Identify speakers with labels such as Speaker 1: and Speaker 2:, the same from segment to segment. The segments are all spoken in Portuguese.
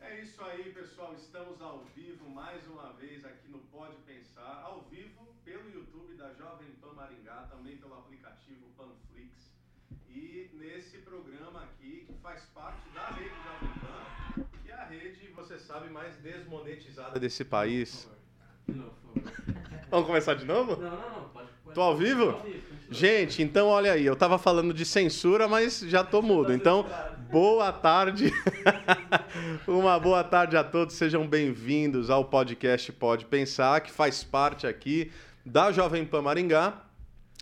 Speaker 1: É aí, pessoal. Estamos ao vivo mais uma vez aqui no Pode Pensar, ao vivo pelo YouTube da Jovem Pan Maringá, também pelo aplicativo Panflix. E nesse programa aqui, que faz parte da rede Jovem Pan, que é a rede, você sabe, mais desmonetizada desse país.
Speaker 2: De novo, por favor.
Speaker 1: Vamos começar de novo?
Speaker 2: Não, não, não. Pode, pode,
Speaker 1: Tô ao vivo?
Speaker 2: Tô ao vivo, continua.
Speaker 1: Gente, então olha aí, eu tava falando de censura, mas já tô mudo. Então, boa tarde. Uma boa tarde a todos, sejam bem-vindos ao podcast Pode Pensar, que faz parte aqui da Jovem Pan Maringá.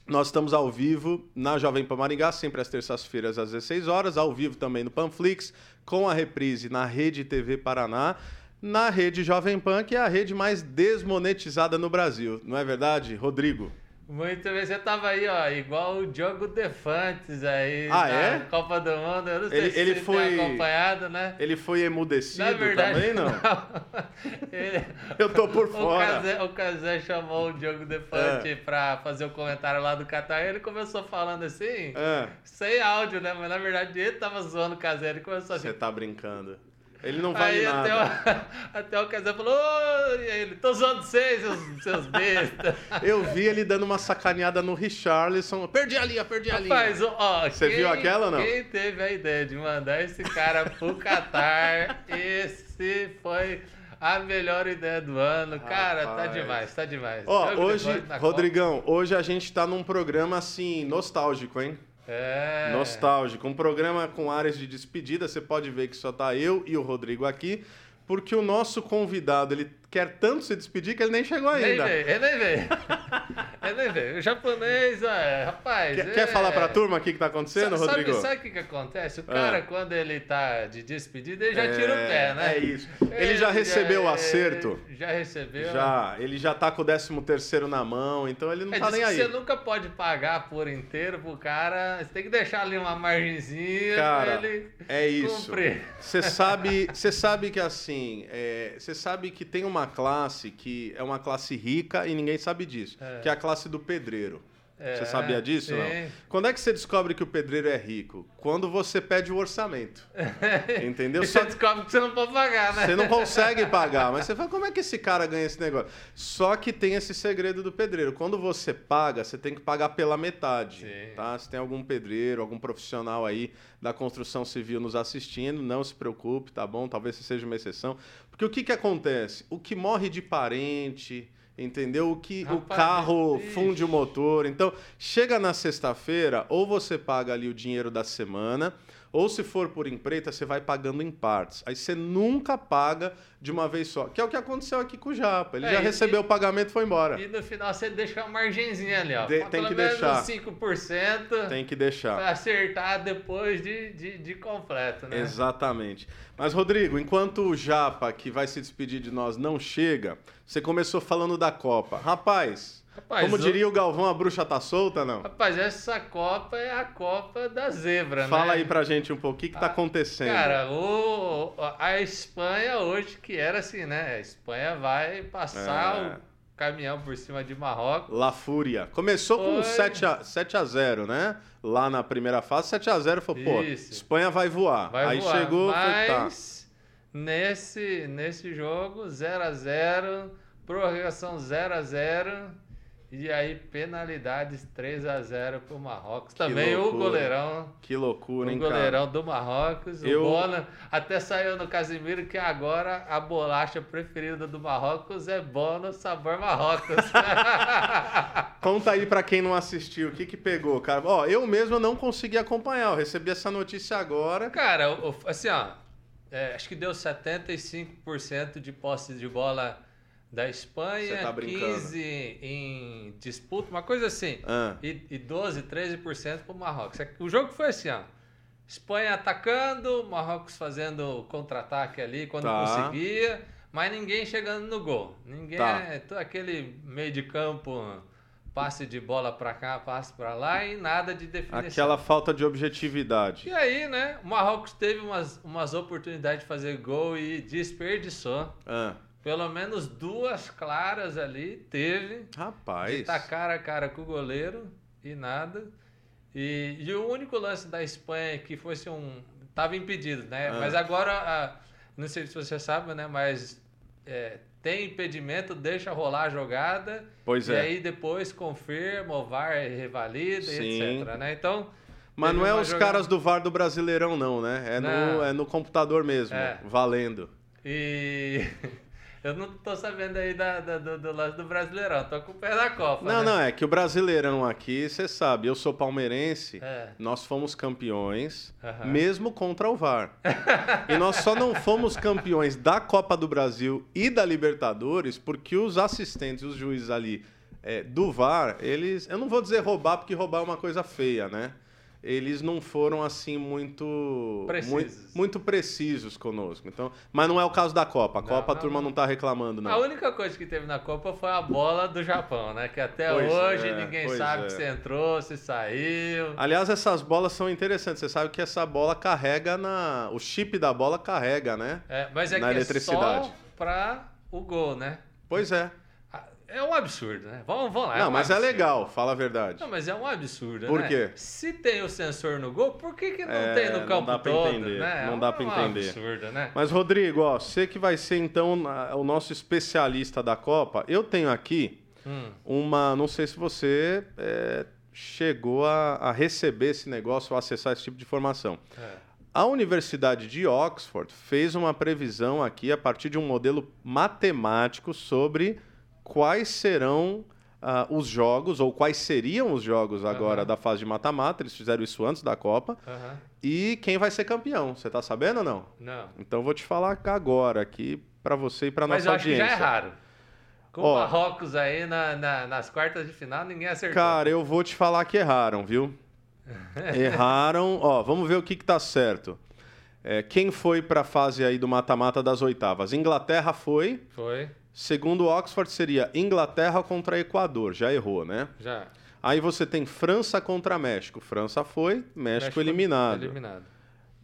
Speaker 1: Nós estamos ao vivo na Jovem Pan Maringá, sempre às terças-feiras às 16 horas, ao vivo também no Panflix, com a reprise na Rede TV Paraná, na rede Jovem Pan, que é a rede mais desmonetizada no Brasil. Não é verdade, Rodrigo?
Speaker 3: Muito bem, você tava aí, ó, igual o Diogo Defantes aí
Speaker 1: Ah,
Speaker 3: na
Speaker 1: é?
Speaker 3: Copa do Mundo. Eu não sei
Speaker 1: Ele-
Speaker 3: se
Speaker 1: ele
Speaker 3: ele
Speaker 1: foi-
Speaker 3: foi acompanhado, né?
Speaker 1: Ele foi emudecido também, não?
Speaker 3: Ele-
Speaker 1: Eu tô por fora. É.
Speaker 3: O Cazé, o Cazé chamou o Diogo Defante pra fazer o comentário lá do Catar e ele começou falando assim,
Speaker 1: Ah,
Speaker 3: sem áudio, né? Mas na verdade ele tava zoando o Cazé, ele começou assim.
Speaker 1: você tá brincando. Ele não vale
Speaker 3: Aí até
Speaker 1: nada.
Speaker 3: o, até o Cazé falou, "Ô", e aí ele, tô zoando vocês, seus, seus bestas.
Speaker 1: Eu vi ele dando uma sacaneada no Richarlison. Perdi a linha, perdi a linha.
Speaker 3: Rapaz, ó,
Speaker 1: Você
Speaker 3: quem-
Speaker 1: viu aquela ou não?
Speaker 3: Quem teve a ideia de mandar esse cara pro Catar, esse foi a melhor ideia do ano. Cara, tá
Speaker 1: Rapaz.
Speaker 3: demais, tá demais.
Speaker 1: Ó,
Speaker 3: Jogo de
Speaker 1: hoje,
Speaker 3: bola na Copa.
Speaker 1: Rodrigão, hoje a gente tá num programa assim, nostálgico, hein?
Speaker 3: É.
Speaker 1: Nostálgico. Um programa com áreas de despedida. Você pode ver que só tá eu e o Rodrigo aqui, porque o nosso convidado, ele quer tanto se despedir que ele nem chegou
Speaker 3: Nem
Speaker 1: ainda.
Speaker 3: veio, ele nem veio. ele nem veio. O japonês, é, rapaz.
Speaker 1: Quer,
Speaker 3: é...
Speaker 1: quer falar pra turma aqui o que tá acontecendo,
Speaker 3: Sabe-
Speaker 1: Rodrigo? Ah.
Speaker 3: Sabe, sabe o que, que acontece? O cara, quando ele tá de despedida, ele já tira o
Speaker 1: É,
Speaker 3: pé, né? é,
Speaker 1: é isso. Ele já recebeu o acerto?
Speaker 3: Já recebeu.
Speaker 1: Já, ele já tá com o 13 terceiro na mão, então ele não
Speaker 3: É,
Speaker 1: tá
Speaker 3: diz
Speaker 1: nem
Speaker 3: que
Speaker 1: aí.
Speaker 3: Você nunca pode pagar por inteiro pro cara. Você tem que deixar ali uma margenzinha
Speaker 1: Cara,
Speaker 3: pra né? ele
Speaker 1: é isso.
Speaker 3: cumprir.
Speaker 1: Você sabe, você sabe que assim, é, você sabe que tem uma classe que é uma classe rica e ninguém sabe disso, que é a classe do pedreiro.
Speaker 3: É,
Speaker 1: Você sabia disso,
Speaker 3: sim.
Speaker 1: não? Quando é que você descobre que o pedreiro é rico? Quando você pede o orçamento. Entendeu?
Speaker 3: E
Speaker 1: Só
Speaker 3: você descobre que você não pode pagar, né?
Speaker 1: Você não consegue pagar, mas você fala, como é que esse cara ganha esse negócio? Só que tem esse segredo do pedreiro. Quando você paga, você tem que pagar pela metade,
Speaker 3: Sim.
Speaker 1: tá? Se tem algum pedreiro, algum profissional aí da construção civil nos assistindo, não se preocupe, tá bom? Talvez você seja uma exceção. Porque o que que acontece? O que morre de parente... Entendeu? O que o
Speaker 3: Rapaz,
Speaker 1: carro
Speaker 3: ixi.
Speaker 1: funde o motor. Então, chega na sexta-feira, ou você paga ali o dinheiro da semana, ou se for por empreita, você vai pagando em partes. Aí você nunca paga de uma vez só. Que é o que aconteceu aqui com o Japa. Ele
Speaker 3: É,
Speaker 1: já
Speaker 3: e-
Speaker 1: recebeu o pagamento e foi embora.
Speaker 3: E no final você deixa uma margenzinha ali, ó.
Speaker 1: De-
Speaker 3: Pra
Speaker 1: tem
Speaker 3: pelo
Speaker 1: que
Speaker 3: menos
Speaker 1: deixar.
Speaker 3: uns 5%
Speaker 1: Tem que deixar.
Speaker 3: pra acertar depois de, de, de completo, Tá, né?
Speaker 1: Exatamente. Mas, Rodrigo, enquanto o Japa, que vai se despedir de nós, não chega, você começou falando da Copa. Rapaz,
Speaker 3: Rapaz,
Speaker 1: como
Speaker 3: o-
Speaker 1: diria o Galvão, a bruxa tá solta, não?
Speaker 3: Rapaz, essa Copa é a Copa da zebra, né? Ah,
Speaker 1: Fala aí pra gente um pouco, o que, que tá acontecendo?
Speaker 3: Cara, o, a Espanha hoje, que era assim, né? A Espanha vai passar
Speaker 1: É.
Speaker 3: o caminhão por cima de Marrocos.
Speaker 1: La Fúria. Começou com
Speaker 3: Foi.
Speaker 1: 7 a, 7 a 0 né? Lá na primeira fase, 7 a 0 Falou, pô,
Speaker 3: Isso.
Speaker 1: Espanha vai voar.
Speaker 3: Vai
Speaker 1: Ah, Aí
Speaker 3: voar.
Speaker 1: chegou, foi, tá.
Speaker 3: Mas nesse, nesse jogo, 0x0, prorrogação 0x0. E aí, penalidades 3x0 pro Marrocos. Também o
Speaker 1: loucura.
Speaker 3: goleirão.
Speaker 1: Que loucura,
Speaker 3: O
Speaker 1: hein,
Speaker 3: um goleirão do Marrocos,
Speaker 1: Eu-
Speaker 3: o Bona, até saiu no Casimiro que agora a bolacha preferida do Marrocos é Bona sabor Marrocos.
Speaker 1: cara? Conta aí pra quem não assistiu, o que que pegou, cara? Ó, eu mesmo não consegui acompanhar, eu recebi essa notícia agora.
Speaker 3: Cara, o- o- assim, ó, é, acho que deu 75% de posse de bola da Espanha,
Speaker 1: Você tá brincando.
Speaker 3: 15 em disputa, uma coisa assim.
Speaker 1: Ah,
Speaker 3: E, e 12, 13% pro Marrocos. O jogo foi assim, ó. Espanha atacando, Marrocos fazendo o contra-ataque ali quando
Speaker 1: Tá.
Speaker 3: conseguia, mas ninguém chegando no gol. Ninguém
Speaker 1: Tá.
Speaker 3: é todo aquele meio de campo, passe de bola pra cá, passe pra lá e nada de definição.
Speaker 1: aquela falta de objetividade.
Speaker 3: E aí, né, o Marrocos teve umas, umas oportunidades de fazer gol e desperdiçou.
Speaker 1: Ah,
Speaker 3: Pelo menos duas claras ali teve.
Speaker 1: rapaz.
Speaker 3: De tá cara a cara com o goleiro e nada. E, e o único lance da Espanha que fosse um. Tava impedido, né?
Speaker 1: Ah.
Speaker 3: Mas agora, a- não sei se você sabe, né? Mas é, tem impedimento, deixa rolar a jogada.
Speaker 1: Pois
Speaker 3: e
Speaker 1: é.
Speaker 3: aí depois confirma, o VAR revalida, e
Speaker 1: Sim.
Speaker 3: etc. né? Então.
Speaker 1: Mas
Speaker 3: teve
Speaker 1: não é
Speaker 3: uma
Speaker 1: os
Speaker 3: jogada-
Speaker 1: caras do VAR do Brasileirão, não, né? É, No,
Speaker 3: Não.
Speaker 1: é no computador mesmo,
Speaker 3: É.
Speaker 1: valendo.
Speaker 3: E. Eu não tô sabendo aí da, da- do, do lance do Brasileirão, tô com o pé na Copa.
Speaker 1: Não,
Speaker 3: né?
Speaker 1: não, é que o Brasileirão aqui, você sabe, eu sou palmeirense,
Speaker 3: É.
Speaker 1: nós fomos campeões,
Speaker 3: Aham.
Speaker 1: mesmo contra o VAR. e nós só não fomos campeões da Copa do Brasil e da Libertadores porque os assistentes, os juízes ali é, do VAR, eles. Eu não vou dizer roubar, porque roubar é uma coisa feia, né? Eles não foram assim muito.
Speaker 3: Precisos.
Speaker 1: Muito, muito precisos conosco. Então, mas não é o caso da Copa. A
Speaker 3: Não,
Speaker 1: Copa a
Speaker 3: não,
Speaker 1: turma não.
Speaker 3: não.
Speaker 1: tá reclamando, não.
Speaker 3: A única coisa que teve na Copa foi a bola do Japão, né? Que até
Speaker 1: Pois
Speaker 3: hoje
Speaker 1: é,
Speaker 3: ninguém
Speaker 1: pois
Speaker 3: sabe
Speaker 1: é.
Speaker 3: se entrou, se saiu.
Speaker 1: Aliás, essas bolas são interessantes. Você sabe que essa bola carrega na. O chip da bola carrega, né?
Speaker 3: É, mas é
Speaker 1: Na
Speaker 3: que é
Speaker 1: eletricidade.
Speaker 3: só pra o gol, né?
Speaker 1: Pois é.
Speaker 3: Ah, É um absurdo, né? Vamos, vamos lá.
Speaker 1: não,
Speaker 3: um
Speaker 1: mas é
Speaker 3: absurdo.
Speaker 1: legal, fala a verdade.
Speaker 3: Não, mas é um absurdo,
Speaker 1: Por
Speaker 3: né?
Speaker 1: quê?
Speaker 3: Se tem o sensor no gol, por que, que não
Speaker 1: É,
Speaker 3: tem no
Speaker 1: não
Speaker 3: campo
Speaker 1: dá pra
Speaker 3: todo,
Speaker 1: entender,
Speaker 3: né?
Speaker 1: não
Speaker 3: É
Speaker 1: dá pra
Speaker 3: um
Speaker 1: entender.
Speaker 3: absurdo, né?
Speaker 1: Mas, Rodrigo, ó, você que vai ser então a- o nosso especialista da Copa, eu tenho aqui
Speaker 3: Hum.
Speaker 1: uma. Não sei se você é, chegou a, a receber esse negócio ou acessar esse tipo de informação.
Speaker 3: É.
Speaker 1: A Universidade de Oxford fez uma previsão aqui a partir de um modelo matemático sobre quais serão ah, os jogos, ou quais seriam os jogos agora
Speaker 3: Aham.
Speaker 1: da fase de mata-mata. Eles fizeram isso antes da Copa.
Speaker 3: Aham.
Speaker 1: E quem vai ser campeão. Você tá sabendo ou não?
Speaker 3: Não.
Speaker 1: Então eu vou te falar cá agora aqui pra você e pra
Speaker 3: Mas
Speaker 1: nossa
Speaker 3: eu acho que
Speaker 1: audiência.
Speaker 3: já é raro. Com
Speaker 1: Ó.
Speaker 3: o Marrocos aí na- na- nas quartas de final, ninguém acertou.
Speaker 1: Cara, eu vou te falar que erraram, viu? erraram. Ó, vamos ver o que que tá certo. É, quem foi pra fase aí do mata-mata das oitavas? Inglaterra foi.
Speaker 3: Foi,
Speaker 1: Segundo Oxford seria Inglaterra contra Equador. Já errou, né?
Speaker 3: já.
Speaker 1: Aí você tem França contra México. França foi, México, eliminado.
Speaker 3: é eliminado.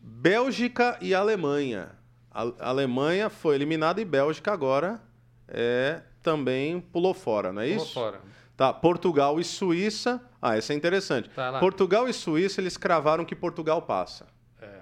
Speaker 1: Bélgica e Alemanha. A Alemanha foi eliminada e Bélgica agora é, também pulou fora, não é
Speaker 3: Pulou
Speaker 1: isso?
Speaker 3: fora.
Speaker 1: Tá, Portugal e Suíça. Ah, essa é interessante.
Speaker 3: Tá lá.
Speaker 1: Portugal e Suíça, eles cravaram que Portugal passa.
Speaker 3: É.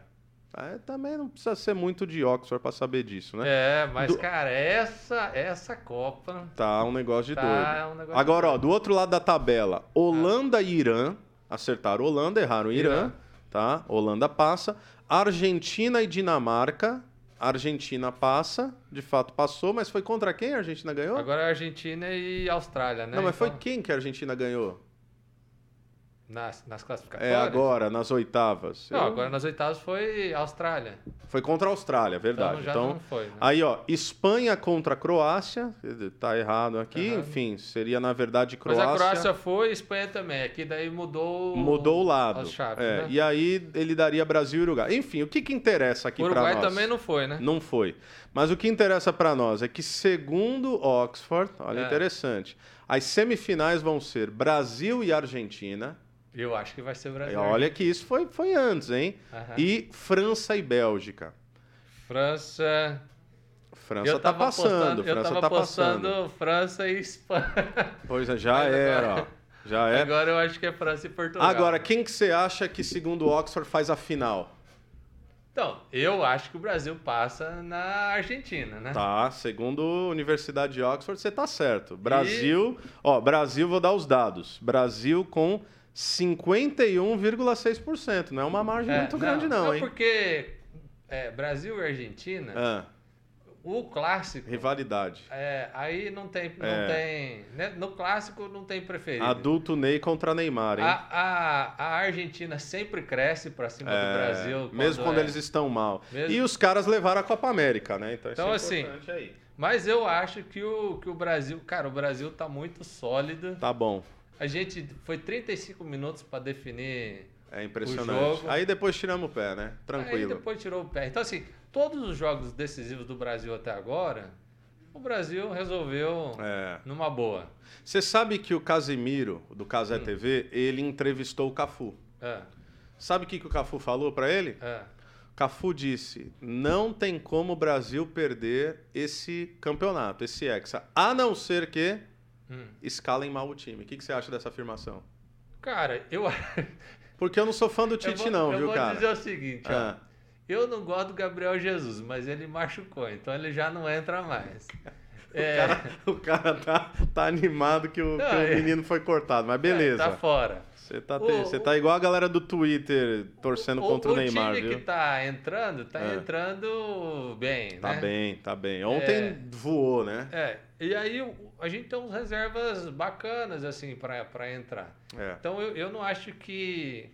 Speaker 1: Ah, é, também não precisa ser muito de Oxford pra saber disso, né?
Speaker 3: É, mas,
Speaker 1: Do-
Speaker 3: cara, essa, essa Copa.
Speaker 1: Tá um negócio de
Speaker 3: Tá
Speaker 1: doido.
Speaker 3: um negócio
Speaker 1: Agora,
Speaker 3: de
Speaker 1: ó, do outro lado da tabela, Holanda e Irã. Acertaram Holanda, erraram Irã,
Speaker 3: Irã.
Speaker 1: tá? Holanda passa. Argentina e Dinamarca. Argentina passa, de fato passou, mas foi contra quem a Argentina ganhou?
Speaker 3: Agora é Argentina e Austrália, né?
Speaker 1: não, mas foi
Speaker 3: Então,
Speaker 1: quem que a Argentina ganhou?
Speaker 3: Nas, nas
Speaker 1: É
Speaker 3: classificatórias?
Speaker 1: agora, nas oitavas.
Speaker 3: Não,
Speaker 1: Eu-
Speaker 3: agora nas oitavas foi Austrália.
Speaker 1: Foi contra a Austrália, verdade.
Speaker 3: Então já
Speaker 1: Então,
Speaker 3: não foi, né?
Speaker 1: aí ó, Espanha contra a Croácia, tá errado aqui,
Speaker 3: errado.
Speaker 1: enfim, seria na verdade
Speaker 3: Mas a Croácia é foi e Espanha também. Aqui daí mudou.
Speaker 1: Mudou o lado.
Speaker 3: As chaves,
Speaker 1: É,
Speaker 3: né?
Speaker 1: E aí ele daria Brasil e Uruguai. Enfim, o que, que interessa aqui
Speaker 3: O
Speaker 1: para nós?
Speaker 3: Uruguai também não foi, né?
Speaker 1: Não foi. Mas o que interessa para nós é que, segundo Oxford, olha
Speaker 3: É.
Speaker 1: interessante, as semifinais vão ser Brasil e Argentina.
Speaker 3: Eu acho que vai ser o Brasil.
Speaker 1: Olha que isso foi, foi antes, hein?
Speaker 3: Aham.
Speaker 1: E França e Bélgica.
Speaker 3: França.
Speaker 1: França
Speaker 3: eu
Speaker 1: tá
Speaker 3: tava
Speaker 1: passando,
Speaker 3: apostando- eu
Speaker 1: França
Speaker 3: tava
Speaker 1: tá
Speaker 3: apostando
Speaker 1: passando.
Speaker 3: França e Espanha.
Speaker 1: Pois é, já
Speaker 3: Mas
Speaker 1: era, ó.
Speaker 3: agora-
Speaker 1: Já é.
Speaker 3: Agora eu acho que é França e Portugal.
Speaker 1: Agora, quem que você acha que, segundo Oxford, faz a final?
Speaker 3: Então, eu acho que o Brasil passa na Argentina, né?
Speaker 1: Tá, segundo a Universidade de Oxford, você tá certo. Brasil, ó, Brasil, vou dar os dados. Brasil com 51,6%. Não é uma margem
Speaker 3: É,
Speaker 1: muito grande, não, hein?
Speaker 3: porque é, Brasil e Argentina,
Speaker 1: Ah,
Speaker 3: o clássico.
Speaker 1: rivalidade.
Speaker 3: é, aí não tem. Não
Speaker 1: É.
Speaker 3: tem né? No clássico não tem preferido.
Speaker 1: Adulto Ney contra Neymar, hein?
Speaker 3: A, a- a Argentina sempre cresce pra cima
Speaker 1: É,
Speaker 3: Ah, do Brasil.
Speaker 1: mesmo quando
Speaker 3: é-
Speaker 1: eles estão mal.
Speaker 3: Mesmo-
Speaker 1: E os caras levaram a Copa América, né? Então, isso
Speaker 3: Então,
Speaker 1: é
Speaker 3: assim,
Speaker 1: importante aí.
Speaker 3: Mas eu acho que o, que o Brasil. Cara, o Brasil tá muito sólido.
Speaker 1: Tá bom.
Speaker 3: A gente foi 35 minutos pra definir.
Speaker 1: É impressionante.
Speaker 3: O jogo-
Speaker 1: Aí depois tiramos o pé, né?
Speaker 3: Aí
Speaker 1: Tranquilo.
Speaker 3: depois tirou o pé. Então, assim, todos os jogos decisivos do Brasil até agora, o Brasil resolveu
Speaker 1: É.
Speaker 3: numa boa.
Speaker 1: Você sabe que o Casimiro, do Casé
Speaker 3: Hum.
Speaker 1: TV, ele entrevistou o Cafu.
Speaker 3: É,
Speaker 1: Sabe o que, que o Cafu falou pra ele?
Speaker 3: é.
Speaker 1: Cafu disse: não tem como o Brasil perder esse campeonato, esse Hexa, a não ser que
Speaker 3: Hum.
Speaker 1: escalem mal o time. O que, que você acha dessa afirmação?
Speaker 3: Cara, eu, eu
Speaker 1: Porque eu não sou fã do Tite,
Speaker 3: vou,
Speaker 1: não,
Speaker 3: eu
Speaker 1: viu,
Speaker 3: vou
Speaker 1: cara?
Speaker 3: dizer o seguinte, ó.
Speaker 1: Ah,
Speaker 3: Eu não gosto do Gabriel Jesus, mas ele machucou, então ele já não entra mais. É,
Speaker 1: O cara, o cara tá, tá animado que o,
Speaker 3: Não,
Speaker 1: que o
Speaker 3: é.
Speaker 1: menino foi cortado, mas beleza.
Speaker 3: Tá fora.
Speaker 1: Você tá,
Speaker 3: O-
Speaker 1: te- você tá igual a galera do Twitter torcendo contra o, Neymar,
Speaker 3: time
Speaker 1: viu?
Speaker 3: que tá entrando, tá
Speaker 1: É.
Speaker 3: entrando bem,
Speaker 1: Tá
Speaker 3: né?
Speaker 1: bem, tá bem. Ontem
Speaker 3: É.
Speaker 1: voou, né?
Speaker 3: É, e aí o- a gente tem uns reservas bacanas, assim, pra, pra entrar.
Speaker 1: É.
Speaker 3: Então eu, eu não acho que...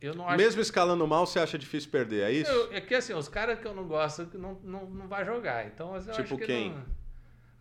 Speaker 3: Eu não acho
Speaker 1: Mesmo escalando mal, você acha difícil perder, é isso?
Speaker 3: Eu- é que assim, os caras que eu não gosto que não, não, não vai jogar. Então, assim, eu
Speaker 1: Tipo
Speaker 3: acho que
Speaker 1: quem?
Speaker 3: não-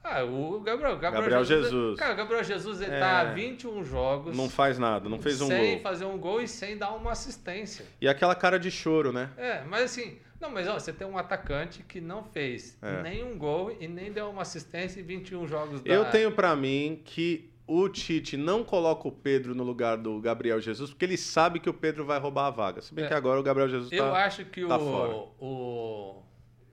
Speaker 3: Ah, o Gabriel, Gabriel, é-
Speaker 1: Gabriel Jesus.
Speaker 3: Cara, o Gabriel Jesus ele
Speaker 1: É.
Speaker 3: tá há 21 jogos
Speaker 1: Não faz nada, não fez um
Speaker 3: sem
Speaker 1: gol.
Speaker 3: fazer um gol e sem dar uma assistência.
Speaker 1: E aquela cara de choro, né?
Speaker 3: É, mas assim, não, mas ó, você tem um atacante que não fez
Speaker 1: É.
Speaker 3: nenhum gol e nem deu uma assistência em 21 jogos da
Speaker 1: Eu tenho pra mim que o Tite não coloca o Pedro no lugar do Gabriel Jesus, porque ele sabe que o Pedro vai roubar a vaga. Se bem
Speaker 3: É.
Speaker 1: que agora o Gabriel Jesus
Speaker 3: Eu
Speaker 1: tá...
Speaker 3: acho que
Speaker 1: tá fora.
Speaker 3: o, o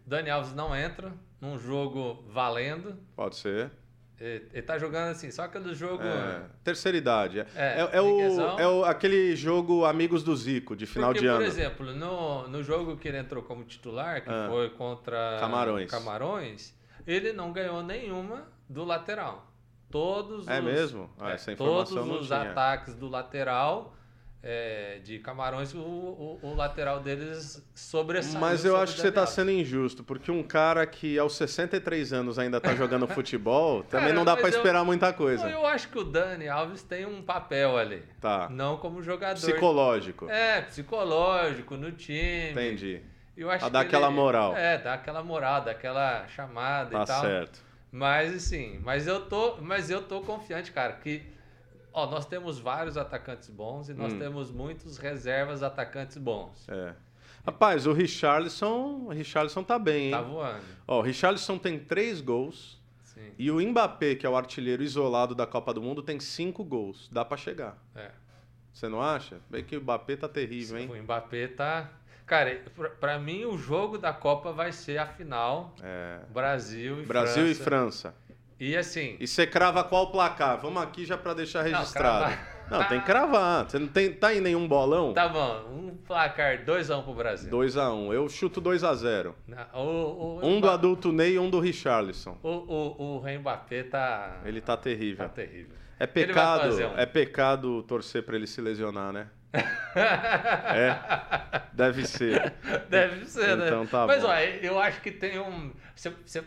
Speaker 3: Dani Alves não entra num jogo valendo.
Speaker 1: Pode ser.
Speaker 3: Ele, ele tá jogando assim, só aquele jogo.
Speaker 1: É. Terceira idade. É,
Speaker 3: É,
Speaker 1: é- é o,
Speaker 3: miguezão.
Speaker 1: é o- aquele jogo Amigos do Zico, de final
Speaker 3: Porque,
Speaker 1: de ano.
Speaker 3: por exemplo, no, no jogo que ele entrou como titular, que
Speaker 1: Ah.
Speaker 3: foi contra
Speaker 1: Camarões.
Speaker 3: Camarões, ele não ganhou nenhuma do lateral. Todos
Speaker 1: É
Speaker 3: os,
Speaker 1: mesmo? Ah,
Speaker 3: é,
Speaker 1: essa
Speaker 3: todos
Speaker 1: informação eu não
Speaker 3: os
Speaker 1: tinha.
Speaker 3: ataques do lateral é, de Camarões, o, o- o lateral deles sobressaiu.
Speaker 1: Mas eu
Speaker 3: né? sobre
Speaker 1: acho
Speaker 3: o
Speaker 1: que você tá
Speaker 3: Daniel.
Speaker 1: sendo injusto, porque um cara que aos 63 anos ainda tá jogando futebol, também
Speaker 3: Cara,
Speaker 1: não dá
Speaker 3: mas
Speaker 1: pra
Speaker 3: eu-
Speaker 1: esperar muita
Speaker 3: Não,
Speaker 1: coisa.
Speaker 3: eu acho que o Dani Alves tem um papel ali.
Speaker 1: Tá.
Speaker 3: Não como jogador.
Speaker 1: Psicológico.
Speaker 3: É, psicológico, no time.
Speaker 1: Entendi.
Speaker 3: Eu acho
Speaker 1: Pra dar
Speaker 3: que
Speaker 1: aquela
Speaker 3: ele-
Speaker 1: moral.
Speaker 3: É, dá aquela moral, dá aquela chamada
Speaker 1: Tá
Speaker 3: e tal.
Speaker 1: certo.
Speaker 3: Mas assim, mas eu tô, mas eu tô confiante, cara, que ó, nós temos vários atacantes bons e nós
Speaker 1: Hum.
Speaker 3: temos muitos reservas atacantes bons.
Speaker 1: É. Rapaz, o Richarlison, o Richarlison tá bem, hein?
Speaker 3: Tá voando.
Speaker 1: Ó, o Richarlison tem três gols
Speaker 3: Sim.
Speaker 1: e o Mbappé, que é o artilheiro isolado da Copa do Mundo, tem cinco gols. Dá pra chegar.
Speaker 3: É.
Speaker 1: Você não acha? Bem que o Mbappé tá terrível, hein?
Speaker 3: O Mbappé tá, cara, pra- pra mim o jogo da Copa vai ser a final
Speaker 1: É.
Speaker 3: Brasil e
Speaker 1: Brasil
Speaker 3: França.
Speaker 1: e França.
Speaker 3: E assim,
Speaker 1: E você crava qual placar? Vamos aqui já pra deixar registrado.
Speaker 3: cravar.
Speaker 1: Não, tem que cravar. Você não tem, tá em nenhum bolão?
Speaker 3: tá bom, um placar 2 a 1 pro Brasil.
Speaker 1: 2x1. Eu chuto 2x0.
Speaker 3: Na- O, o,
Speaker 1: Um do
Speaker 3: Mba-
Speaker 1: adulto Ney e um do Richarlison.
Speaker 3: o, o, o Mbappé tá
Speaker 1: Ele tá terrível.
Speaker 3: tá terrível.
Speaker 1: É
Speaker 3: vai
Speaker 1: pecado,
Speaker 3: fazer um.
Speaker 1: é pecado torcer pra ele se lesionar, né? é. Deve ser.
Speaker 3: Deve ser, né?
Speaker 1: Então tá
Speaker 3: Mas
Speaker 1: bom.
Speaker 3: olha, eu acho que tem um. Você- Você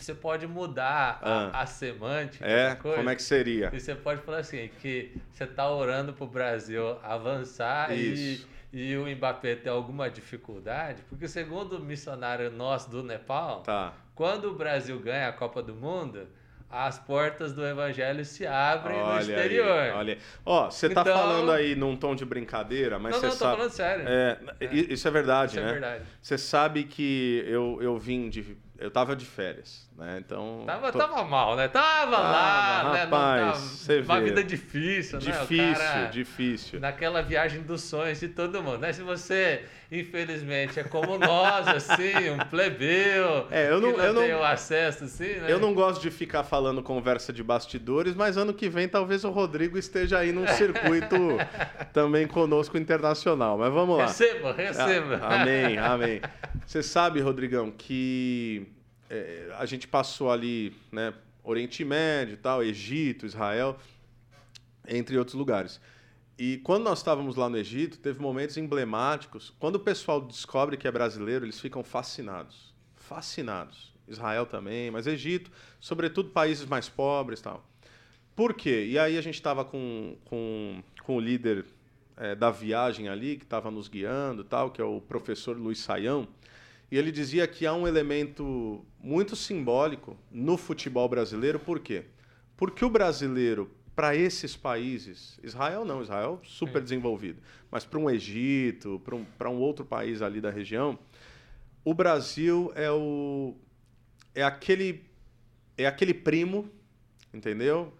Speaker 3: você pode mudar a,
Speaker 1: Ah.
Speaker 3: a semântica.
Speaker 1: É?
Speaker 3: da coisa,
Speaker 1: Como é que seria?
Speaker 3: E você pode falar assim: que você tá orando pro Brasil avançar e,
Speaker 1: Isso.
Speaker 3: e o Mbappé ter alguma dificuldade, porque segundo o missionário nosso do Nepal,
Speaker 1: Tá.
Speaker 3: quando o Brasil ganha a Copa do Mundo, as portas do Evangelho se abrem no
Speaker 1: Olha aí,
Speaker 3: exterior.
Speaker 1: olha aí. Ó, você tá
Speaker 3: Então-
Speaker 1: falando aí num tom de brincadeira, mas
Speaker 3: não,
Speaker 1: você
Speaker 3: não, tô
Speaker 1: sabe.
Speaker 3: falando sério.
Speaker 1: É, i- Isso é verdade,
Speaker 3: Isso é
Speaker 1: né?
Speaker 3: verdade.
Speaker 1: Você sabe que eu, eu vim de. Eu tava de férias, né? Então.
Speaker 3: Tava,
Speaker 1: tô-
Speaker 3: tava mal, né? Tava
Speaker 1: Tava,
Speaker 3: lá, né? Não
Speaker 1: rapaz,
Speaker 3: tava-
Speaker 1: você
Speaker 3: uma
Speaker 1: vê.
Speaker 3: vida difícil, né? O
Speaker 1: Difícil,
Speaker 3: cara né,
Speaker 1: difícil.
Speaker 3: Naquela viagem dos sonhos de todo mundo, né? Se você, infelizmente, é como nós, assim, um plebeu,
Speaker 1: É, eu não-
Speaker 3: que não
Speaker 1: eu não-
Speaker 3: tem o acesso, assim, né?
Speaker 1: Eu não gosto de ficar falando conversa de bastidores, mas ano que vem talvez o Rodrigo esteja aí
Speaker 3: É.
Speaker 1: num circuito também conosco internacional. Mas vamos lá.
Speaker 3: Receba, receba.
Speaker 1: A- Ah, amém, amém. Você sabe, Rodrigão, que é, a gente passou ali, né? Oriente Médio, e tal, Egito, Israel, entre outros lugares. E quando nós estávamos lá no Egito, teve momentos emblemáticos. Quando o pessoal descobre que é brasileiro, eles ficam fascinados, fascinados. Israel também, mas Egito, sobretudo países mais pobres, e tal. Por quê? E aí a gente estava com, com, com o líder eh, da viagem ali, que estava nos guiando e tal, que é o professor Luiz Saião, e ele dizia que há um elemento muito simbólico no futebol brasileiro, por quê? Porque o brasileiro, para esses países, Israel não, Israel super desenvolvido, mas para um Egito, para um, pra um outro país ali da região, o Brasil é o é aquele é aquele primo, entendeu?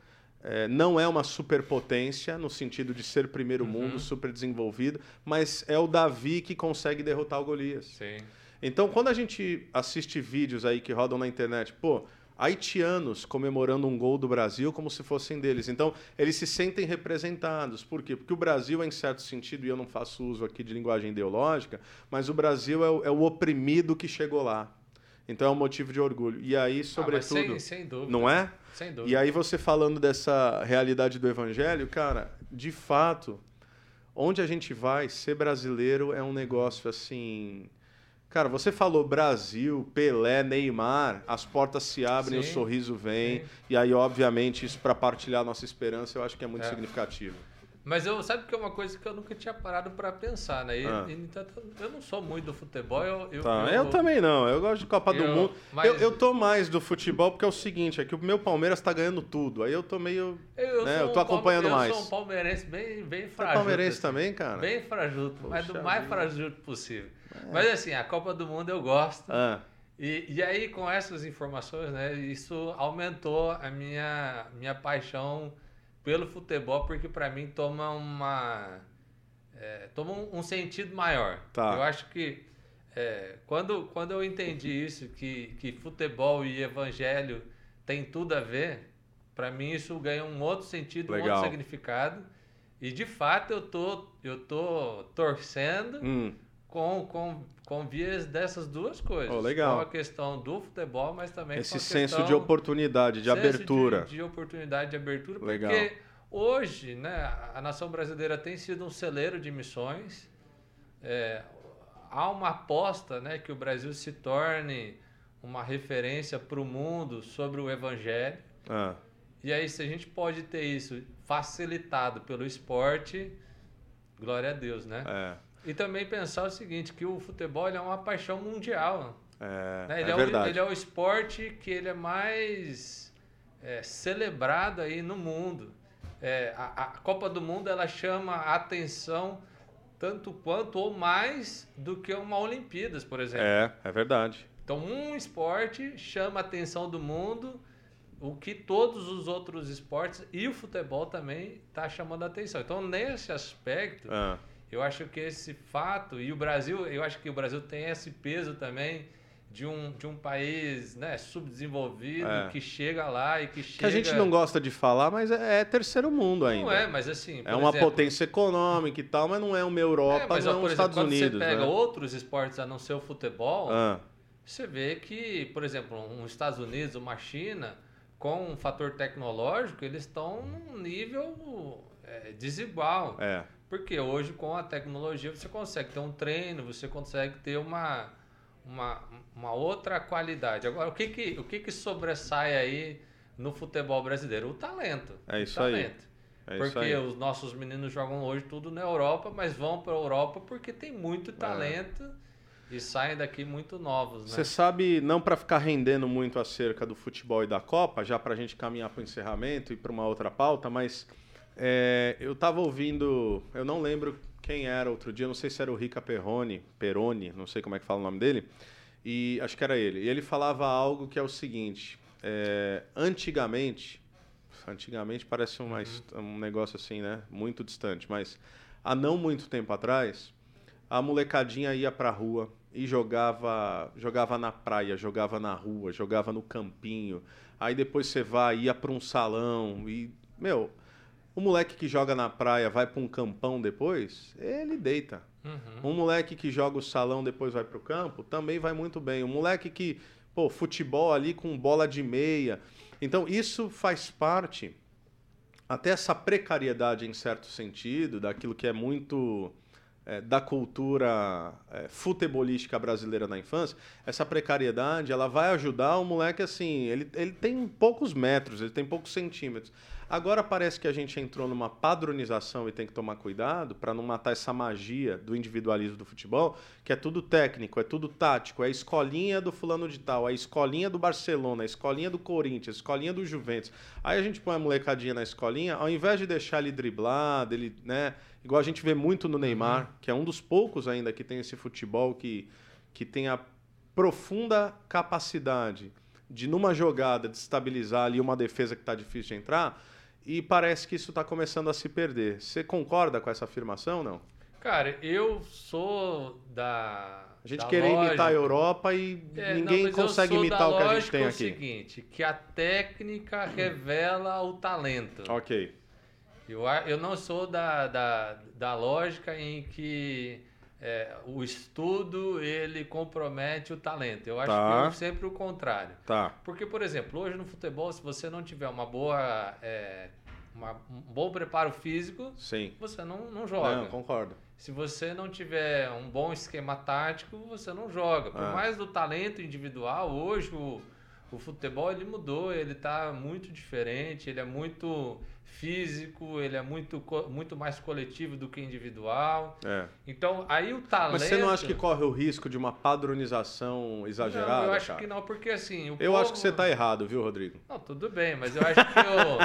Speaker 1: É, não é uma superpotência no sentido de ser primeiro mundo, super desenvolvido, mas é o Davi que consegue derrotar o Golias.
Speaker 3: Sim.
Speaker 1: Então, quando a gente assiste vídeos aí que rodam na internet, pô, haitianos comemorando um gol do Brasil como se fossem deles. Então, eles se sentem representados. Por quê? Porque o Brasil, é, em certo sentido, e eu não faço uso aqui de linguagem ideológica, mas o Brasil é o, é o oprimido que chegou lá. Então, é um motivo de orgulho. E aí,
Speaker 3: Ah, mas sem-
Speaker 1: sobretudo.
Speaker 3: sem, dúvida.
Speaker 1: Não é?
Speaker 3: Sem
Speaker 1: E
Speaker 3: dúvida.
Speaker 1: aí você falando dessa realidade do evangelho, cara, de fato, onde a gente vai, ser brasileiro é um negócio assim. Cara, você falou Brasil, Pelé, Neymar, as portas se abrem,
Speaker 3: Sim.
Speaker 1: o sorriso vem.
Speaker 3: Sim.
Speaker 1: E aí, obviamente, isso para partilhar nossa esperança, eu acho que é muito
Speaker 3: É.
Speaker 1: significativo.
Speaker 3: Mas eu, sabe que é uma coisa que eu nunca tinha parado pra pensar, né? E,
Speaker 1: Ah.
Speaker 3: e, entanto, eu não sou muito do futebol. Eu, eu,
Speaker 1: Tá, eu também não. Eu gosto de Copa do
Speaker 3: eu-
Speaker 1: Mundo.
Speaker 3: mas-
Speaker 1: Eu, eu tô mais do futebol porque é o seguinte, é que o meu Palmeiras tá ganhando tudo. Aí eu tô meio.
Speaker 3: Eu, eu
Speaker 1: né,
Speaker 3: sou
Speaker 1: eu
Speaker 3: um
Speaker 1: tô
Speaker 3: palme-
Speaker 1: acompanhando mais.
Speaker 3: Eu sou um palmeirense bem, bem
Speaker 1: Você é
Speaker 3: frajuto.
Speaker 1: palmeirense
Speaker 3: assim.
Speaker 1: também, cara?
Speaker 3: Bem frajuto, mas do
Speaker 1: Poxa
Speaker 3: mais
Speaker 1: vida.
Speaker 3: frajuto possível. Mas assim, a Copa do Mundo eu gosto.
Speaker 1: Ah,
Speaker 3: E, e aí, com essas informações, né, isso aumentou a minha, minha paixão pelo futebol, porque para mim toma uma. é, toma um, um sentido maior.
Speaker 1: Tá.
Speaker 3: Eu acho que é, quando, quando eu entendi isso, que, que futebol e evangelho tem tudo a ver, para mim isso ganha um outro sentido, um
Speaker 1: Legal.
Speaker 3: outro significado. E de fato eu tô, eu tô torcendo
Speaker 1: hum.
Speaker 3: com, com, com vias dessas duas coisas.
Speaker 1: Oh, legal.
Speaker 3: Com a questão do futebol, mas também com
Speaker 1: Esse
Speaker 3: a
Speaker 1: senso
Speaker 3: questão-
Speaker 1: de oportunidade, de
Speaker 3: senso
Speaker 1: abertura.
Speaker 3: De, de oportunidade, de abertura.
Speaker 1: Legal.
Speaker 3: Porque hoje, né, a- a nação brasileira tem sido um celeiro de missões. É, há uma aposta né, que o Brasil se torne uma referência para o mundo sobre o evangelho.
Speaker 1: Ah,
Speaker 3: E aí, se a gente pode ter isso facilitado pelo esporte, glória a Deus, né?
Speaker 1: é,
Speaker 3: E também pensar o seguinte, que o futebol ele é uma paixão mundial.
Speaker 1: é,
Speaker 3: né?
Speaker 1: é
Speaker 3: Ele, é o,
Speaker 1: verdade.
Speaker 3: ele é o esporte que ele é mais é, celebrado aí no mundo. É, a, a Copa do Mundo ela chama a atenção tanto quanto ou mais do que uma Olimpíadas, por um exemplo.
Speaker 1: É, é verdade.
Speaker 3: Então, um esporte chama a atenção do mundo, o que todos os outros esportes e o futebol também está chamando a atenção. Então, nesse aspecto,
Speaker 1: Ah,
Speaker 3: eu acho que esse fato, e o Brasil, eu acho que o Brasil tem esse peso também de um, de um país né, subdesenvolvido
Speaker 1: É.
Speaker 3: que chega lá e que chega.
Speaker 1: que a gente não gosta de falar, mas é, é terceiro mundo ainda.
Speaker 3: Não é, mas assim.
Speaker 1: É
Speaker 3: por
Speaker 1: uma
Speaker 3: exemplo,
Speaker 1: potência econômica e tal, mas não é uma Europa,
Speaker 3: É, mas, ó,
Speaker 1: não é
Speaker 3: por
Speaker 1: os
Speaker 3: exemplo,
Speaker 1: Estados
Speaker 3: quando
Speaker 1: Unidos.
Speaker 3: você pega
Speaker 1: né?
Speaker 3: outros esportes a não ser o futebol,
Speaker 1: Ah,
Speaker 3: você vê que, por exemplo, um Estados Unidos, uma China, com um fator tecnológico, eles estão num nível é, desigual.
Speaker 1: é,
Speaker 3: Porque hoje, com a tecnologia, você consegue ter um treino, você consegue ter uma, uma, uma outra qualidade. Agora, o que que, o que que sobressai aí no futebol brasileiro? O talento.
Speaker 1: É
Speaker 3: O
Speaker 1: isso aí.
Speaker 3: talento.
Speaker 1: é isso
Speaker 3: porque
Speaker 1: aí.
Speaker 3: os nossos meninos jogam hoje tudo na Europa, mas vão para a Europa porque tem
Speaker 1: É.
Speaker 3: muito talento e saem daqui muito novos,
Speaker 1: Você
Speaker 3: né?
Speaker 1: sabe, não para ficar rendendo muito acerca do futebol e da Copa, já para a gente caminhar para o encerramento e para uma outra pauta, mas é, eu estava ouvindo, eu não lembro quem era outro dia, não sei se era o Rica Perrone, Peroni, não sei como é que fala o nome dele, e acho que era ele. E ele falava algo que é o seguinte: é, antigamente, antigamente parece uma his- um negócio assim, né? Muito distante, mas há não muito tempo atrás, a molecadinha ia pra rua e jogava, jogava na praia, jogava na rua, jogava no campinho. Aí depois você vai, ia pra um salão e, meu, o moleque que joga na praia vai pra um campão depois, ele deita.
Speaker 3: Uhum.
Speaker 1: Um moleque que joga o salão depois vai pro campo, também vai muito bem. Um moleque que, pô, futebol ali com bola de meia. Então, isso faz parte até essa precariedade em certo sentido, daquilo que é muito é, da cultura é, futebolística brasileira na infância, essa precariedade, ela vai ajudar o moleque assim, ele, ele tem poucos metros, ele tem poucos centímetros. Agora parece que a gente entrou numa padronização e tem que tomar cuidado para não matar essa magia do individualismo do futebol, que é tudo técnico, é tudo tático, é a escolinha do fulano de tal, é a escolinha do Barcelona, é a escolinha do Corinthians, escolinha do Juventus. Aí a gente põe a molecadinha na escolinha, ao invés de deixar ele driblar, dele, né, igual a gente vê muito no Neymar, que é um dos poucos ainda que tem esse futebol que que tem a profunda capacidade de numa jogada destabilizar ali uma defesa que está difícil tá de entrar, e parece que isso está começando a se perder. Você concorda com essa afirmação, não?
Speaker 3: Cara, eu sou da.
Speaker 1: A gente
Speaker 3: da
Speaker 1: querer imitar a
Speaker 3: lógica-
Speaker 1: Europa e
Speaker 3: É,
Speaker 1: ninguém
Speaker 3: não, mas eu
Speaker 1: consegue
Speaker 3: sou da
Speaker 1: imitar o que a gente
Speaker 3: lógica é
Speaker 1: tem
Speaker 3: o
Speaker 1: aqui.
Speaker 3: seguinte, que a técnica revela o talento.
Speaker 1: Ok.
Speaker 3: Eu, a- eu não sou da, da, da lógica em que é, o estudo ele compromete o talento. Eu acho
Speaker 1: Tá.
Speaker 3: que é sempre o contrário.
Speaker 1: Tá.
Speaker 3: Porque, por exemplo, hoje no futebol, se você não tiver uma boa, é, uma- um bom preparo físico,
Speaker 1: Sim.
Speaker 3: você não, não joga.
Speaker 1: Não, concordo.
Speaker 3: Se você não tiver um bom esquema tático, você não joga. Por
Speaker 1: É.
Speaker 3: mais do talento individual, hoje o, o futebol ele mudou, ele tá muito diferente, ele é muito físico, ele é muito, co- muito mais coletivo do que individual.
Speaker 1: É.
Speaker 3: Então, aí o talento...
Speaker 1: Mas você não acha que corre o risco de uma padronização exagerada?
Speaker 3: Não, eu acho
Speaker 1: cara?
Speaker 3: que não, porque assim... O
Speaker 1: Eu acho
Speaker 3: povo-
Speaker 1: que você tá errado, viu, Rodrigo?
Speaker 3: Não, tudo bem, mas eu acho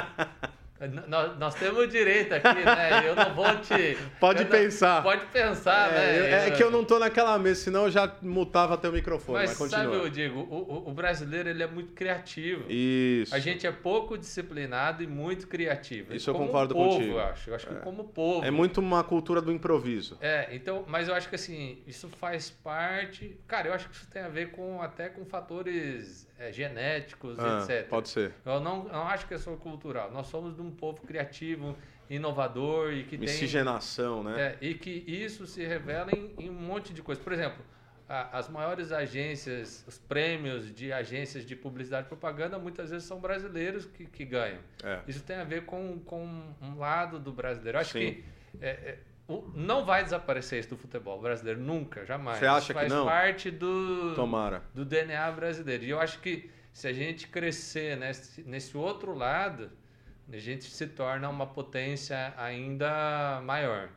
Speaker 3: que eu... N- Nós, nós temos direito aqui, né? Eu não vou te...
Speaker 1: Pode
Speaker 3: eu não-
Speaker 1: pensar.
Speaker 3: Pode pensar,
Speaker 1: é,
Speaker 3: né?
Speaker 1: eu- é que eu não tô naquela mesa, senão eu já mutava teu microfone. Mas,
Speaker 3: Mas sabe,
Speaker 1: continua.
Speaker 3: eu digo, o, o- o brasileiro ele é muito criativo.
Speaker 1: Isso.
Speaker 3: A gente é pouco disciplinado e muito criativo.
Speaker 1: Isso eu
Speaker 3: Como
Speaker 1: concordo
Speaker 3: povo,
Speaker 1: contigo.
Speaker 3: Eu acho, eu acho que como povo.
Speaker 1: É muito uma cultura do improviso.
Speaker 3: É, então, mas eu acho que assim, isso faz parte. Cara, eu acho que isso tem a ver com até com fatores é, genéticos,
Speaker 1: Ah,
Speaker 3: etc.
Speaker 1: Pode ser.
Speaker 3: Eu não, não acho que é só cultural. Nós somos de um povo criativo, inovador e que tem
Speaker 1: Miscigenação, né?
Speaker 3: é, e que isso se revela em, em um monte de coisa. Por exemplo, a- as maiores agências, os prêmios de agências de publicidade e propaganda, muitas vezes são brasileiros que, que ganham.
Speaker 1: É.
Speaker 3: Isso tem a ver com, com um lado do brasileiro. Eu acho
Speaker 1: Sim.
Speaker 3: que é, é, o- não vai desaparecer isso do futebol brasileiro, nunca, jamais.
Speaker 1: Você acha
Speaker 3: Isso
Speaker 1: que
Speaker 3: faz
Speaker 1: não?
Speaker 3: parte do,
Speaker 1: Tomara.
Speaker 3: do DNA brasileiro. E eu acho que se a gente crescer nesse, nesse outro lado, a gente se torna uma potência ainda maior.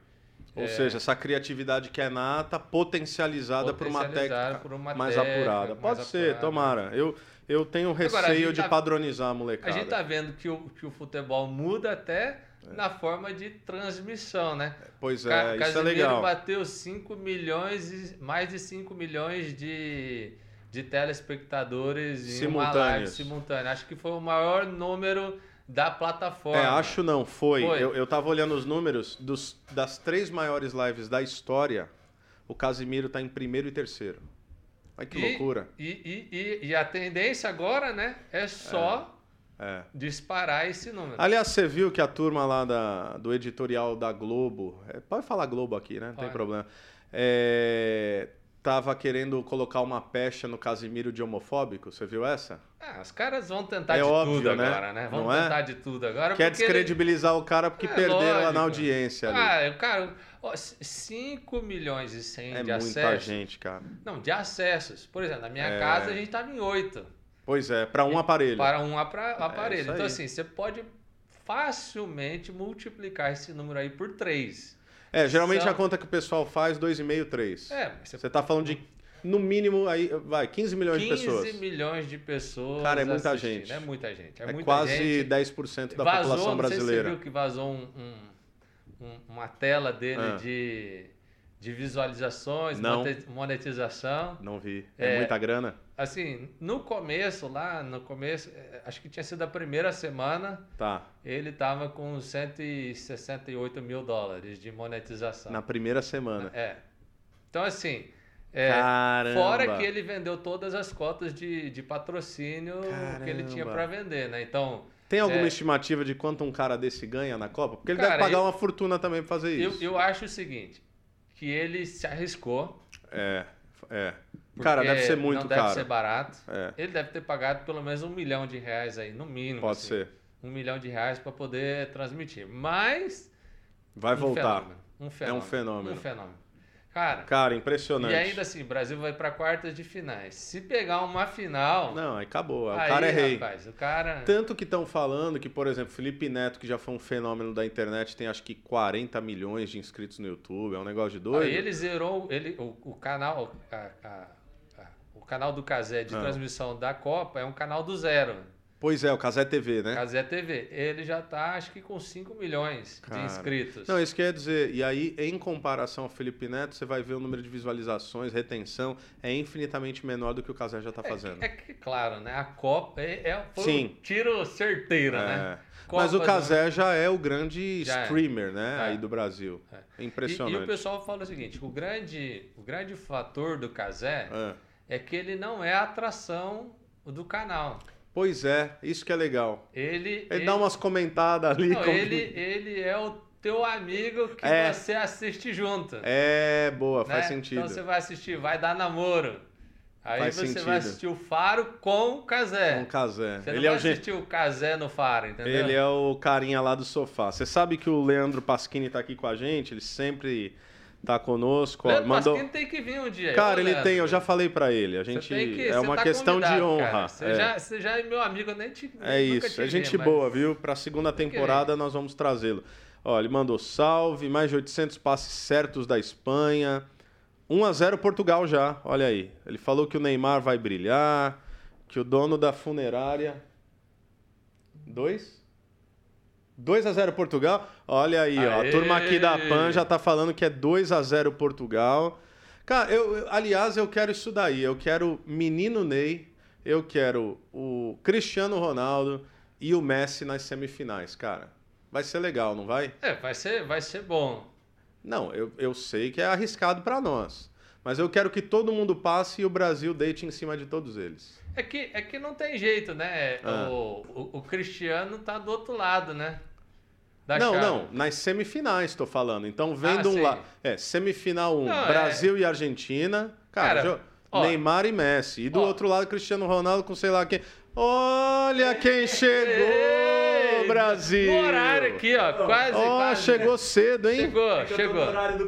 Speaker 3: É.
Speaker 1: Ou seja, essa criatividade que é nata, potencializada, por uma
Speaker 3: Potencializada
Speaker 1: técnica
Speaker 3: por uma
Speaker 1: mais
Speaker 3: técnica
Speaker 1: apurada.
Speaker 3: mais
Speaker 1: Pode ser,
Speaker 3: apurada.
Speaker 1: tomara. Eu, eu tenho
Speaker 3: Agora, a
Speaker 1: receio
Speaker 3: gente
Speaker 1: de
Speaker 3: tá-
Speaker 1: padronizar a
Speaker 3: A
Speaker 1: molecada.
Speaker 3: gente tá vendo que o, que o futebol muda até na forma de transmissão, né?
Speaker 1: É. Pois é,
Speaker 3: Ca-
Speaker 1: isso é
Speaker 3: Casemiro
Speaker 1: legal.
Speaker 3: bateu 5 milhões, e- mais de 5 milhões de, de telespectadores em uma live
Speaker 1: Simultâneos.
Speaker 3: simultânea. Acho que foi o maior número da plataforma.
Speaker 1: É, acho não, foi.
Speaker 3: Foi.
Speaker 1: Eu, eu tava olhando os números dos- das três maiores lives da história. O Casimiro tá em primeiro e terceiro. Olha que
Speaker 3: E-
Speaker 1: loucura.
Speaker 3: E, e, e, e a tendência agora, né, é só
Speaker 1: É.
Speaker 3: disparar esse número.
Speaker 1: Aliás, você viu que a turma lá da- do editorial da Globo, é, pode falar Globo aqui, né? Não tem
Speaker 3: Pode.
Speaker 1: problema. É, tava querendo colocar uma pecha no Casimiro de homofóbico, você viu essa?
Speaker 3: Ah, os caras vão tentar
Speaker 1: É
Speaker 3: de
Speaker 1: óbvio,
Speaker 3: tudo
Speaker 1: né?
Speaker 3: agora, né? Vão
Speaker 1: Não é?
Speaker 3: tentar de tudo agora.
Speaker 1: Quer
Speaker 3: porque ele-
Speaker 1: descredibilizar o cara porque
Speaker 3: É,
Speaker 1: perderam lá na
Speaker 3: lógico. Ah,
Speaker 1: audiência ali.
Speaker 3: Cara, cara, ó, 5 milhões e 100
Speaker 1: é
Speaker 3: de
Speaker 1: muita
Speaker 3: acessos.
Speaker 1: gente, cara.
Speaker 3: Não, de acessos. Por exemplo, na minha
Speaker 1: É.
Speaker 3: casa a gente tava em 8
Speaker 1: Pois é, pra um aparelho.
Speaker 3: para um apra- aparelho.
Speaker 1: É, isso
Speaker 3: então,
Speaker 1: aí.
Speaker 3: assim, você pode facilmente multiplicar esse número aí por 3.
Speaker 1: É, geralmente
Speaker 3: São-
Speaker 1: a conta que o pessoal faz, 2,5, 3.
Speaker 3: É, mas você
Speaker 1: Você tá falando de, no mínimo, aí, vai, 15 milhões
Speaker 3: 15
Speaker 1: de pessoas.
Speaker 3: milhões de pessoas.
Speaker 1: Cara, é muita
Speaker 3: assistindo.
Speaker 1: gente.
Speaker 3: É muita gente. É,
Speaker 1: É
Speaker 3: muita
Speaker 1: quase
Speaker 3: gente.
Speaker 1: 10% da
Speaker 3: vazou,
Speaker 1: população
Speaker 3: não sei se você
Speaker 1: brasileira.
Speaker 3: viu que vazou um- um- um- uma tela dele
Speaker 1: Ah.
Speaker 3: de, de visualizações,
Speaker 1: Não.
Speaker 3: monte- monetização.
Speaker 1: Não vi. É, muita grana?
Speaker 3: Assim, no começo, lá no começo, eh, acho que tinha sido a primeira semana,
Speaker 1: Tá.
Speaker 3: ele tava com 168 mil dólares de monetização.
Speaker 1: Na primeira semana.
Speaker 3: É. Então, assim, é,
Speaker 1: Caramba.
Speaker 3: fora que ele vendeu todas as cotas de, de patrocínio que ele tinha
Speaker 1: Caramba.
Speaker 3: para vender, né? Então,
Speaker 1: Tem alguma
Speaker 3: É.
Speaker 1: estimativa de quanto um cara desse ganha na Copa? Porque ele
Speaker 3: Cara,
Speaker 1: deve pagar
Speaker 3: eu-
Speaker 1: uma fortuna também pra fazer
Speaker 3: eu,
Speaker 1: isso.
Speaker 3: eu acho o seguinte, que ele se arriscou.
Speaker 1: É, é.
Speaker 3: porque
Speaker 1: Cara, deve ser
Speaker 3: Não
Speaker 1: muito
Speaker 3: deve
Speaker 1: caro.
Speaker 3: ser barato.
Speaker 1: É,
Speaker 3: Ele deve ter pagado pelo menos um milhão de reais aí, no mínimo.
Speaker 1: pode
Speaker 3: assim.
Speaker 1: ser.
Speaker 3: um milhão de reais para poder transmitir. Mas.
Speaker 1: Vai
Speaker 3: um
Speaker 1: voltar.
Speaker 3: fenômeno, um fenômeno.
Speaker 1: um fenômeno.
Speaker 3: Um fenômeno. Cara,
Speaker 1: Cara, impressionante.
Speaker 3: e ainda assim, o Brasil vai para quartas de finais. Se pegar uma final.
Speaker 1: Não, aí acabou. O
Speaker 3: assim, aí,
Speaker 1: cara é rei. Tá
Speaker 3: Rapaz, o cara.
Speaker 1: Tanto que estão falando que, por exemplo, Felipe Neto, que já foi um fenômeno da internet, tem acho que 40 milhões de inscritos no YouTube, é um negócio de doido.
Speaker 3: Aí ele zerou ele, o, o canal. a- a- a- o canal do Casé de
Speaker 1: Ah.
Speaker 3: transmissão da Copa é um canal do zero.
Speaker 1: Pois é, o Casé TV, né?
Speaker 3: Casé TV. Ele já está, acho que, com 5 milhões
Speaker 1: Cara.
Speaker 3: de inscritos.
Speaker 1: Não, isso quer dizer, e aí, em comparação ao Felipe Neto, você vai ver o número de visualizações, retenção, é infinitamente menor do que o Casé já está fazendo.
Speaker 3: É que, claro, né? A Copa é, é- foi
Speaker 1: Sim.
Speaker 3: um tiro certeiro, né?
Speaker 1: É. Mas o
Speaker 3: Copa,
Speaker 1: Casé já é o grande
Speaker 3: Já é.
Speaker 1: streamer, né?
Speaker 3: É.
Speaker 1: Aí do Brasil. É
Speaker 3: E- E, o
Speaker 1: impressionante.
Speaker 3: pessoal fala o seguinte: o grande, o grande fator do Casé
Speaker 1: É.
Speaker 3: é. que ele não é a atração do canal.
Speaker 1: Pois é, isso que é legal.
Speaker 3: Ele,
Speaker 1: Ele, dá umas comentadas ali.
Speaker 3: não,
Speaker 1: como-
Speaker 3: ele, ele é o teu amigo que
Speaker 1: É.
Speaker 3: você assiste junto.
Speaker 1: É, boa, faz
Speaker 3: né?
Speaker 1: sentido.
Speaker 3: Então você vai assistir, vai dar namoro. Aí
Speaker 1: Faz
Speaker 3: você
Speaker 1: sentido.
Speaker 3: vai assistir o Faro com o
Speaker 1: É
Speaker 3: Casé.
Speaker 1: um Casé.
Speaker 3: Você não
Speaker 1: Ele é
Speaker 3: vai
Speaker 1: o gen-
Speaker 3: assistir o Casé no Faro, entendeu?
Speaker 1: Ele é o carinha lá do sofá. Você sabe que o Leandro Pasquini tá aqui com a gente, ele sempre tá conosco. ó,
Speaker 3: Leandro
Speaker 1: mandou...
Speaker 3: Pasquini tem que vir um dia.
Speaker 1: Cara,
Speaker 3: Ô,
Speaker 1: ele
Speaker 3: Leandro,
Speaker 1: tem, eu já falei pra ele. A gente
Speaker 3: você tem que-
Speaker 1: é
Speaker 3: você
Speaker 1: uma
Speaker 3: tá
Speaker 1: questão de
Speaker 3: convidado,
Speaker 1: honra.
Speaker 3: cara. Você,
Speaker 1: é.
Speaker 3: já, você já é meu amigo, eu nem
Speaker 1: É
Speaker 3: te nunca
Speaker 1: isso,
Speaker 3: te
Speaker 1: é
Speaker 3: vi,
Speaker 1: gente
Speaker 3: mas-
Speaker 1: boa, viu? Pra segunda
Speaker 3: Tem que
Speaker 1: temporada nós vamos trazê-lo. Ó, ele mandou salve, mais de 800 passes certos da Espanha. 1 a 0 Portugal já. Olha aí. Ele falou que o Neymar vai brilhar, que o dono da funerária 2 2 a 0 Portugal. Olha aí, ó, a
Speaker 3: Aê!
Speaker 1: turma aqui da PAN já tá falando que é 2 a 0 Portugal. Cara, eu, eu- aliás, eu quero isso daí. Eu quero menino Ney, eu quero o Cristiano Ronaldo e o Messi nas semifinais, cara. Vai ser legal, não vai?
Speaker 3: É, vai ser, vai ser bom.
Speaker 1: Não, eu, eu sei que é arriscado pra nós. Mas eu quero que todo mundo passe e o Brasil deite em cima de todos eles.
Speaker 3: É que, é que não tem jeito, né?
Speaker 1: Ah.
Speaker 3: O, o- o Cristiano tá do outro lado, né? Da
Speaker 1: não,
Speaker 3: chave.
Speaker 1: não, nas semifinais tô falando. Então, vendo
Speaker 3: Ah,
Speaker 1: um
Speaker 3: sim.
Speaker 1: lá. É, semifinal 1, um,
Speaker 3: Não, é-
Speaker 1: Brasil e Argentina. Cara,
Speaker 3: Cara,
Speaker 1: jo-
Speaker 3: ó.
Speaker 1: Neymar e Messi. E do
Speaker 3: Ó.
Speaker 1: outro lado, Cristiano Ronaldo com sei lá quem. Olha quem chegou,
Speaker 3: Ei,
Speaker 1: Brasil!
Speaker 3: No horário aqui, ó. Quase,
Speaker 1: Ó,
Speaker 3: quase. né?
Speaker 1: chegou cedo, hein?
Speaker 3: Chegou, né?
Speaker 2: É que eu tô no
Speaker 3: chegou.
Speaker 2: horário do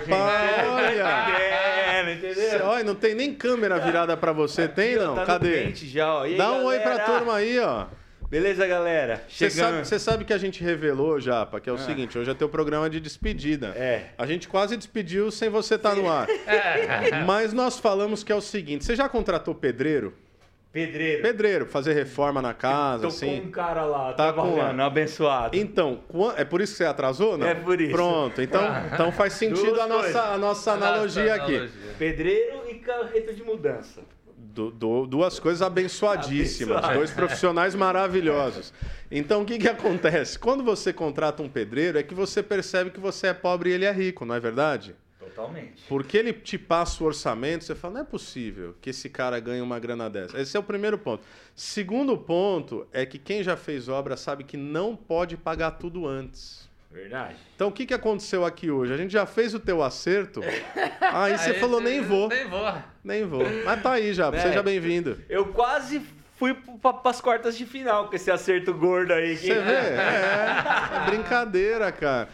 Speaker 1: Rapaz,
Speaker 2: gente.
Speaker 1: olha!
Speaker 2: É, entendeu?
Speaker 1: Olha, não tem nem câmera virada pra você, tem não?
Speaker 2: Tá no
Speaker 1: Cadê?
Speaker 2: quente já, ó. E aí,
Speaker 1: Dá um oi pra
Speaker 2: galera?
Speaker 1: turma aí, ó.
Speaker 2: Beleza, galera?
Speaker 1: Você
Speaker 2: Chegando.
Speaker 1: sabe, você sabe que a gente revelou, Japa, que é o
Speaker 2: Ah.
Speaker 1: seguinte, hoje é teu programa de despedida.
Speaker 2: É.
Speaker 1: A gente quase despediu sem você estar no ar.
Speaker 3: É.
Speaker 1: Mas nós falamos que é o seguinte, você já contratou pedreiro?
Speaker 2: Pedreiro.
Speaker 1: Pedreiro, fazer reforma na casa,
Speaker 2: Tô
Speaker 1: assim.
Speaker 2: com um cara lá,
Speaker 1: Tá
Speaker 2: tá
Speaker 1: com um
Speaker 2: trabalhando, abençoado.
Speaker 1: Então, quan- é por isso que você atrasou, não?
Speaker 2: É por isso.
Speaker 1: Pronto, então, então faz sentido a
Speaker 2: Duas coisas.
Speaker 1: nossa, a nossa analogia aqui.
Speaker 3: analogia.
Speaker 2: Pedreiro e carreta de mudança.
Speaker 1: Du- du- duas coisas abençoadíssimas,
Speaker 2: Abençoado.
Speaker 1: dois profissionais maravilhosos. Então, o que, que acontece? Quando você contrata um pedreiro, é que você percebe que você é pobre e ele é rico, não é verdade?
Speaker 2: Totalmente.
Speaker 1: Porque ele te passa o orçamento, você fala, não é possível que esse cara ganhe uma grana dessa. Esse é o primeiro ponto. Segundo ponto é que quem já fez obra sabe que não pode pagar tudo antes.
Speaker 2: Verdade.
Speaker 1: Então, o que, que aconteceu aqui hoje? A gente já fez o teu acerto, aí você
Speaker 3: Aí
Speaker 1: falou,
Speaker 3: você-
Speaker 1: nem vou,
Speaker 3: Nem vou.
Speaker 1: nem vou. Mas tá aí já,
Speaker 2: É.
Speaker 1: seja bem-vindo.
Speaker 2: Eu quase fui para as quartas de final com esse acerto gordo aí. que- né?
Speaker 1: Você vê? É, é brincadeira, cara.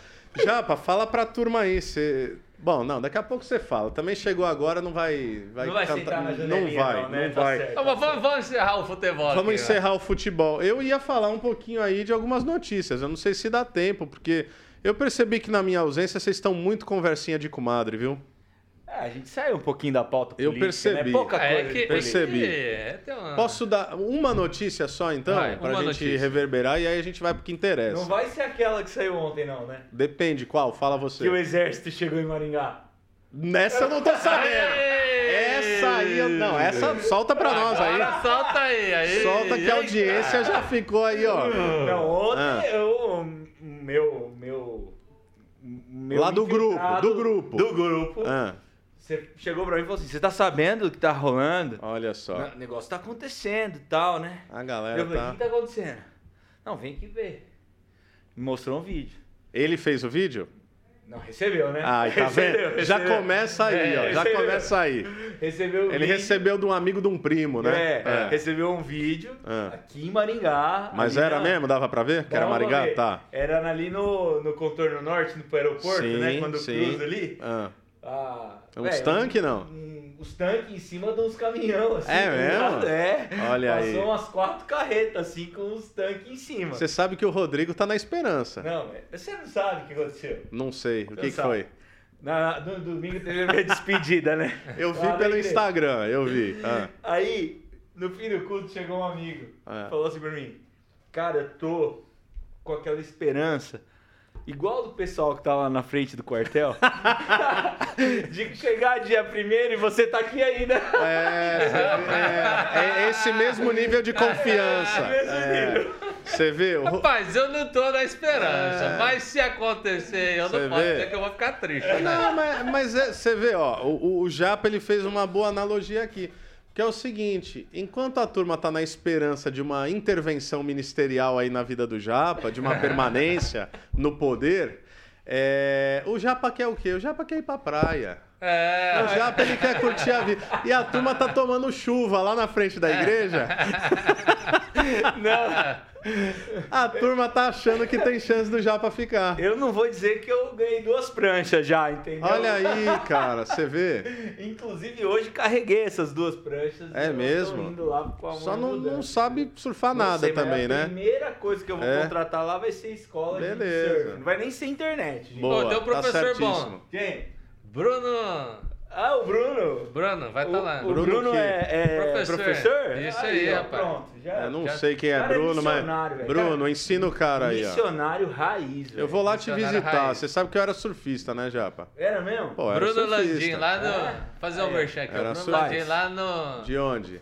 Speaker 1: Japa, fala pra turma aí. Você... Bom, não, daqui a pouco você fala. Também chegou agora, não vai. vai
Speaker 2: Não vai
Speaker 1: cantar-
Speaker 2: sentar na
Speaker 1: Não
Speaker 2: janelinha,
Speaker 1: vai,
Speaker 2: não, né?
Speaker 1: não
Speaker 2: Tá
Speaker 1: vai.
Speaker 2: certo.
Speaker 3: Então, vamos, vamos encerrar o futebol
Speaker 1: Vamos
Speaker 3: aqui, vai.
Speaker 1: encerrar o futebol. Eu ia falar um pouquinho aí de algumas notícias. Eu não sei se dá tempo, porque eu percebi que na minha ausência vocês estão muito conversinha de comadre, viu?
Speaker 2: É, a gente saiu um pouquinho da pauta
Speaker 1: Eu
Speaker 2: política,
Speaker 1: percebi.
Speaker 2: Né? Pouca
Speaker 3: É
Speaker 2: coisa.
Speaker 3: que- é que-
Speaker 1: percebi.
Speaker 3: é, tem uma-
Speaker 1: Posso dar uma notícia só, então?
Speaker 3: Vai,
Speaker 1: pra
Speaker 3: uma
Speaker 1: gente
Speaker 3: notícia.
Speaker 1: reverberar e aí a gente vai pro que interessa.
Speaker 2: Não vai ser aquela que saiu ontem, não, né?
Speaker 1: Depende, qual? Fala você.
Speaker 2: Que o exército chegou em Maringá.
Speaker 1: Nessa eu não tô sabendo. Essa aí, eu... não, essa solta pra nós aí.
Speaker 3: Agora solta aí, aí.
Speaker 1: Solta que a
Speaker 3: aí,
Speaker 1: audiência já ficou aí, ó.
Speaker 2: Não, ontem
Speaker 1: Ah.
Speaker 2: eu. Meu. Meu. meu
Speaker 1: Lá do grupo,
Speaker 2: infiltrado-
Speaker 1: do grupo.
Speaker 2: Do grupo.
Speaker 1: Ah,
Speaker 2: Você chegou pra mim e falou assim: Você tá sabendo o que tá rolando?
Speaker 1: olha só.
Speaker 2: O negócio tá acontecendo e tal, né?
Speaker 1: A
Speaker 2: eu
Speaker 1: galera
Speaker 2: falei: O que
Speaker 1: tá.
Speaker 2: tá acontecendo? Não, vem que ver. Me mostrou um vídeo.
Speaker 1: Ele fez o vídeo?
Speaker 2: Não, recebeu, né?
Speaker 1: Ah, tá
Speaker 2: recebeu,
Speaker 1: vendo? Já
Speaker 2: recebeu.
Speaker 1: começa aí, ó.
Speaker 2: É,
Speaker 1: Já
Speaker 2: recebeu.
Speaker 1: começa aí.
Speaker 2: Recebeu um
Speaker 1: Ele
Speaker 2: vídeo.
Speaker 1: recebeu de um amigo de um primo, né?
Speaker 2: É, recebeu um vídeo
Speaker 1: Ah.
Speaker 2: aqui em Maringá.
Speaker 1: Mas
Speaker 2: ali
Speaker 1: era
Speaker 2: na-
Speaker 1: mesmo? Dava pra ver? Que era
Speaker 2: Dava pra
Speaker 1: Maringá?
Speaker 2: ver.
Speaker 1: Tá.
Speaker 2: Era ali no, no contorno norte, no aeroporto,
Speaker 1: Sim,
Speaker 2: né? Quando
Speaker 1: sim.
Speaker 2: cruza ali.
Speaker 1: Ah.
Speaker 2: Ah,
Speaker 1: É uns
Speaker 2: véi,
Speaker 1: tanque, não?
Speaker 2: um- uns tanques em cima de uns caminhão, assim.
Speaker 1: É
Speaker 2: tá ligado?
Speaker 1: mesmo?
Speaker 2: É.
Speaker 1: Olha aí.
Speaker 2: Passou umas quatro carretas, assim, com uns tanques em cima.
Speaker 1: Você sabe que o Rodrigo tá na esperança.
Speaker 2: Não, é- você não sabe o que aconteceu.
Speaker 1: Não sei. O que, que
Speaker 2: sabe.
Speaker 1: foi?
Speaker 2: Na, no domingo teve a minha despedida, né?
Speaker 1: Eu vi
Speaker 2: Lá na
Speaker 1: pelo
Speaker 2: igreja.
Speaker 1: Instagram, eu vi. Ah.
Speaker 2: Aí, No fim do culto chegou um amigo.
Speaker 1: É.
Speaker 2: Falou assim pra mim: Cara, eu tô com aquela esperança. Igual do pessoal que tá lá na frente do quartel. de chegar dia primeiro e você tá aqui ainda.
Speaker 1: É, cê vê, é, é esse mesmo nível de confiança.
Speaker 2: É, mesmo nível.
Speaker 1: Você vê? o Ro-
Speaker 3: Rapaz, eu não tô na esperança,
Speaker 1: É.
Speaker 3: mas se acontecer, eu
Speaker 1: Cê
Speaker 3: não posso
Speaker 1: vê?
Speaker 3: dizer que eu vou ficar triste. né?
Speaker 1: Não, Ah, mas é, você vê, ó, o, o- o Japa ele fez uma boa analogia aqui. Que é o seguinte, enquanto a turma tá na esperança de uma intervenção ministerial aí na vida do Japa, de uma permanência no poder, é, o Japa quer o quê? O Japa quer ir pra praia.
Speaker 3: É,
Speaker 1: O Japa ele quer curtir a vida. E a turma tá tomando chuva lá na frente da igreja.
Speaker 2: Não,
Speaker 1: A turma tá achando que tem chance do Japa ficar.
Speaker 2: eu não vou dizer que eu ganhei duas pranchas já, entendeu?
Speaker 1: Olha aí, cara, você vê?
Speaker 2: Inclusive hoje carreguei essas duas pranchas.
Speaker 1: É
Speaker 2: e eu tô
Speaker 1: mesmo?
Speaker 2: indo lá com a mão
Speaker 1: Só não,
Speaker 2: mudando.
Speaker 1: não sabe surfar
Speaker 2: Não
Speaker 1: nada
Speaker 2: sei, mas é
Speaker 1: também,
Speaker 2: A
Speaker 1: né?
Speaker 2: primeira coisa que eu vou
Speaker 1: É.
Speaker 2: contratar lá vai ser escola
Speaker 1: Beleza.
Speaker 2: de surf. Não vai nem ser internet, gente.
Speaker 1: Boa,
Speaker 3: tem um professor
Speaker 1: tá
Speaker 3: bom.
Speaker 1: certíssimo.
Speaker 2: Quem?
Speaker 3: Bruno,
Speaker 2: Ah, o Bruno.
Speaker 3: Bruno, vai
Speaker 2: o,
Speaker 3: estar tá lá.
Speaker 2: O Bruno,
Speaker 1: Bruno quê?
Speaker 2: é, é
Speaker 3: Professor.
Speaker 2: professor.
Speaker 3: Isso aí,
Speaker 2: ó,
Speaker 3: rapaz.
Speaker 2: Pronto, já.
Speaker 1: Eu não
Speaker 3: Já-
Speaker 1: sei quem é
Speaker 2: Cara, é
Speaker 1: Bruno, mas.
Speaker 2: missionário, velho.
Speaker 1: Bruno,
Speaker 2: Cara,
Speaker 1: ensina o cara aí, ó.
Speaker 2: Missionário raiz.
Speaker 1: Eu vou lá te
Speaker 3: Missionário
Speaker 1: visitar.
Speaker 3: raiz.
Speaker 1: Você sabe que eu era surfista, né, Japa?
Speaker 2: Era mesmo?
Speaker 1: Pô, é era
Speaker 3: Bruno
Speaker 1: surfista.
Speaker 3: Landim, lá no.
Speaker 2: É.
Speaker 3: Fazer um
Speaker 2: Aí,
Speaker 3: merchan aqui,
Speaker 1: era
Speaker 3: o Bruno
Speaker 1: surfista.
Speaker 3: Landim, lá no.
Speaker 1: De onde?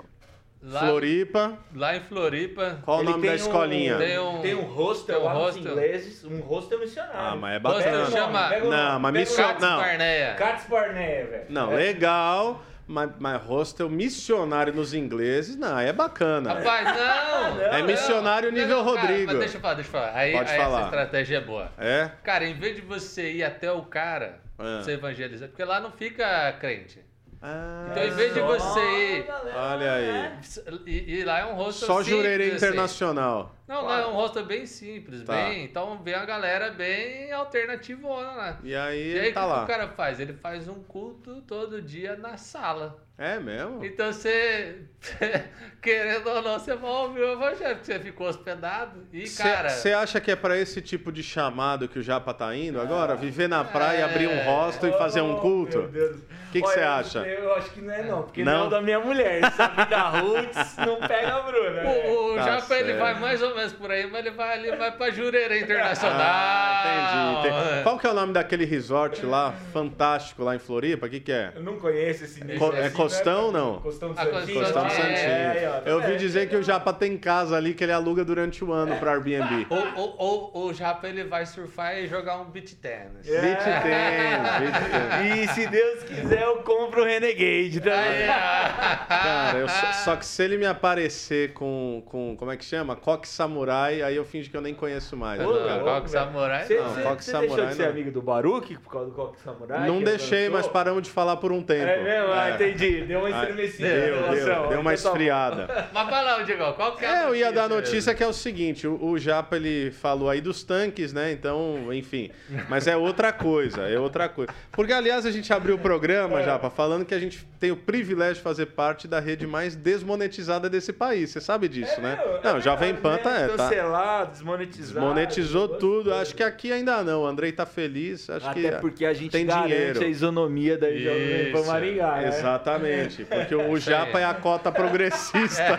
Speaker 3: Lá,
Speaker 1: Floripa.
Speaker 3: lá em Floripa.
Speaker 1: Qual
Speaker 2: Ele
Speaker 1: o nome da
Speaker 2: tem um-
Speaker 1: escolinha?
Speaker 3: Tem um-
Speaker 2: Tem um hostel
Speaker 3: tem um
Speaker 2: lá nos
Speaker 3: hostel.
Speaker 2: ingleses. Um hostel missionário.
Speaker 1: Ah, mas é
Speaker 3: Hostel
Speaker 2: Pega o
Speaker 1: bacana.
Speaker 3: chama-
Speaker 2: nome, pega o
Speaker 1: Não,
Speaker 2: nome,
Speaker 1: mas
Speaker 2: pega o
Speaker 1: missio-
Speaker 2: nome.
Speaker 3: Cates
Speaker 1: é não.
Speaker 3: Parneia.
Speaker 2: Cats Barneia, velho.
Speaker 1: Não,
Speaker 2: É.
Speaker 1: legal. Mas, mas hostel missionário nos ingleses, não, aí é bacana.
Speaker 3: Rapaz, não!
Speaker 2: É
Speaker 3: não,
Speaker 1: missionário nível
Speaker 3: cara,
Speaker 1: Rodrigo.
Speaker 3: Mas deixa eu falar, deixa eu falar. Aí,
Speaker 1: Pode
Speaker 3: aí
Speaker 1: falar.
Speaker 3: essa estratégia é boa.
Speaker 1: É?
Speaker 3: Cara, em vez de você ir até o cara,
Speaker 1: É.
Speaker 3: você evangelizar, porque lá não fica crente.
Speaker 1: Ah,
Speaker 3: Então, em vez de você ir-
Speaker 1: Olha aí.
Speaker 2: né?
Speaker 3: E, e lá é um rosto
Speaker 1: Só
Speaker 3: simples,
Speaker 1: jurerê
Speaker 3: assim.
Speaker 1: internacional.
Speaker 3: Não, lá é um rosto bem simples,
Speaker 1: Tá.
Speaker 3: bem. Então vem a galera bem alternativona lá.
Speaker 1: E aí,
Speaker 3: E aí, o que
Speaker 1: tá
Speaker 3: que
Speaker 1: lá.
Speaker 3: o cara faz? Ele faz um culto todo dia na sala.
Speaker 1: É mesmo?
Speaker 3: Então você, querendo ou não, você vai ouvir o evangelho, porque você ficou hospedado. E, cara,
Speaker 1: Você acha que é pra esse tipo de chamado que o Japa tá indo agora? Viver na praia, abrir um
Speaker 3: É.
Speaker 1: hostel e fazer um
Speaker 2: Oh, meu
Speaker 1: culto?
Speaker 2: Deus.
Speaker 1: Que que
Speaker 2: Olha,
Speaker 1: você acha?
Speaker 2: Eu acho que não é não, porque
Speaker 1: Não?
Speaker 2: não, é o da minha mulher. Sabe da Roots, não pega a Bruna.
Speaker 3: o, o
Speaker 1: Tá
Speaker 3: Japa ele
Speaker 1: certo.
Speaker 3: vai mais ou menos por aí, mas ele vai ali, vai pra Jureira Internacional.
Speaker 1: Ah, entendi. entendi. Qual que é o nome daquele resort lá, fantástico, lá em Floripa? O que que é?
Speaker 2: Eu não conheço esse nicho.
Speaker 1: Co- é
Speaker 2: assim,
Speaker 1: Costão,
Speaker 2: né?
Speaker 1: não?
Speaker 2: Costão do
Speaker 3: Ah,
Speaker 2: Santinho. é.
Speaker 1: Costão do
Speaker 3: É,
Speaker 1: Santinho. Eu ouvi dizer que o Japa tem casa ali que ele aluga durante o ano pra Airbnb.
Speaker 3: Ou, ou, ou o Japa ele vai surfar e jogar um beat tennis.
Speaker 2: É.
Speaker 1: Beach tênis, beach tênis.
Speaker 2: E se Deus quiser, eu compro o Renegade
Speaker 3: Ah,
Speaker 2: também.
Speaker 3: é.
Speaker 1: Cara, eu só, só que se ele me aparecer com, com como é que chama? Coque Samurai, aí eu finjo que eu nem conheço mais.
Speaker 3: Ô,
Speaker 1: cara.
Speaker 3: louco. Coque Samurai,
Speaker 2: Você
Speaker 1: não.
Speaker 2: você-
Speaker 1: Coque
Speaker 2: você
Speaker 1: Samurai,
Speaker 2: deixou de ser
Speaker 1: não.
Speaker 2: amigo do Baruque por causa do Coque Samurai?
Speaker 1: Não
Speaker 2: que
Speaker 1: deixei, mas
Speaker 2: lançou?
Speaker 1: paramos de falar por um tempo.
Speaker 2: É mesmo? Ah,
Speaker 1: É.
Speaker 2: entendi. Deu uma
Speaker 1: Ah,
Speaker 2: estremecida. na
Speaker 1: Deu, deu,
Speaker 2: relação.
Speaker 1: deu uma
Speaker 2: Então tá bom.
Speaker 1: esfriada.
Speaker 3: Mas vai lá, Diego, qual que é a
Speaker 1: É, eu ia
Speaker 2: né?
Speaker 1: dar a
Speaker 3: notícia?
Speaker 1: notícia que é o seguinte, o, o Japa ele falou aí dos tanques, né? Então, enfim, mas é outra coisa, é outra coisa. Porque aliás a gente abriu o
Speaker 2: É.
Speaker 1: programa, Japa, falando que a gente tem o privilégio de fazer parte da rede mais desmonetizada desse país. Você sabe disso,
Speaker 2: É,
Speaker 1: né?
Speaker 2: meu, é
Speaker 1: Não, Jovem
Speaker 2: verdade,
Speaker 1: Pan tá,
Speaker 2: né?
Speaker 1: é, tá,
Speaker 2: Cancelado, desmonetizado.
Speaker 1: Monetizou
Speaker 2: duas
Speaker 1: tudo.
Speaker 2: coisas.
Speaker 1: Acho que aqui ainda não. O Andrei tá feliz. Acho que
Speaker 2: Até porque a gente
Speaker 1: tem
Speaker 2: garante
Speaker 1: dinheiro.
Speaker 2: a isonomia da Jovem Pan
Speaker 3: Isso,
Speaker 2: Maringá, né?
Speaker 1: Exatamente. Porque o
Speaker 3: Ah, é? Isso aí. É.
Speaker 1: Japa é a cota progressista.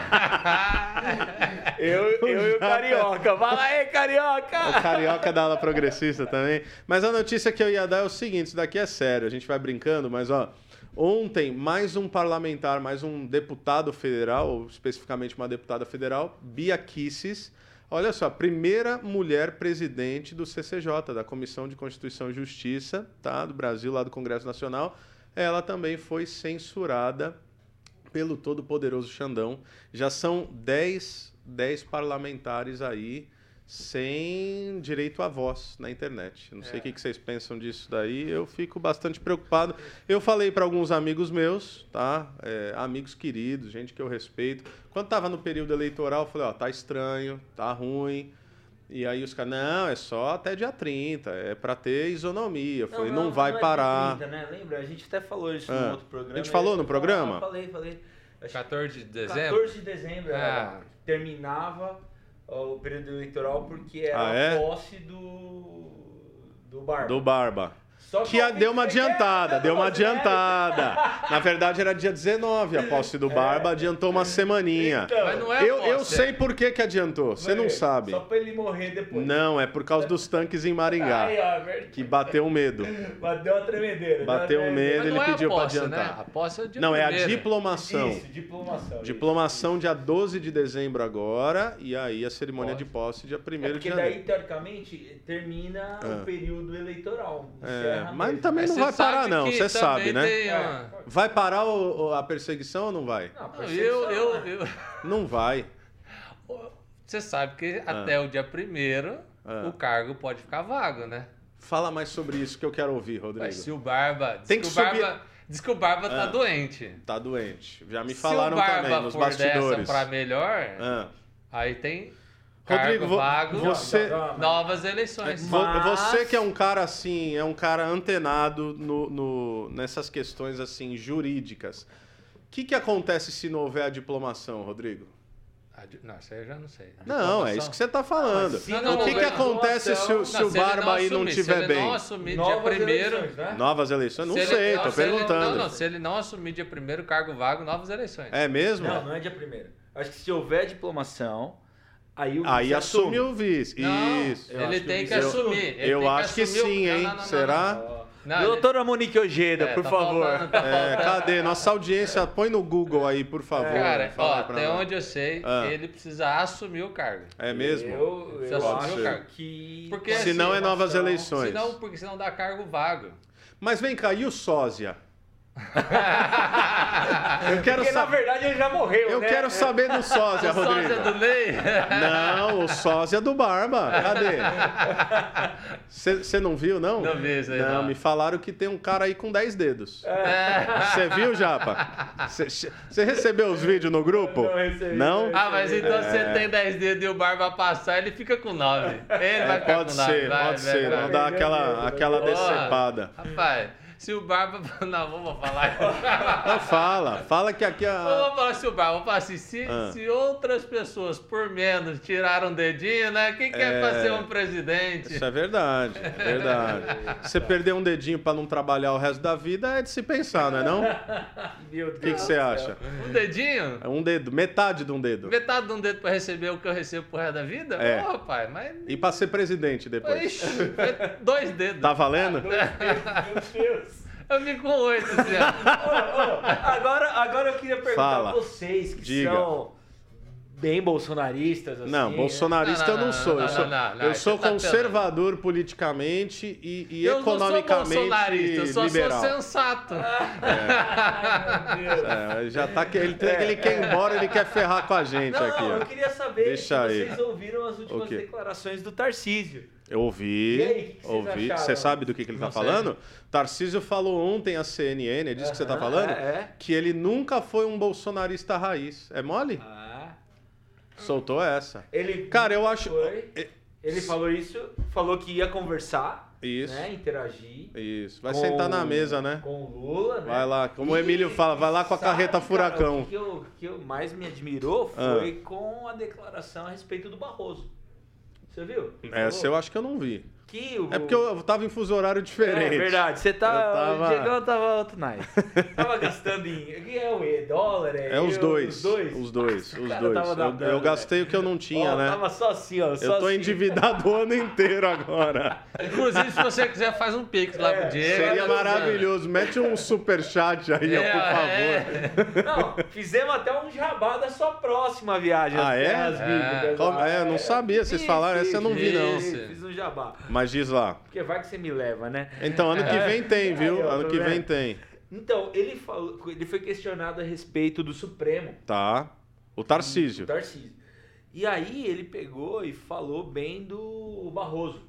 Speaker 2: Eu, eu e o Carioca. Fala aí,
Speaker 1: O
Speaker 2: Carioca!
Speaker 1: carioca é da ala progressista também. Mas a notícia que eu ia dar é o seguinte: isso daqui é sério. A gente vai brincando, mas ó. Ontem, mais um parlamentar, mais um deputado federal, ou especificamente uma deputada federal, Bia Kisses. Olha só, primeira mulher presidente do CCJ, da Comissão de Constituição e Justiça, tá? Do Brasil, lá do Congresso Nacional. Ela também foi censurada pelo todo-poderoso Xandão. Já são 10, 10 parlamentares aí sem direito à voz na internet. Não sei
Speaker 2: É.
Speaker 1: o que que vocês pensam disso daí, eu fico bastante preocupado. Eu falei para alguns amigos meus, tá? É, amigos queridos, gente que eu respeito. Quando tava no período eleitoral, eu falei, ó, tá estranho, tá ruim. E aí os caras, não, é só até dia 30, é para ter isonomia. Eu falei, não, vai
Speaker 2: é dia
Speaker 1: parar.
Speaker 2: 30, né? Lembra? A gente até falou isso
Speaker 1: Ah.
Speaker 2: no outro programa.
Speaker 1: A gente falou no programa?
Speaker 2: Ah, falei, falei. Acho que
Speaker 3: 14 de dezembro?
Speaker 2: 14 de dezembro
Speaker 3: Ah.
Speaker 2: era, terminava ó, o período eleitoral porque era
Speaker 1: Ah, é?
Speaker 2: a posse do, do Barba.
Speaker 1: Do Barba.
Speaker 2: Só
Speaker 1: Que a-
Speaker 2: convite
Speaker 1: deu uma
Speaker 2: secreto,
Speaker 1: adiantada,
Speaker 2: né,
Speaker 1: deu uma
Speaker 2: Rogério?
Speaker 1: adiantada. Na verdade, era dia 19 a posse do Barba, adiantou uma semaninha.
Speaker 2: Então,
Speaker 3: Mas não é
Speaker 1: Eu, eu
Speaker 3: aposta,
Speaker 1: sei por que, que adiantou, você não
Speaker 2: Rogério,
Speaker 1: sabe.
Speaker 2: é Só pra ele morrer depois.
Speaker 1: Não, é por causa dos tanques em Maringá,
Speaker 2: Aí, ó, é verdade.
Speaker 1: que bateu um medo.
Speaker 2: Bateu uma tremendeira.
Speaker 1: Bateu
Speaker 2: um
Speaker 1: um medo. ele
Speaker 3: não é
Speaker 1: pediu pra
Speaker 3: aposta,
Speaker 1: adiantar.
Speaker 3: Né? A posse é o dia
Speaker 1: Não, é a
Speaker 3: primeiro.
Speaker 1: diplomação.
Speaker 2: Isso, diplomação.
Speaker 1: Diplomação dia 12 de dezembro agora, e aí a cerimônia de posse dia 1
Speaker 2: isso. É
Speaker 1: de
Speaker 2: porque
Speaker 1: janeiro.
Speaker 2: daí, teoricamente, termina
Speaker 1: Ah.
Speaker 2: o período eleitoral.
Speaker 1: É,
Speaker 2: encerra
Speaker 1: mas
Speaker 2: mesmo.
Speaker 1: também
Speaker 3: Mas
Speaker 1: não
Speaker 3: você
Speaker 1: vai
Speaker 3: sabe
Speaker 1: parar, não,
Speaker 3: que
Speaker 1: você sabe,
Speaker 3: também
Speaker 1: né?
Speaker 3: tem uma-
Speaker 2: É.
Speaker 1: Vai parar o- o- a perseguição ou não vai?
Speaker 2: Não,
Speaker 3: Não,
Speaker 2: percepção,
Speaker 3: eu, eu,
Speaker 2: né?
Speaker 3: eu-
Speaker 1: Não vai.
Speaker 3: Você sabe que até o dia primeiro
Speaker 1: Ah.
Speaker 3: o cargo pode ficar vago, né?
Speaker 1: Fala mais sobre isso que eu quero ouvir,
Speaker 3: Mas
Speaker 1: Rodrigo.
Speaker 3: se o Barba. Diz
Speaker 1: Tem
Speaker 3: que,
Speaker 1: que
Speaker 3: o Barba, diz que o Barba tá doente.
Speaker 1: Tá doente. Já me
Speaker 3: se o
Speaker 1: falaram
Speaker 3: Barba
Speaker 1: também nos
Speaker 3: for
Speaker 1: bastidores.
Speaker 3: dessa pra melhor,
Speaker 1: Ah.
Speaker 3: aí tem cargo
Speaker 1: Rodrigo, vo-
Speaker 3: vago,
Speaker 1: você-
Speaker 2: Não, não,
Speaker 3: novas eleições.
Speaker 1: Vo-
Speaker 2: Mas-
Speaker 1: Você que é um cara assim, é um cara antenado no, no- nessas questões assim jurídicas. O que, que acontece se não houver a diplomação, Rodrigo?
Speaker 3: Ah, di- Não, isso aí eu já não sei.
Speaker 1: Não, é isso que você está falando.
Speaker 2: se
Speaker 3: Ah, não
Speaker 1: o que,
Speaker 3: houver
Speaker 1: que acontece se, o-
Speaker 2: diplomação-
Speaker 1: se o Barba aí não tiver
Speaker 3: Se ele
Speaker 1: bem?
Speaker 3: não assumir dia
Speaker 2: Novas
Speaker 3: primeiro.
Speaker 2: eleições, né?
Speaker 1: Novas eleições? Não
Speaker 3: se ele-
Speaker 1: sei,
Speaker 3: não,
Speaker 1: tô
Speaker 3: se ele-
Speaker 1: perguntando.
Speaker 3: não, não, se ele não assumir dia primeiro, cargo vago, novas eleições.
Speaker 1: É mesmo?
Speaker 2: Não, não é dia primeiro. Acho que se houver diplomação, aí o
Speaker 1: Aí
Speaker 2: vice
Speaker 1: assume o vice.
Speaker 3: Não,
Speaker 1: Isso.
Speaker 2: Eu
Speaker 3: ele
Speaker 2: acho que
Speaker 3: tem que,
Speaker 2: eu-
Speaker 3: assumir. ele
Speaker 1: eu
Speaker 3: tem
Speaker 1: acho que
Speaker 3: assumir o-
Speaker 1: sim,
Speaker 3: Não,
Speaker 1: hein?
Speaker 3: não, não, não,
Speaker 1: Será?
Speaker 2: Ó.
Speaker 3: Não, ele-
Speaker 2: Doutora Monique Ojeda,
Speaker 3: É,
Speaker 2: por
Speaker 3: tá
Speaker 2: favor.
Speaker 3: faltando, tá
Speaker 1: É,
Speaker 3: faltando.
Speaker 1: cadê? Nossa audiência, põe no Google aí, por favor.
Speaker 3: Cara,
Speaker 1: Fala
Speaker 3: ó,
Speaker 1: aí pra
Speaker 3: até
Speaker 1: nós.
Speaker 3: onde eu sei,
Speaker 1: Ah.
Speaker 3: ele precisa assumir o cargo.
Speaker 1: É mesmo?
Speaker 2: Eu,
Speaker 3: Você
Speaker 2: eu
Speaker 3: assumiu,
Speaker 2: acho
Speaker 3: cara?
Speaker 2: que.
Speaker 3: Porque
Speaker 1: Se não, é novas
Speaker 2: Diplomação-
Speaker 1: eleições.
Speaker 3: Senão, porque senão dá cargo vago.
Speaker 1: Mas vem cá, e o sósia? Eu quero,
Speaker 2: Porque na
Speaker 1: sa-
Speaker 2: verdade ele já morreu.
Speaker 1: eu
Speaker 2: né?
Speaker 1: quero saber do sósia,
Speaker 3: O
Speaker 1: Rodrigo.
Speaker 3: sósia do Ney?
Speaker 1: Não, o sósia do Barba. Cadê? Você não viu, não?
Speaker 3: Não vi isso aí,
Speaker 1: Não,
Speaker 3: não.
Speaker 1: me falaram que tem um cara aí com 10 dedos.
Speaker 2: É.
Speaker 1: Você viu, Japa? Você recebeu os vídeos no grupo?
Speaker 2: Não recebi,
Speaker 1: Não?
Speaker 2: não
Speaker 3: Ah, mas então
Speaker 1: É.
Speaker 3: você tem 10 dedos e o Barba passar, ele fica com 9. Ele vai
Speaker 1: É,
Speaker 3: ficar
Speaker 1: pode
Speaker 3: com 9.
Speaker 1: ser, pode ser. Não dá
Speaker 2: vai.
Speaker 1: aquela, aquela
Speaker 3: Ó,
Speaker 1: decepada.
Speaker 3: Rapaz, se o Barba... Não, vamos falar.
Speaker 1: Então fala, fala que aqui é
Speaker 3: Não
Speaker 1: a.
Speaker 3: vamos falar se o Barba, vamos falar assim, se,
Speaker 1: Ah.
Speaker 3: se outras pessoas, por menos, tiraram o dedinho, né? Quem quer
Speaker 1: É.
Speaker 3: é... pra ser um presidente?
Speaker 1: Isso é verdade, é verdade. Você perder um dedinho pra não trabalhar o resto da vida é de se pensar, não é não? O
Speaker 2: Meu Deus.
Speaker 1: que que você acha?
Speaker 3: Um dedinho?
Speaker 1: É um dedo, metade de um dedo.
Speaker 3: Metade de um dedo pra receber o que eu recebo pro resto da vida?
Speaker 1: É.
Speaker 3: Ô, rapaz, mas...
Speaker 1: E pra ser presidente depois.
Speaker 3: Ixi, é dois dedos.
Speaker 1: Tá valendo?
Speaker 2: Meu Deus.
Speaker 3: Eu fico com oito, assim, ó.
Speaker 2: Ô, ô, agora, agora eu queria perguntar
Speaker 1: Fala.
Speaker 2: a vocês que
Speaker 1: Diga.
Speaker 2: são bem bolsonaristas. Assim,
Speaker 1: Não,
Speaker 2: né?
Speaker 1: bolsonarista eu não
Speaker 3: Não, não, não,
Speaker 1: sou.
Speaker 3: não,
Speaker 1: Eu
Speaker 3: não,
Speaker 1: sou,
Speaker 3: não, não,
Speaker 1: eu
Speaker 3: isso
Speaker 1: sou
Speaker 3: tá pelando.
Speaker 1: conservador politicamente e, e
Speaker 3: Eu não sou
Speaker 1: economicamente
Speaker 3: bolsonarista, eu só
Speaker 1: liberal.
Speaker 3: sou sensato.
Speaker 2: Ai, meu Deus.
Speaker 1: É, já tá que ele, tem- ele quer ir embora, ele quer ferrar com a gente
Speaker 2: Não,
Speaker 1: aqui.
Speaker 2: não,
Speaker 1: ó.
Speaker 2: eu queria saber
Speaker 1: Deixa
Speaker 2: se
Speaker 1: aí.
Speaker 2: vocês ouviram as últimas
Speaker 1: O quê?
Speaker 2: declarações do Tarcísio.
Speaker 1: Eu ouvi,
Speaker 2: E aí, o que que vocês
Speaker 1: ouvi.
Speaker 2: acharam?
Speaker 1: Você sabe do que, que ele tá
Speaker 3: Não sei.
Speaker 1: falando? Tarcísio falou ontem à CNN, é disso que você tá
Speaker 2: Aham,
Speaker 1: falando?
Speaker 2: é, é.
Speaker 1: Que ele nunca foi um bolsonarista raiz. É mole?
Speaker 2: Ah.
Speaker 1: Soltou essa.
Speaker 2: Ele
Speaker 1: Cara, eu acho-
Speaker 2: foi, ele falou isso, falou que ia conversar,
Speaker 1: Isso.
Speaker 2: né, interagir.
Speaker 1: Isso. Vai
Speaker 2: com-
Speaker 1: sentar na mesa, né?
Speaker 2: Com o Lula, né?
Speaker 1: Vai lá, como o Emílio fala, vai lá com a
Speaker 2: sabe,
Speaker 1: carreta
Speaker 2: cara,
Speaker 1: furacão. Ah.
Speaker 2: o que eu, o que eu mais me admirou foi com a declaração a respeito do Barroso. Você viu? Ele falou
Speaker 1: Essa eu acho que eu não vi.
Speaker 2: que o-
Speaker 1: É porque eu tava em fuso horário diferente.
Speaker 2: É verdade, você tá.
Speaker 1: Eu tava-
Speaker 2: O Diegão tava outro night. tava gastando em. o que É o E, dólar, é.
Speaker 1: É os
Speaker 2: euro,
Speaker 1: dois.
Speaker 2: Os dois.
Speaker 1: Os dois. Os
Speaker 2: Cara,
Speaker 1: dois.
Speaker 2: tava na
Speaker 1: Eu,
Speaker 2: merda,
Speaker 1: eu gastei o que eu não tinha,
Speaker 2: Ó,
Speaker 1: né?
Speaker 2: Tava só assim, ó.
Speaker 1: Eu
Speaker 2: só
Speaker 1: tô
Speaker 2: assim.
Speaker 1: endividado o ano inteiro agora.
Speaker 3: Inclusive, se você quiser, faz um pix lá pro
Speaker 2: É,
Speaker 3: Diego.
Speaker 1: Seria
Speaker 3: Tá usando.
Speaker 1: maravilhoso. Mete um superchat aí, ó,
Speaker 3: É,
Speaker 1: por favor.
Speaker 3: é.
Speaker 2: Não, fizemos até um jabá da sua próxima viagem.
Speaker 1: Ah,
Speaker 2: às
Speaker 1: é?
Speaker 2: Terras
Speaker 1: É.
Speaker 2: Bíblicas
Speaker 1: Como-
Speaker 2: lá.
Speaker 1: é, eu não sabia, vocês falaram, essa eu não vi,
Speaker 3: não.
Speaker 2: Fiz, fiz um jabá.
Speaker 1: Mas diz lá.
Speaker 2: Porque vai que você me leva, né?
Speaker 1: Então, ano que vem tem,
Speaker 2: Aí,
Speaker 1: viu?
Speaker 2: ó,
Speaker 1: Ano
Speaker 2: tá
Speaker 1: que
Speaker 2: vendo?
Speaker 1: vem tem.
Speaker 2: Então, ele falou, ele foi questionado a respeito do Supremo,
Speaker 1: Tá. O
Speaker 2: do
Speaker 1: Tarcísio.
Speaker 2: Tarcísio. E aí ele pegou e falou bem do Barroso.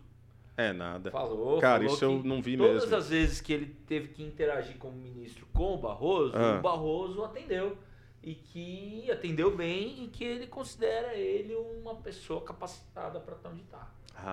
Speaker 1: É nada.
Speaker 2: Falou.
Speaker 1: Cara,
Speaker 2: falou
Speaker 1: isso eu
Speaker 2: que
Speaker 1: não vi
Speaker 2: todas
Speaker 1: mesmo.
Speaker 2: as vezes que ele teve que interagir como ministro com o Barroso,
Speaker 1: Ah.
Speaker 2: o Barroso atendeu. E que atendeu bem e que ele considera ele uma pessoa capacitada para estar onde está.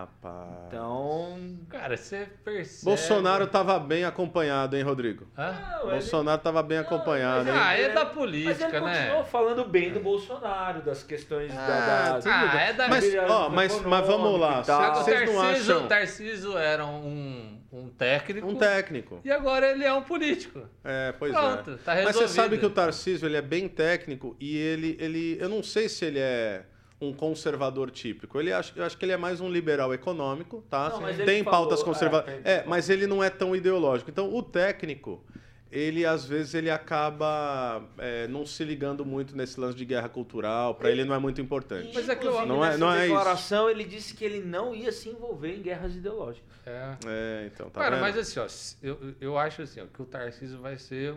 Speaker 1: Rapaz.
Speaker 2: Então. é, né?
Speaker 3: Cara, você percebe.
Speaker 1: Bolsonaro tá tava bem acompanhado, hein, Rodrigo?
Speaker 3: Hã?
Speaker 2: é
Speaker 1: Bolsonaro tava bem acompanhado, hein?
Speaker 3: Ah, é da
Speaker 2: Mas ele
Speaker 3: política,
Speaker 2: continuou
Speaker 3: né?
Speaker 2: falando bem do Bolsonaro, das questões da, da-
Speaker 1: Ah,
Speaker 2: tudo
Speaker 3: ah,
Speaker 2: da-
Speaker 3: é da- é
Speaker 1: Mas, ó,
Speaker 2: liberalismo
Speaker 1: mas, mas vamos lá. é
Speaker 2: econômico e tal.
Speaker 3: Sabe, o
Speaker 1: Ah, Vocês não
Speaker 3: Tarcísio,
Speaker 1: acham-
Speaker 3: o Tarcísio era um, um técnico
Speaker 1: Um técnico.
Speaker 3: e agora ele é um político.
Speaker 1: É, pois
Speaker 3: Pronto,
Speaker 1: é.
Speaker 3: tá
Speaker 1: Mas você
Speaker 3: resolvido.
Speaker 1: sabe que o Tarcísio ele é bem técnico e ele, ele. Eu não sei se ele é um conservador típico. Ele acha, eu acho que ele é mais um liberal econômico, tá?
Speaker 2: Não, mas ele
Speaker 1: tem
Speaker 2: falou-
Speaker 1: pautas conservadoras.
Speaker 2: é, tem-
Speaker 1: É, mas ele não é tão ideológico. Então, o técnico. Ele, às vezes, ele acaba é, não se ligando muito nesse lance de guerra cultural. Pra ele não é muito importante.
Speaker 3: Mas é que eu-
Speaker 2: Inclusive,
Speaker 1: Não é-
Speaker 2: nessa
Speaker 1: não é isso.
Speaker 2: declaração, ele disse que ele não ia se envolver em guerras ideológicas.
Speaker 3: É.
Speaker 1: É, então, tá
Speaker 3: Cara,
Speaker 1: vendo?
Speaker 3: mas assim, ó, eu, eu acho assim, ó, que o Tarcísio vai ser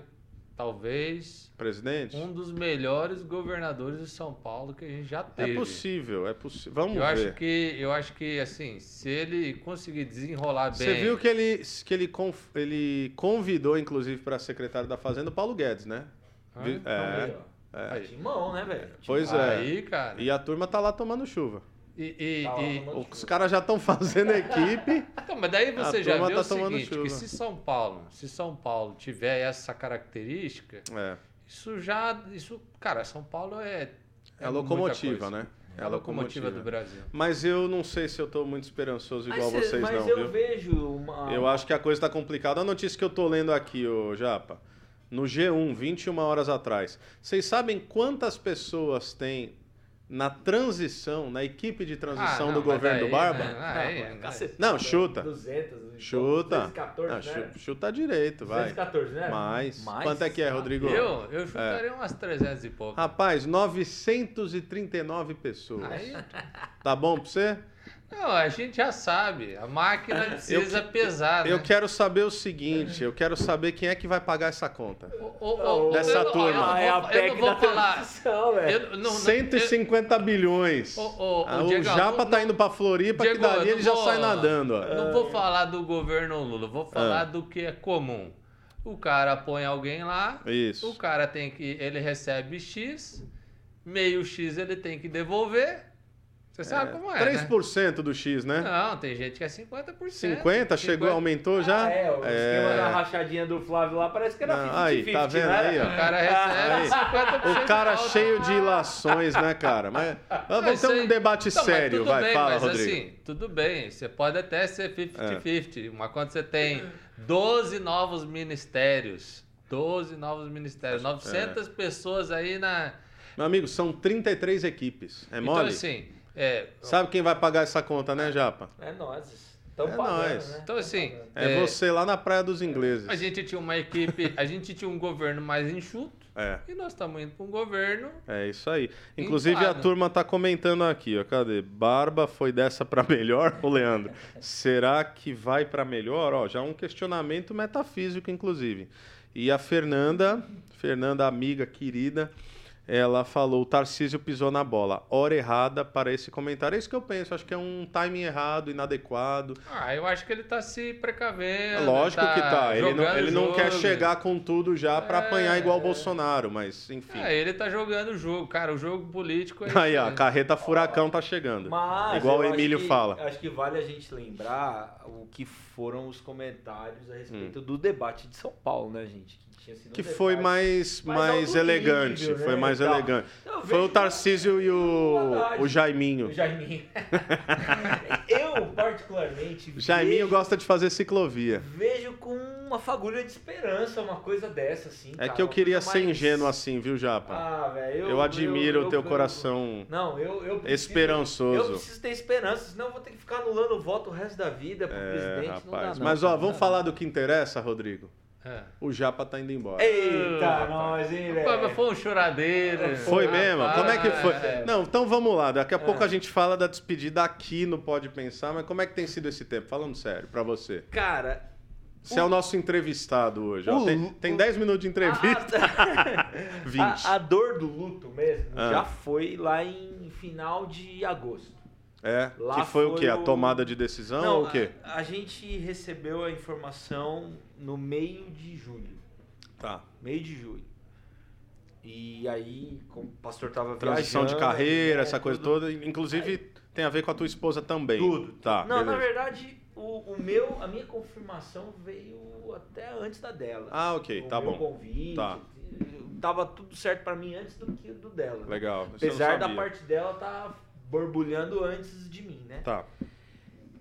Speaker 3: talvez
Speaker 1: Presidente?
Speaker 3: um dos melhores governadores de São Paulo que a gente já
Speaker 1: É
Speaker 3: teve.
Speaker 1: possível, é possível. Vamos
Speaker 3: Eu
Speaker 1: ver.
Speaker 3: acho que eu acho que assim, se ele conseguir desenrolar bem,
Speaker 1: Você viu que ele, que ele, conf- ele convidou, inclusive, para secretário da Fazenda o Paulo Guedes, né?
Speaker 3: Ah,
Speaker 1: Vi-
Speaker 3: então
Speaker 1: é.
Speaker 2: É. Timão, né, velho?
Speaker 1: Pois é.
Speaker 3: aí, cara, e,
Speaker 1: E a turma tá lá tomando chuva.
Speaker 3: e-
Speaker 2: Tá lá
Speaker 3: e-
Speaker 2: tomando
Speaker 1: é. Os caras já estão fazendo equipe.
Speaker 3: Então, mas daí você
Speaker 1: A
Speaker 3: já
Speaker 1: turma
Speaker 3: vê
Speaker 1: tá
Speaker 3: o
Speaker 1: tomando
Speaker 3: seguinte,
Speaker 1: chuva.
Speaker 3: que se São Paulo, se São Paulo tiver essa característica,
Speaker 1: É,
Speaker 3: isso já, isso, cara, São Paulo é
Speaker 1: é a
Speaker 3: muita
Speaker 1: locomotiva,
Speaker 3: coisa.
Speaker 1: né?
Speaker 3: É a locomotiva do Brasil.
Speaker 1: Mas eu não sei se eu tô muito esperançoso
Speaker 2: Mas
Speaker 1: igual
Speaker 2: cê-
Speaker 1: vocês,
Speaker 2: mas
Speaker 1: não,
Speaker 2: eu
Speaker 1: viu?
Speaker 2: vejo uma.
Speaker 1: Eu acho que a coisa tá complicada. A notícia que eu tô lendo aqui, ô Japa, no G1, 21 horas atrás. Vocês sabem quantas pessoas tem na transição, na equipe de transição
Speaker 3: Ah, não,
Speaker 1: do
Speaker 3: mas
Speaker 1: governo do
Speaker 3: daí,
Speaker 1: Barba?
Speaker 3: né? Ah,
Speaker 2: Não, um
Speaker 3: é,
Speaker 2: mano,
Speaker 3: é.
Speaker 2: cacete.
Speaker 1: Não, chuta.
Speaker 2: 200,
Speaker 1: Chuta.
Speaker 2: 214,
Speaker 1: Ah,
Speaker 2: né?
Speaker 1: chu- chuta direito, vai.
Speaker 2: 214, né?
Speaker 1: Mais. Quanto é que é, Rodrigo?
Speaker 3: Eu, eu chutaria umas 300 e pouco.
Speaker 1: Rapaz, 939 pessoas.
Speaker 3: Aí,
Speaker 1: Tá bom pra você?
Speaker 3: não, a gente já sabe, a máquina precisa pesar, né?
Speaker 1: Eu quero saber o seguinte, eu quero saber quem é que vai pagar essa conta.
Speaker 3: Ô, ô, ô,
Speaker 1: Dessa
Speaker 3: eu não- ó, eu não
Speaker 1: turma.
Speaker 3: vou-
Speaker 2: Ah, é a
Speaker 3: Eu
Speaker 2: PEC
Speaker 3: não vou
Speaker 2: da
Speaker 3: falar...
Speaker 2: transição,
Speaker 1: É,
Speaker 3: Eu,
Speaker 2: velho.
Speaker 3: não- não, eu-
Speaker 1: 150 bilhões.
Speaker 3: Ô, ô, ô,
Speaker 1: Ah, o
Speaker 3: Diego,
Speaker 1: Japa
Speaker 3: não-
Speaker 1: tá indo pra Floripa,
Speaker 3: Diego,
Speaker 1: que dali ele
Speaker 3: eu não
Speaker 1: já
Speaker 3: vou-
Speaker 1: sai nadando. Ó.
Speaker 3: Não vou falar do governo Lula, vou falar
Speaker 1: Ah.
Speaker 3: do que é comum. O cara põe alguém lá,
Speaker 1: Isso.
Speaker 3: o cara tem que. Ele recebe X, meio X ele tem que devolver. Você sabe como é? né?
Speaker 1: 3% do X, né?
Speaker 3: Não, tem gente que é 50%.
Speaker 1: 50, chegou, aumentou já?
Speaker 2: Ah, é, o esquema
Speaker 1: É.
Speaker 2: da rachadinha do Flávio lá parece que era 50-50,
Speaker 1: Não, aí, tá vendo
Speaker 2: né?
Speaker 1: aí, ó?
Speaker 3: O cara recebe
Speaker 1: Ah, Aí.
Speaker 3: 50%.
Speaker 1: O cara
Speaker 3: alta.
Speaker 1: cheio de ilações, né, cara? Mas ah,
Speaker 3: Não,
Speaker 1: vamos
Speaker 3: isso
Speaker 1: ter um
Speaker 3: aí-
Speaker 1: debate
Speaker 3: Não, mas
Speaker 1: sério,
Speaker 3: tudo
Speaker 1: vai,
Speaker 3: bem,
Speaker 1: fala,
Speaker 3: mas
Speaker 1: Rodrigo. É.
Speaker 3: Assim, tudo bem, você pode até ser 50-50, mas quando você tem 12 novos ministérios, 12 novos
Speaker 1: É.
Speaker 3: ministérios, 900 pessoas aí na...
Speaker 1: Meu amigo, são 33 equipes. É mole?
Speaker 3: Então, assim, é,
Speaker 1: Sabe quem vai pagar essa conta, né, Japa?
Speaker 2: É nós. Tão
Speaker 1: É
Speaker 2: pagando,
Speaker 1: nós.
Speaker 2: né?
Speaker 3: então, assim
Speaker 1: É,
Speaker 3: é,
Speaker 1: você lá na Praia dos Ingleses.
Speaker 3: a gente tinha uma equipe, a gente tinha um governo mais enxuto,
Speaker 1: É.
Speaker 3: e nós estamos indo para um governo...
Speaker 1: É isso aí. Inclusive a
Speaker 3: Inflado.
Speaker 1: turma tá comentando aqui, ó. Cadê? Barba foi dessa pra melhor, ô Leandro? Será que vai pra melhor? Ó, já um questionamento metafísico, inclusive. E a Fernanda, Fernanda, amiga querida, ela falou: o Tarcísio pisou na bola. Hora errada para esse comentário. É isso que eu penso. Acho que é um timing errado, inadequado.
Speaker 3: Ah, eu acho que ele está se precavendo.
Speaker 1: Lógico que tá. Ele não,
Speaker 3: É, né? jogando
Speaker 1: ele não quer
Speaker 3: jogo.
Speaker 1: chegar com tudo já pra
Speaker 3: É.
Speaker 1: apanhar igual o Bolsonaro, mas enfim.
Speaker 3: É, ele tá jogando o jogo, cara. O jogo político é
Speaker 1: Aí,
Speaker 3: isso
Speaker 1: ó, a carreta furacão tá chegando.
Speaker 2: Mas
Speaker 1: Igual
Speaker 2: eu
Speaker 1: o
Speaker 2: acho
Speaker 1: Emílio
Speaker 2: que-
Speaker 1: fala.
Speaker 2: Acho que vale a gente lembrar o que foram os comentários a respeito do debate de São Paulo, né, gente? Que, tinha sido um
Speaker 1: Hum. Que foi
Speaker 2: debate-
Speaker 1: mais,
Speaker 2: Mais
Speaker 1: mais
Speaker 2: alto
Speaker 1: elegante.
Speaker 2: é nível, né,
Speaker 1: Foi mais
Speaker 2: e tal.
Speaker 1: elegante.
Speaker 2: Então, eu
Speaker 1: Foi o
Speaker 2: vejo-
Speaker 1: Tarcísio e o,
Speaker 2: Verdade.
Speaker 1: o Jaiminho.
Speaker 2: O Jaiminho. eu, particularmente,
Speaker 1: O Jaiminho
Speaker 2: vejo,
Speaker 1: gosta de fazer ciclovia.
Speaker 2: vejo com uma fagulha de esperança uma coisa dessa, assim.
Speaker 1: É
Speaker 2: cara,
Speaker 1: que eu
Speaker 2: uma
Speaker 1: queria
Speaker 2: coisa
Speaker 1: ser
Speaker 2: mais-
Speaker 1: ingênuo assim, viu, Japa?
Speaker 2: Ah, velho.
Speaker 1: Eu admiro
Speaker 2: eu-
Speaker 1: o teu
Speaker 2: eu-
Speaker 1: coração
Speaker 2: Não, eu, eu preciso- Eu
Speaker 1: esperançoso.
Speaker 2: preciso ter esperança, senão eu vou ter que ficar anulando o voto o resto da vida pro
Speaker 1: É,
Speaker 2: presidente. não dá,
Speaker 1: rapaz.
Speaker 2: não,
Speaker 1: Mas,
Speaker 2: cara,
Speaker 1: ó,
Speaker 2: não
Speaker 1: vamos
Speaker 2: dá,
Speaker 1: falar do que interessa, Rodrigo?
Speaker 3: aí. É.
Speaker 1: O Japa tá indo embora.
Speaker 2: não. Eita,
Speaker 3: Ah,
Speaker 2: nós,
Speaker 3: Pô,
Speaker 2: hein,
Speaker 3: mas
Speaker 2: velho.
Speaker 3: foi um choradeiro.
Speaker 1: Foi
Speaker 3: Ah,
Speaker 1: mesmo?
Speaker 3: para,
Speaker 1: Como é que foi?
Speaker 3: é.
Speaker 1: Não, então vamos lá. Daqui a
Speaker 2: É.
Speaker 1: pouco a gente fala da despedida aqui no Pode Pensar, mas como é que tem sido esse tempo? Falando sério, pra você.
Speaker 2: Cara,
Speaker 1: Você é o nosso entrevistado hoje. ó.
Speaker 2: O
Speaker 1: Tem,
Speaker 2: Lu- Ah,
Speaker 1: tem 10 minutos de entrevista.
Speaker 2: a-
Speaker 1: 20.
Speaker 2: a, a dor do luto mesmo
Speaker 1: Ah.
Speaker 2: já foi lá em final de agosto.
Speaker 1: É.
Speaker 2: Lá
Speaker 1: que foi, o
Speaker 2: foi
Speaker 1: quê? A
Speaker 2: o-
Speaker 1: tomada de decisão ou Então, o quê?
Speaker 2: A, a gente recebeu a informação no meio de julho.
Speaker 1: Tá.
Speaker 2: Meio de julho. E aí, como o pastor tava
Speaker 1: Transição de
Speaker 2: viajando,
Speaker 1: carreira,
Speaker 2: é,
Speaker 1: essa coisa
Speaker 2: tudo-
Speaker 1: toda. Inclusive, tem a ver com a tua esposa também.
Speaker 2: Tudo.
Speaker 1: Tá,
Speaker 2: Não, na
Speaker 1: beleza.
Speaker 2: verdade, o, o meu, a minha confirmação veio até antes da dela.
Speaker 1: Ah, ok,
Speaker 2: o
Speaker 1: tá
Speaker 2: meu
Speaker 1: bom.
Speaker 2: convite,
Speaker 1: Tá.
Speaker 2: Tava tudo certo pra mim antes do que do dela. né?
Speaker 1: Legal. Isso eu não
Speaker 2: Apesar da
Speaker 1: sabia.
Speaker 2: parte dela tá borbulhando antes de mim, né?
Speaker 1: Tá.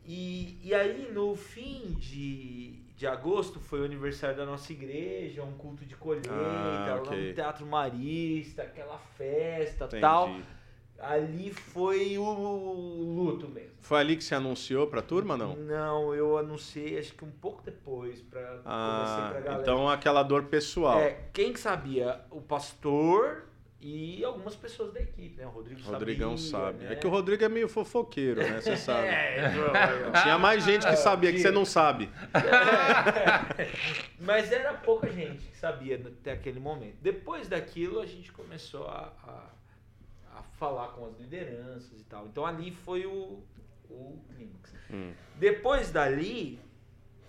Speaker 2: E, e aí, no fim de, de agosto, foi o aniversário da nossa igreja, um culto de colheita,
Speaker 1: Ah,
Speaker 2: lá
Speaker 1: ok.
Speaker 2: no Teatro Marista, aquela festa
Speaker 1: Entendi.
Speaker 2: tal. Ali foi o luto mesmo.
Speaker 1: Foi ali que você anunciou pra turma, não?
Speaker 2: eu anunciei acho que um pouco depois pra
Speaker 1: Ah,
Speaker 2: conversar pra galera.
Speaker 1: então aquela dor pessoal.
Speaker 2: É, quem que sabia? O pastor e algumas pessoas da equipe, né? O Rodrigo
Speaker 1: Rodrigão
Speaker 2: sabia,
Speaker 1: sabe.
Speaker 2: né?
Speaker 1: É que o Rodrigo é meio fofoqueiro, né? Você sabe.
Speaker 2: É, eu- eu-
Speaker 1: Tinha mais gente que sabia que você não sabe.
Speaker 2: Mas era pouca gente que sabia até aquele momento. Depois daquilo, a gente começou a, a- a falar com as lideranças e tal. Então ali foi o, o clímax.
Speaker 1: Hum.
Speaker 2: Depois dali,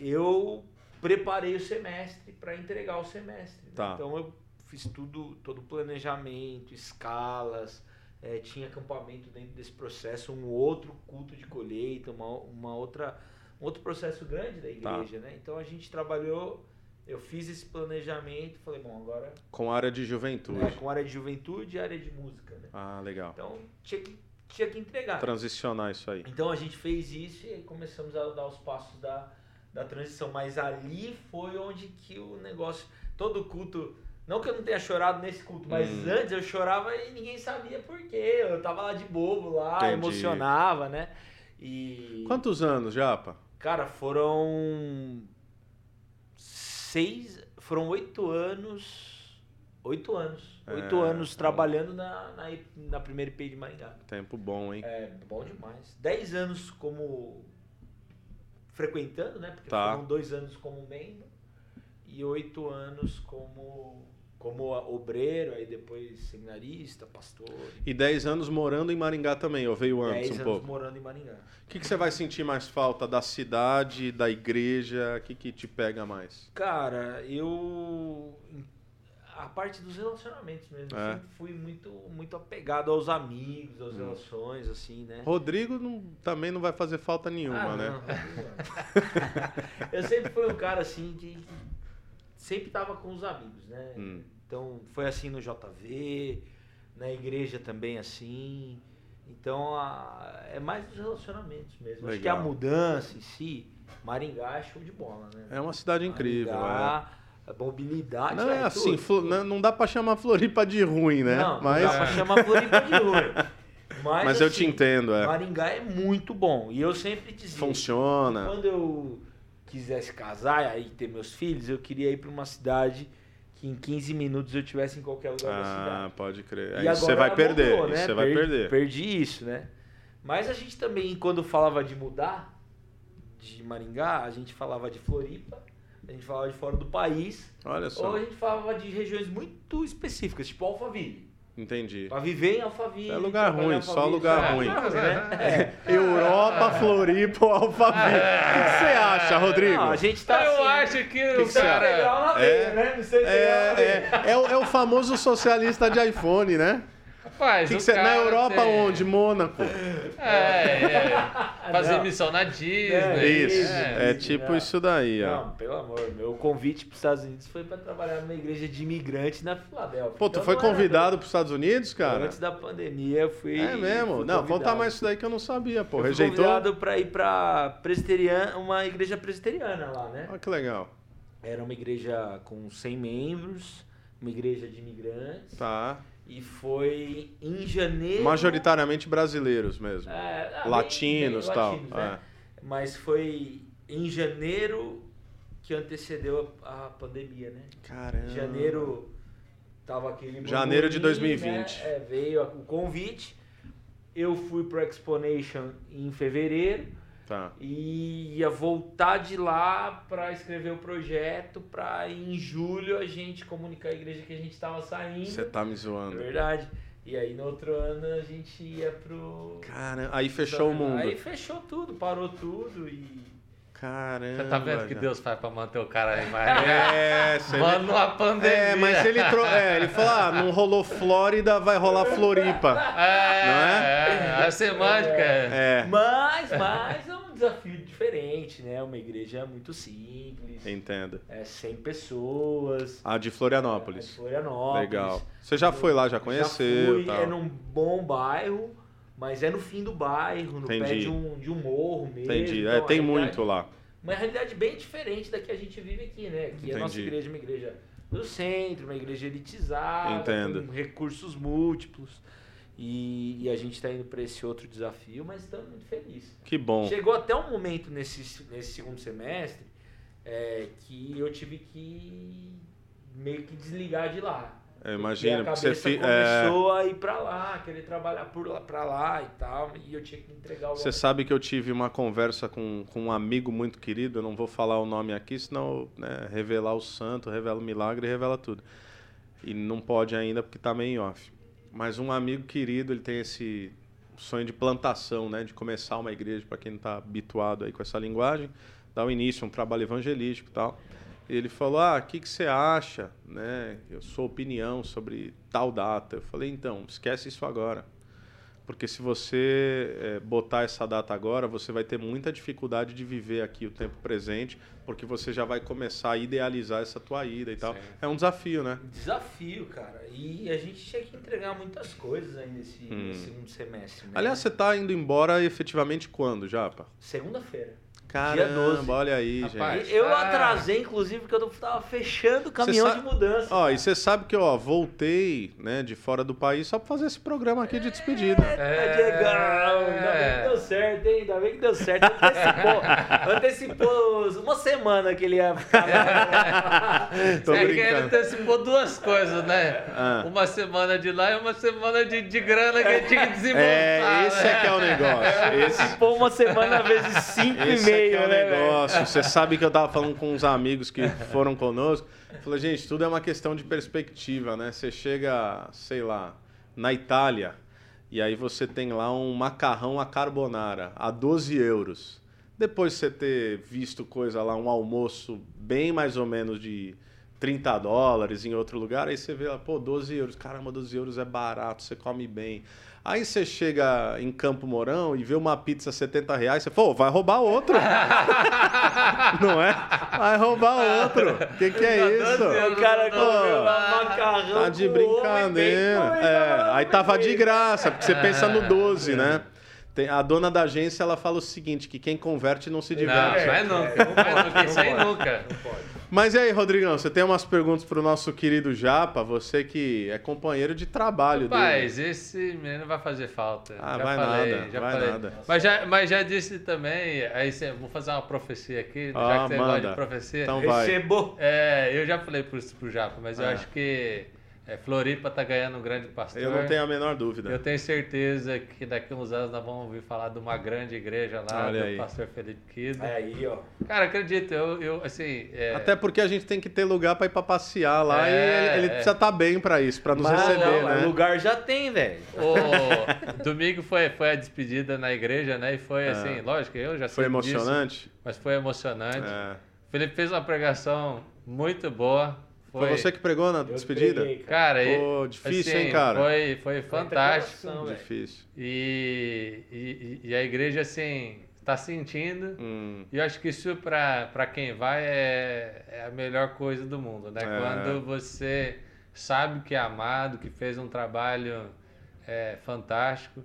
Speaker 2: eu preparei o semestre para entregar o semestre. né?
Speaker 1: Tá.
Speaker 2: Então eu fiz tudo, todo o planejamento, escalas, eh, tinha acampamento dentro desse processo, um outro culto de colheita, uma, uma outra, um outro processo grande da
Speaker 1: Tá.
Speaker 2: igreja, né? Então a gente trabalhou, eu fiz esse planejamento, falei, bom, agora
Speaker 1: Com área de
Speaker 2: é,
Speaker 1: juventude.
Speaker 2: com área de juventude e área de música, né?
Speaker 1: Ah, legal.
Speaker 2: Então tinha que, tinha que entregar. né?
Speaker 1: Transicionar isso aí.
Speaker 2: Então a gente fez isso e aí começamos a dar os passos da, da transição. Mas ali foi onde que o negócio. Todo culto. Não que eu não tenha chorado nesse culto, mas
Speaker 1: Hum.
Speaker 2: antes eu chorava e ninguém sabia por quê. Eu tava lá de bobo lá,
Speaker 1: Entendi.
Speaker 2: emocionava, né? E.
Speaker 1: Quantos anos, Japa?
Speaker 2: Cara, foram. Seis. Foram oito anos. Oito anos. Oito
Speaker 1: É,
Speaker 2: anos
Speaker 1: é.
Speaker 2: trabalhando na, na, na primeira IP de Maringá.
Speaker 1: Tempo bom, hein?
Speaker 2: É, bom demais. 10 anos como frequentando, né? Porque
Speaker 1: Tá.
Speaker 2: foram dois anos como membro e oito anos como como obreiro, aí depois seminarista, pastor.
Speaker 1: E 10 anos morando em Maringá também, ou veio antes
Speaker 2: Dez
Speaker 1: um
Speaker 2: anos
Speaker 1: pouco?
Speaker 2: morando em Maringá.
Speaker 1: O que, que você vai sentir mais falta? Da cidade, da igreja? O que, que te pega mais?
Speaker 2: Cara, eu a parte dos relacionamentos mesmo,
Speaker 1: É. Hum.
Speaker 2: eu sempre fui muito muito apegado aos amigos, às relações assim, né?
Speaker 1: Rodrigo não- também não vai fazer falta nenhuma,
Speaker 2: Ah,
Speaker 1: né?
Speaker 2: não, não. eu sempre fui um cara assim que que sempre tava com os amigos, né?
Speaker 1: Hum.
Speaker 2: Então foi assim no JV, na igreja também assim. Então a- é mais os relacionamentos mesmo. Acho que a
Speaker 1: Legal.
Speaker 2: mudança em si, Maringá é show de bola, né?
Speaker 1: É uma cidade incrível. é.
Speaker 2: Maringá, a mobilidade.
Speaker 1: Não é
Speaker 2: tudo.
Speaker 1: assim, Flo- não- não dá pra chamar Floripa de ruim, né?
Speaker 2: Não,
Speaker 1: mas
Speaker 2: não dá pra chamar Floripa de ruim. Mas,
Speaker 1: mas eu te
Speaker 2: assim,
Speaker 1: entendo, é.
Speaker 2: Maringá é muito bom. E eu sempre dizia.
Speaker 1: Funciona.
Speaker 2: Quando eu quisesse casar e aí ter meus filhos, eu queria ir pra uma cidade que em 15 minutos eu tivesse em qualquer lugar da cidade.
Speaker 1: Ah, pode crer.
Speaker 2: E
Speaker 1: Aí você
Speaker 2: agora
Speaker 1: vai
Speaker 2: ela
Speaker 1: perder.
Speaker 2: mudou, né?
Speaker 1: isso Você vai
Speaker 2: Perdi-
Speaker 1: perder.
Speaker 2: Perdi isso, né? Mas a gente também, quando falava de mudar de Maringá, a gente falava de Floripa, a gente falava de fora do país,
Speaker 1: Olha
Speaker 2: ou
Speaker 1: só.
Speaker 2: a gente falava de regiões muito específicas, tipo Alphaville.
Speaker 1: Entendi.
Speaker 2: Pra viver em Alphaville.
Speaker 1: É lugar
Speaker 2: trabalhar em
Speaker 1: ruim, só
Speaker 2: Alphaville,
Speaker 1: lugar
Speaker 3: É.
Speaker 2: só
Speaker 1: tá ruim. É.
Speaker 2: coisas, né?
Speaker 1: Europa, Floripa ou Alphaville. O que que você acha, Rodrigo?
Speaker 2: É. Não, a gente tá
Speaker 3: Então, eu
Speaker 2: assim,
Speaker 3: acho que,
Speaker 1: que
Speaker 3: o
Speaker 1: você
Speaker 2: Tá
Speaker 1: acha?
Speaker 3: cara.
Speaker 2: legal
Speaker 1: É.
Speaker 2: na veia, né? Não sei se legal na
Speaker 1: É,
Speaker 2: veia.
Speaker 1: é, é o, é o famoso socialista de iPhone, né?
Speaker 3: Rapaz,
Speaker 1: Que
Speaker 3: o
Speaker 1: que cê- na
Speaker 3: cara
Speaker 1: Europa
Speaker 3: tem-
Speaker 1: onde? Mônaco.
Speaker 3: É, é. Fazer
Speaker 2: Não.
Speaker 3: missão na Disney. né?
Speaker 2: É,
Speaker 1: Isso. É
Speaker 2: é, isso,
Speaker 1: tipo
Speaker 2: é.
Speaker 1: isso daí, ó.
Speaker 2: Não, pelo amor, meu convite para os Estados Unidos foi para trabalhar numa igreja de imigrantes na Filadélfia.
Speaker 1: Pô,
Speaker 2: Então,
Speaker 1: tu foi
Speaker 2: não era
Speaker 1: convidado pros Estados Unidos,
Speaker 2: meu-
Speaker 1: cara?
Speaker 2: Antes da pandemia, eu fui.
Speaker 1: É mesmo?
Speaker 2: fui
Speaker 1: Não, conta
Speaker 2: convidado.
Speaker 1: mais isso daí que eu não sabia, pô.
Speaker 2: Eu fui
Speaker 1: Rejeitou?
Speaker 2: convidado para ir para presbiteriana, uma igreja presbiteriana lá, né?
Speaker 1: Olha que legal.
Speaker 2: Era uma igreja com 100 membros, uma igreja de imigrantes.
Speaker 1: Tá.
Speaker 2: E foi em janeiro.
Speaker 1: Majoritariamente brasileiros mesmo.
Speaker 2: É, ah, bem-
Speaker 1: Latinos e
Speaker 2: bem
Speaker 1: tal. é.
Speaker 2: latinos, né? Mas foi em janeiro que antecedeu a, a pandemia, né?
Speaker 1: É. Caramba.
Speaker 2: Em janeiro tava aquele
Speaker 1: Janeiro de
Speaker 2: burburinho,
Speaker 1: 2020.
Speaker 2: né? É, veio a- o convite. Eu fui pro Exponation em fevereiro
Speaker 1: Tá.
Speaker 2: e ia voltar de lá para escrever o projeto para em julho a gente comunicar a igreja que a gente tava saindo.
Speaker 1: Você tá me
Speaker 2: É
Speaker 1: zoando.
Speaker 2: verdade. E aí no outro ano a gente ia pro
Speaker 1: Cara, aí fechou o mundo.
Speaker 2: Aí fechou tudo, parou tudo e
Speaker 1: Caramba.
Speaker 3: Você tá vendo que
Speaker 1: cara.
Speaker 3: Deus faz pra manter o cara aí, mas...
Speaker 1: É, você vê-
Speaker 3: Mano, a pandemia.
Speaker 1: É, mas ele, tro... é, ele falou, ah, não rolou Flórida, vai rolar Floripa.
Speaker 3: É,
Speaker 1: Não
Speaker 3: é? a semântica. É.
Speaker 1: É,
Speaker 2: Mas, mas é um desafio diferente, né? Uma igreja muito simples,
Speaker 1: entendo.
Speaker 2: é 100 pessoas,
Speaker 1: A de
Speaker 2: é
Speaker 1: Florianópolis.
Speaker 2: Florianópolis.
Speaker 1: Legal. Você já foi lá, já
Speaker 2: Já
Speaker 1: conheceu
Speaker 2: fui,
Speaker 1: e tal.
Speaker 2: é num bom bairro, mas é no fim do bairro, no pé
Speaker 1: Entendi.
Speaker 2: de um, de um morro mesmo.
Speaker 1: Entendi. É,
Speaker 2: Então, a
Speaker 1: tem
Speaker 2: realidade-
Speaker 1: muito lá.
Speaker 2: Uma realidade bem diferente da que a gente vive aqui, né? Aqui a nossa
Speaker 1: Entendi.
Speaker 2: igreja é uma igreja do centro, uma igreja elitizada,
Speaker 1: Entendo.
Speaker 2: com recursos múltiplos. E, e a gente está indo para esse outro desafio, mas estamos muito felizes.
Speaker 1: Que bom.
Speaker 2: Chegou até um momento nesse, nesse segundo semestre é, que eu tive que meio que desligar de lá.
Speaker 1: Eu
Speaker 2: E
Speaker 1: imagino.
Speaker 2: a
Speaker 1: porque Você,
Speaker 2: cabeça
Speaker 1: fi... é,
Speaker 2: começou a ir pra lá, querer trabalhar por lá, pra lá e tal, e eu tinha que entregar alguma
Speaker 1: você sabe que eu tive uma conversa com, com um amigo muito querido, eu não vou falar o nome aqui, senão né, revelar o santo, revela o milagre, revela tudo. E não pode ainda porque tá meio em off. Mas um amigo querido, ele tem esse sonho de plantação, né, de começar uma igreja, para quem não está habituado aí com essa linguagem, dar o início a um trabalho evangelístico e tal. E ele falou: "Ah, o que que você acha, né? Eu sou opinião sobre tal data". Eu falei: "Então, esquece isso agora". Porque se você eh, botar essa data agora, você vai ter muita dificuldade de viver aqui o tempo presente, porque você já vai começar a idealizar essa tua ida e tal.
Speaker 3: Sim.
Speaker 1: É um desafio, né?
Speaker 2: Desafio, cara. E a gente tinha que entregar muitas coisas aí nesse,
Speaker 1: Hum.
Speaker 2: nesse segundo semestre,
Speaker 3: É.
Speaker 2: né?
Speaker 1: Aliás, você tá indo embora efetivamente quando, Japa?
Speaker 2: segunda-feira.
Speaker 1: Caramba,
Speaker 2: 12.
Speaker 1: olha aí,
Speaker 3: Rapaz,
Speaker 1: gente.
Speaker 3: Mas
Speaker 2: Eu
Speaker 3: tá-
Speaker 2: atrasei, inclusive, porque eu tava fechando o caminhão
Speaker 1: Ah, Você
Speaker 2: de mudança.
Speaker 1: Ó, e você sabe que eu ó, voltei, né, de fora do país só pra fazer esse programa aqui de despedida.
Speaker 2: É, Diegão, ainda bem que deu certo, hein? Ainda bem que deu certo. Antecipou, antecipou uma semana que ele ia ficar.
Speaker 1: Tô
Speaker 3: é que ele
Speaker 1: brincando.
Speaker 3: antecipou duas coisas, né?
Speaker 1: Ah.
Speaker 3: Uma semana de lá e uma semana de, de grana que ele tinha que desembolsar.
Speaker 1: É, esse
Speaker 3: né?
Speaker 1: é que é o negócio. Esse,
Speaker 2: Antecipou uma semana vezes cinco um e
Speaker 1: esse é que
Speaker 2: meio,
Speaker 1: é o
Speaker 2: né, velho?
Speaker 1: negócio. Você sabe que eu tava falando com uns amigos que foram conosco. Falei, gente, tudo é uma questão de perspectiva, né? Você chega, sei lá, na Itália e aí você tem lá um macarrão à carbonara a 12 euros. Depois de você ter visto coisa lá, um almoço bem mais ou menos de 30 dólares em outro lugar, aí você vê lá, pô, 12 euros. Caramba, 12 euros é barato, você come bem. Aí você chega em Campo Mourão e vê uma pizza 70 reais, você, pô, vai roubar outro. Não é? Vai roubar outro. O que, que é
Speaker 3: Tá
Speaker 1: isso?
Speaker 3: 12 euros.
Speaker 2: O cara
Speaker 3: Pô,
Speaker 2: comeu macarrão.
Speaker 1: Tá de
Speaker 2: com ovo e
Speaker 1: brincadeira.
Speaker 2: bacon, e
Speaker 1: É, aí tava de
Speaker 2: bacon.
Speaker 1: graça, porque você pensa no
Speaker 3: tá É.
Speaker 1: 12, né? Tem- a dona da agência ela fala o seguinte: que quem converte não se
Speaker 3: Não, É.
Speaker 1: diverte.
Speaker 3: vai nunca, vai nunca, isso aí nunca.
Speaker 2: Não pode.
Speaker 1: Mas e aí, Rodrigão, você tem umas perguntas pro nosso querido Japa, você que é companheiro de trabalho dele.
Speaker 3: Rapaz, esse menino vai fazer falta.
Speaker 1: Ah,
Speaker 3: já
Speaker 1: vai
Speaker 3: falei,
Speaker 1: nada,
Speaker 3: já
Speaker 1: vai
Speaker 3: falei.
Speaker 1: nada.
Speaker 3: Mas já, mas já disse também, aí você, vou fazer uma profecia aqui,
Speaker 1: Ah,
Speaker 3: já que você gosta
Speaker 1: manda.
Speaker 3: de profecia.
Speaker 1: Então vai.
Speaker 2: Recebou.
Speaker 3: É, eu já falei pro, pro Japa, mas eu
Speaker 1: Ah.
Speaker 3: acho que é, Floripa tá ganhando um grande pastor.
Speaker 1: Eu não tenho a menor dúvida.
Speaker 3: Eu tenho certeza que daqui a uns anos nós vamos ouvir falar de uma grande igreja lá,
Speaker 1: Olha
Speaker 3: do
Speaker 1: aí.
Speaker 3: pastor Felipe Kido.
Speaker 2: É, Aí, ó.
Speaker 3: Cara, acredito, eu, eu assim. é,
Speaker 1: Até porque a gente tem que ter lugar pra ir pra passear lá e
Speaker 3: É,
Speaker 1: ele, ele
Speaker 3: é.
Speaker 1: precisa estar bem pra isso, pra nos
Speaker 2: Mas
Speaker 1: receber,
Speaker 2: não,
Speaker 1: né?
Speaker 2: lugar já tem, velho.
Speaker 3: o domingo foi, foi a despedida na igreja, né? E foi assim, lógico, eu já
Speaker 1: É. Foi
Speaker 3: sei disso,
Speaker 1: emocionante?
Speaker 3: mas foi emocionante.
Speaker 1: É.
Speaker 3: O Felipe fez uma pregação muito boa.
Speaker 1: Foi.
Speaker 3: Foi,
Speaker 1: você que pregou na
Speaker 2: Eu
Speaker 1: despedida?
Speaker 2: peguei, cara.
Speaker 3: Cara, e-
Speaker 1: Pô, difícil,
Speaker 3: assim,
Speaker 1: hein, cara?
Speaker 3: Foi, foi fantástico.
Speaker 2: declaração, velho.
Speaker 1: Difícil.
Speaker 3: E, e, e a igreja, assim, tá sentindo.
Speaker 1: Hum,
Speaker 3: E eu acho que isso, para quem vai, é, é a melhor coisa do mundo, né?
Speaker 1: É.
Speaker 3: Quando você sabe que é amado, que fez um trabalho é, fantástico.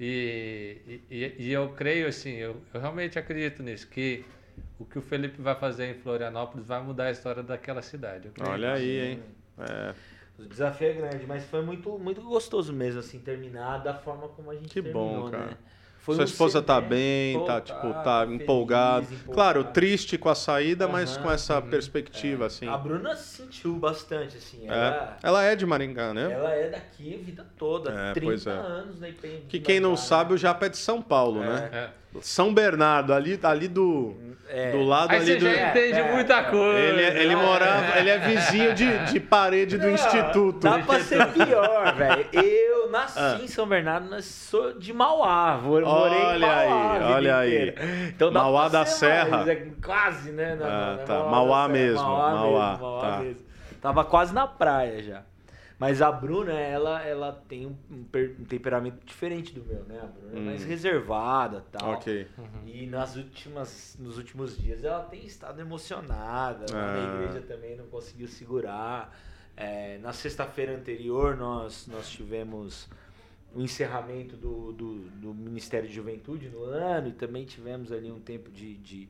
Speaker 3: E, e, e eu creio, assim, eu, eu realmente acredito nisso, que o que o Felipe vai fazer em Florianópolis vai mudar a história daquela cidade. eu creio.
Speaker 1: olha aí, hein? É,
Speaker 2: O desafio é grande, mas foi muito, muito gostoso mesmo, assim, terminar da forma como a gente
Speaker 1: Que
Speaker 2: terminou,
Speaker 1: bom, cara.
Speaker 2: né? Foi
Speaker 1: sua
Speaker 2: um
Speaker 1: esposa tá
Speaker 2: semestre-
Speaker 1: bem,
Speaker 2: Pô,
Speaker 1: tá, tipo, tá
Speaker 2: feliz,
Speaker 1: empolgado.
Speaker 2: empolgada.
Speaker 1: Claro, triste com a saída, mas
Speaker 2: Aham, uhum. É.
Speaker 1: com essa perspectiva, assim.
Speaker 2: A Bruna sentiu bastante, assim.
Speaker 1: É.
Speaker 2: Ela,
Speaker 1: Ela é de Maringá, né?
Speaker 2: ela é daqui a vida toda.
Speaker 1: É,
Speaker 2: 30
Speaker 1: pois é.
Speaker 2: anos na IPM.
Speaker 1: Que quem não sabe, o Japa é de São Paulo, né?
Speaker 3: É.
Speaker 1: São Bernardo, ali, ali do, do lado
Speaker 3: Aí
Speaker 1: ali
Speaker 3: você
Speaker 1: do.
Speaker 3: já entende
Speaker 2: É,
Speaker 3: muita
Speaker 2: é.
Speaker 3: coisa.
Speaker 1: Ele, ele é
Speaker 3: né?
Speaker 2: Ah, É. Tá
Speaker 1: morava, ele é vizinho de, de parede do instituto.
Speaker 2: Dá pra ser pior, velho. Eu nasci
Speaker 1: Ah.
Speaker 2: em São Bernardo, mas sou de Mauá. Vou- Morei em
Speaker 1: Olha
Speaker 2: Mauá.
Speaker 1: aí,
Speaker 2: a vida
Speaker 1: olha aí.
Speaker 2: inteira. Então dá
Speaker 1: Mauá
Speaker 2: pra
Speaker 1: da
Speaker 2: ser
Speaker 1: Serra.
Speaker 2: mais, é quase, né? na-
Speaker 1: Ah,
Speaker 2: na-
Speaker 1: tá.
Speaker 2: na
Speaker 1: Mauá
Speaker 2: da Serra.
Speaker 1: mesmo,
Speaker 2: Mauá,
Speaker 1: Mauá,
Speaker 2: mesmo. Mauá
Speaker 1: tá.
Speaker 2: mesmo. Tava quase na praia já. Mas a Bruna, ela, ela tem um, um per- um temperamento diferente do meu, né? A Bruna
Speaker 1: Hum.
Speaker 2: é mais reservada e tal.
Speaker 1: Ok.
Speaker 3: Uhum.
Speaker 2: E nas últimas, nos últimos dias ela tem estado emocionada. Lá
Speaker 1: Ah.
Speaker 2: Na igreja também não conseguiu segurar. É, na sexta-feira anterior nós, nós tivemos o encerramento do, do, do Ministério de Juventude no ano e também tivemos ali um tempo de, de,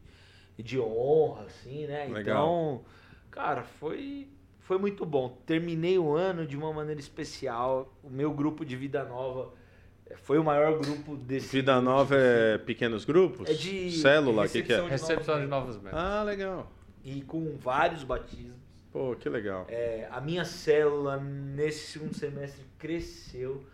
Speaker 2: de honra, assim, né?
Speaker 1: Legal.
Speaker 2: Então, cara, foi, foi muito bom. Terminei o ano de uma maneira especial. O meu grupo de Vida Nova é, foi o maior grupo desse
Speaker 1: Vida Nova é pequenos grupos?
Speaker 2: É de
Speaker 1: Célula, o que, que é?
Speaker 2: recepção
Speaker 3: Recepção de novos membros.
Speaker 1: Ah, legal.
Speaker 2: e com vários batismos.
Speaker 1: Pô, que legal.
Speaker 2: É, a minha célula nesse segundo semestre cresceu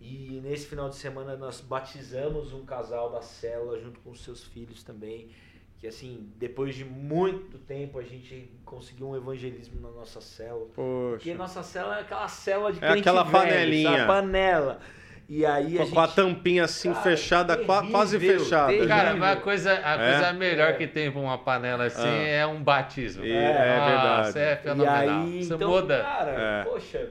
Speaker 2: e nesse final de semana nós batizamos um casal da célula junto com seus filhos também. Que assim, depois de muito tempo a gente conseguiu um evangelismo na nossa célula. Porque
Speaker 1: Poxa.
Speaker 2: nossa célula é aquela célula de
Speaker 1: É
Speaker 2: crente
Speaker 1: aquela
Speaker 2: velho,
Speaker 1: panelinha.
Speaker 2: sabe? panela. E aí a
Speaker 1: Com a
Speaker 2: gente-
Speaker 1: tampinha assim
Speaker 2: Cara,
Speaker 1: fechada, qua- quase
Speaker 2: terrível,
Speaker 1: fechada.
Speaker 2: terrível.
Speaker 1: já.
Speaker 3: Cara, mas a coisa, a
Speaker 1: É?
Speaker 3: coisa melhor
Speaker 2: É.
Speaker 3: que tem pra uma panela assim
Speaker 1: Ah.
Speaker 3: é um batismo.
Speaker 1: E- é
Speaker 3: Nossa,
Speaker 1: verdade.
Speaker 3: é fenomenal.
Speaker 2: E aí,
Speaker 3: Você
Speaker 2: então,
Speaker 3: muda.
Speaker 2: cara,
Speaker 1: É.
Speaker 2: poxa,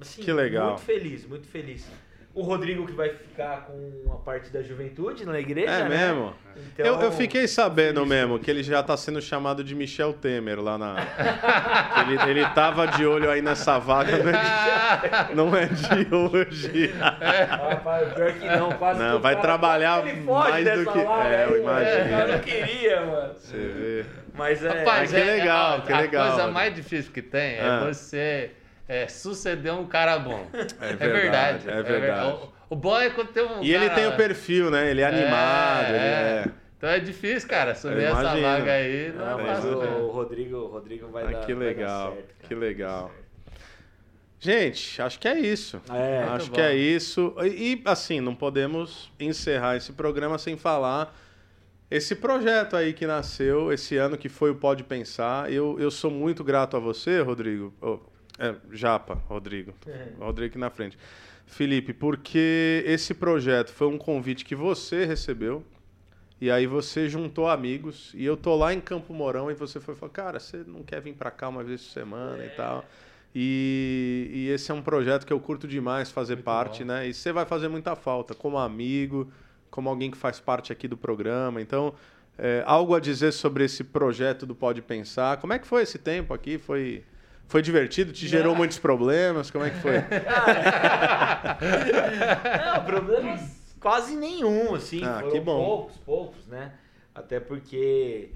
Speaker 2: assim,
Speaker 1: Que legal.
Speaker 2: muito feliz, muito feliz. O Rodrigo que vai ficar com a parte da juventude na igreja,
Speaker 1: É
Speaker 2: né?
Speaker 1: mesmo?
Speaker 2: Então,
Speaker 1: eu, eu fiquei sabendo mesmo que ele já tá sendo chamado de Michel Temer lá na. Que ele, ele tava de olho aí nessa vaga, não é
Speaker 3: Ah,
Speaker 1: de, não é de hoje.
Speaker 2: É. Rapaz, pior que não, quase
Speaker 1: Não,
Speaker 2: que o
Speaker 1: vai
Speaker 2: cara-
Speaker 1: trabalhar
Speaker 2: quase que ele foge
Speaker 1: mais
Speaker 2: dessa
Speaker 1: do que-
Speaker 2: Lá,
Speaker 1: é, eu
Speaker 2: né?
Speaker 1: imagino.
Speaker 2: Eu não queria, mano.
Speaker 1: Você vê.
Speaker 2: Mas é...
Speaker 3: Rapaz,
Speaker 1: que
Speaker 3: é- é-
Speaker 1: legal,
Speaker 3: a,
Speaker 1: que legal.
Speaker 3: A coisa mais difícil que tem é
Speaker 1: Ah.
Speaker 3: você é, suceder um cara bom.
Speaker 1: É verdade, é
Speaker 3: ver-
Speaker 1: verdade.
Speaker 3: O, o bom é quando tem um
Speaker 1: E ele
Speaker 3: cara-
Speaker 1: tem o perfil, né? Ele é animado, ele é.
Speaker 3: Então é difícil, cara, subir
Speaker 1: Eu
Speaker 3: essa
Speaker 1: imagino.
Speaker 3: vaga aí. Não
Speaker 2: Não,
Speaker 3: é
Speaker 2: mas
Speaker 3: fácil,
Speaker 1: Imagino.
Speaker 2: o, o
Speaker 3: não.
Speaker 2: Rodrigo, o Rodrigo vai
Speaker 1: Ah,
Speaker 2: dar
Speaker 1: que
Speaker 2: vai dar
Speaker 1: legal,
Speaker 2: certo, cara.
Speaker 1: que legal. Gente, acho que é isso.
Speaker 2: É,
Speaker 1: acho
Speaker 3: bom.
Speaker 1: que é isso. E, e, assim, não podemos encerrar esse programa sem falar esse projeto aí que nasceu esse ano, que foi o Pode Pensar. Eu, eu sou muito grato a você, Rodrigo. Ô, é, Japa, Rodrigo.
Speaker 2: É.
Speaker 1: Rodrigo aqui na frente. Felipe, porque esse projeto foi um convite que você recebeu. E aí você juntou amigos e eu tô lá em Campo Mourão e você foi falar, cara, você não quer vir pra cá uma vez por
Speaker 3: É.
Speaker 1: semana e tal. E, e esse é um projeto que eu curto demais fazer
Speaker 3: Muito
Speaker 1: parte,
Speaker 3: bom.
Speaker 1: né? E você vai fazer muita falta como amigo, como alguém que faz parte aqui do programa. Então, é, algo a dizer sobre esse projeto do Pode Pensar? Como é que foi esse tempo aqui? Foi, foi divertido? Te gerou muitos problemas? Como é que foi?
Speaker 2: Não, problemas quase nenhum, assim.
Speaker 1: Ah,
Speaker 2: foram
Speaker 1: que bom.
Speaker 2: poucos, poucos, né? Até porque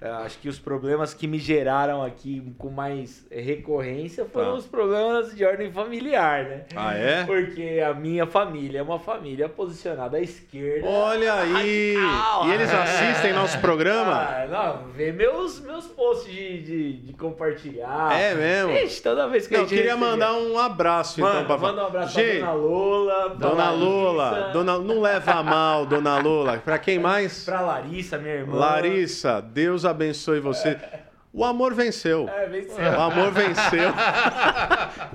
Speaker 2: eh, acho que os problemas que me geraram aqui com mais recorrência foram
Speaker 1: Ah.
Speaker 2: os problemas de ordem familiar, né?
Speaker 1: Ah, é?
Speaker 2: Porque a minha família é uma família posicionada à esquerda.
Speaker 1: Olha aí!
Speaker 2: Radical,
Speaker 1: E eles
Speaker 2: né?
Speaker 1: assistem nosso programa?
Speaker 2: Ah, não, vê meus, meus posts de, de, de
Speaker 3: Ah.
Speaker 2: compartilhar.
Speaker 1: É mesmo?
Speaker 2: Ixi, toda vez que
Speaker 1: Não,
Speaker 2: a
Speaker 1: eu
Speaker 2: gente
Speaker 1: queria
Speaker 2: recebia.
Speaker 1: mandar um abraço então
Speaker 2: Manda,
Speaker 1: pra
Speaker 2: manda um abraço
Speaker 1: Gente,
Speaker 2: pra Dona Lola. pra
Speaker 1: Dona Lula,
Speaker 2: Larissa,
Speaker 1: Dona, não leva a mal, Dona Lula. Pra quem mais?
Speaker 2: Pra Larissa, minha irmã.
Speaker 1: Larissa, Deus abençoe você. O amor venceu.
Speaker 2: É, venceu.
Speaker 1: O amor venceu.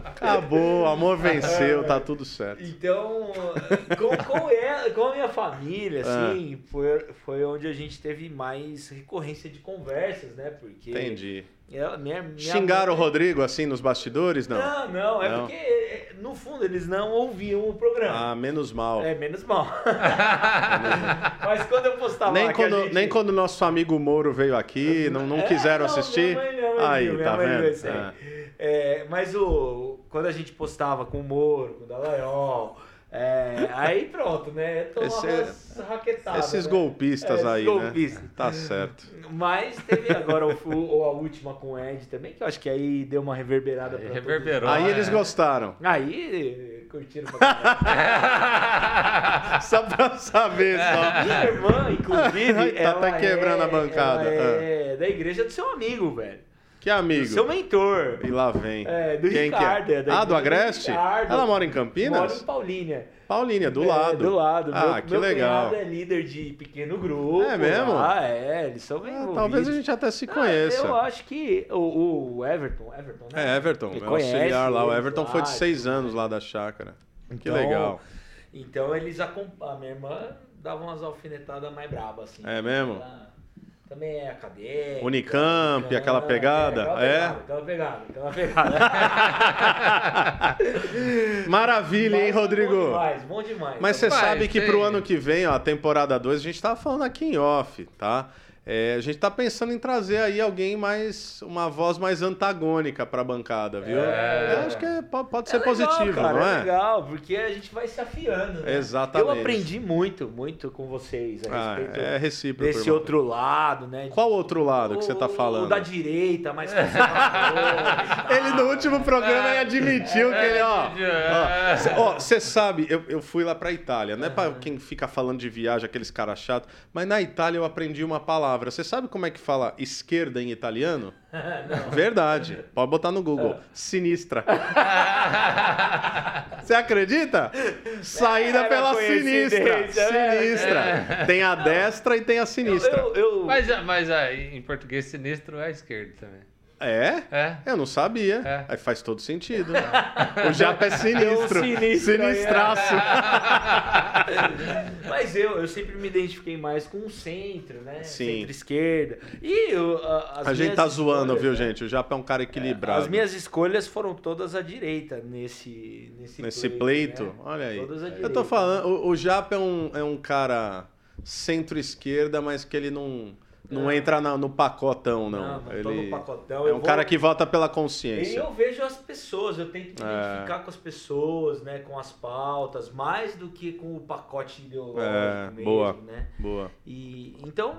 Speaker 1: Acabou, o amor venceu, tá tudo certo.
Speaker 2: Então, com, com, ela, com a minha família,
Speaker 1: É.
Speaker 2: assim, foi, foi onde a gente teve mais recorrência de conversas, né? Porque.
Speaker 1: Entendi.
Speaker 2: Ela, minha, minha
Speaker 1: Xingaram o
Speaker 2: mãe-
Speaker 1: Rodrigo assim nos bastidores? Não.
Speaker 2: Não, não, é
Speaker 1: Não.
Speaker 2: porque, é, no fundo, eles não ouviam o programa.
Speaker 1: Ah, menos mal.
Speaker 2: É, menos mal. Mas quando eu postava
Speaker 1: Nem
Speaker 2: tá lá que
Speaker 1: quando,
Speaker 2: a gente...
Speaker 1: nem quando nosso amigo Moro veio aqui, não, não
Speaker 2: É,
Speaker 1: quiseram
Speaker 2: não,
Speaker 1: assistir.
Speaker 2: minha mãe- minha mãe
Speaker 1: aí,
Speaker 2: viu, minha
Speaker 1: tá
Speaker 2: mãe viu
Speaker 1: vendo?
Speaker 2: isso aí. É, mas o, quando a gente postava com o Moro, com o Dallagnol, é, aí pronto, né? Tomava
Speaker 1: Esse-
Speaker 2: as raquetadas.
Speaker 1: Esses
Speaker 2: né? É,
Speaker 1: golpistas
Speaker 2: esses
Speaker 1: aí,
Speaker 2: golpistas.
Speaker 1: né? Tá certo.
Speaker 2: Mas teve agora o, o- ou a última com o Ed também, que eu acho que aí deu uma reverberada
Speaker 3: Aí
Speaker 2: pra
Speaker 3: reverberou.
Speaker 1: Aí
Speaker 3: é.
Speaker 2: Ah.
Speaker 1: eles gostaram.
Speaker 2: todos. Aí curtiram pra caralho.
Speaker 1: Só pra saber, só.
Speaker 2: Minha irmã,
Speaker 1: Ai,
Speaker 2: inclusive.
Speaker 1: tá
Speaker 2: ela
Speaker 1: até quebrando
Speaker 2: é-
Speaker 1: a bancada.
Speaker 2: ela É da igreja do seu amigo, velho.
Speaker 1: Que
Speaker 2: Do
Speaker 1: amigo.
Speaker 2: seu mentor.
Speaker 1: E lá vem.
Speaker 2: É, do
Speaker 1: Quem
Speaker 2: Ricardo.
Speaker 1: que é?
Speaker 2: é da
Speaker 1: Ah, do
Speaker 2: igreja
Speaker 1: Agreste?
Speaker 2: Ricardo.
Speaker 1: Ela mora em Campinas?
Speaker 2: Mora em Paulínia.
Speaker 1: Paulínia, do
Speaker 2: É,
Speaker 1: lado.
Speaker 2: do lado.
Speaker 1: Ah,
Speaker 2: meu,
Speaker 1: que
Speaker 2: meu
Speaker 1: legal.
Speaker 2: cunhado é líder de pequeno grupo.
Speaker 1: É mesmo?
Speaker 2: Ah, é. Eles são bem
Speaker 1: Ah, talvez a gente até se conheça.
Speaker 2: eu acho que o, o Everton, Everton, né?
Speaker 1: É, Everton.
Speaker 2: Ele
Speaker 1: É auxiliar
Speaker 2: conhece
Speaker 1: lá. O
Speaker 2: eles
Speaker 1: Everton
Speaker 2: lá
Speaker 1: foi de
Speaker 2: e
Speaker 1: seis anos lá da chácara. Que legal.
Speaker 2: Então eles acompanham. A minha irmã dava umas alfinetadas mais brabas, assim.
Speaker 1: É mesmo?
Speaker 2: Ela também é acadêmica.
Speaker 1: Unicamp, aquela pegada, é?
Speaker 2: Aquela pegada, aquela pegada. Aquela pegada.
Speaker 1: Maravilha, hein,
Speaker 2: Mas é Bom
Speaker 1: Rodrigo?
Speaker 2: demais, bom demais. é
Speaker 1: Mas você
Speaker 3: Rapaz,
Speaker 1: sabe que
Speaker 3: tem-
Speaker 1: pro ano que vem, ó, a temporada 2, a gente tava falando aqui em off, tá? É, a gente tá pensando em trazer aí alguém mais. uma voz mais antagônica pra bancada, viu?
Speaker 3: É.
Speaker 1: Eu acho que é- po- pode ser
Speaker 2: É legal,
Speaker 1: positivo,
Speaker 2: cara,
Speaker 1: não
Speaker 2: É
Speaker 1: é?
Speaker 2: legal, porque a gente vai se afiando. né?
Speaker 1: Exatamente.
Speaker 2: Eu aprendi muito, muito com vocês a
Speaker 1: Ah,
Speaker 2: respeito
Speaker 1: é recíproco.
Speaker 2: desse
Speaker 1: irmão.
Speaker 2: outro lado, né?
Speaker 1: Qual outro lado que você tá
Speaker 2: O-
Speaker 1: falando?
Speaker 2: O da direita, mais conservador.
Speaker 1: Ele é no último programa ele admitiu que ele, ó.
Speaker 3: É.
Speaker 1: Ó, você sabe, eu, eu fui lá pra Itália, não é pra quem fica falando de viagem, aqueles caras chatos, mas na Itália eu aprendi uma palavra. Você sabe como é que fala esquerda em italiano? Verdade. Pode botar no
Speaker 2: É.
Speaker 1: Google. Sinistra. Você acredita? Saída
Speaker 2: É, Era
Speaker 1: pela sinistra.
Speaker 2: coincidência, né?
Speaker 1: Sinistra. Tem a destra e tem a sinistra.
Speaker 2: Eu, eu-
Speaker 3: Mas, ah, mas ah, em português, sinistro é esquerdo também.
Speaker 1: É?
Speaker 3: É?
Speaker 1: Eu não sabia.
Speaker 3: É.
Speaker 1: Aí faz todo sentido. o Japa é sinistro.
Speaker 2: É um sinistro aí, é.
Speaker 1: Sinistraço.
Speaker 2: mas eu, eu sempre me identifiquei mais com o centro, né?
Speaker 1: Sim.
Speaker 2: Centro-esquerda. E eu, a, as
Speaker 1: A gente
Speaker 2: minhas
Speaker 1: tá zoando,
Speaker 2: escolhas,
Speaker 1: viu,
Speaker 2: né?
Speaker 1: gente? O Japa é um cara equilibrado.
Speaker 2: As minhas escolhas foram todas à direita nesse nesse,
Speaker 1: Nesse pleito,
Speaker 2: Tipo né?
Speaker 1: olha aí. É.
Speaker 2: Todas à
Speaker 1: Eu
Speaker 2: direita.
Speaker 1: tô falando, o, o Japa é um, é um cara centro-esquerda, mas que ele não, não entra na- no pacotão, não.
Speaker 2: É. Não, não tô
Speaker 1: ele
Speaker 2: no pacotão,
Speaker 1: é
Speaker 2: eu
Speaker 1: um
Speaker 2: vou-
Speaker 1: cara que vota pela
Speaker 2: E
Speaker 1: consciência.
Speaker 2: eu vejo as pessoas, eu tento me
Speaker 1: É.
Speaker 2: identificar com as pessoas, né, com as pautas, mais do que com o pacote ideológico
Speaker 1: É,
Speaker 2: mesmo,
Speaker 1: boa.
Speaker 2: né?
Speaker 1: Boa.
Speaker 2: E então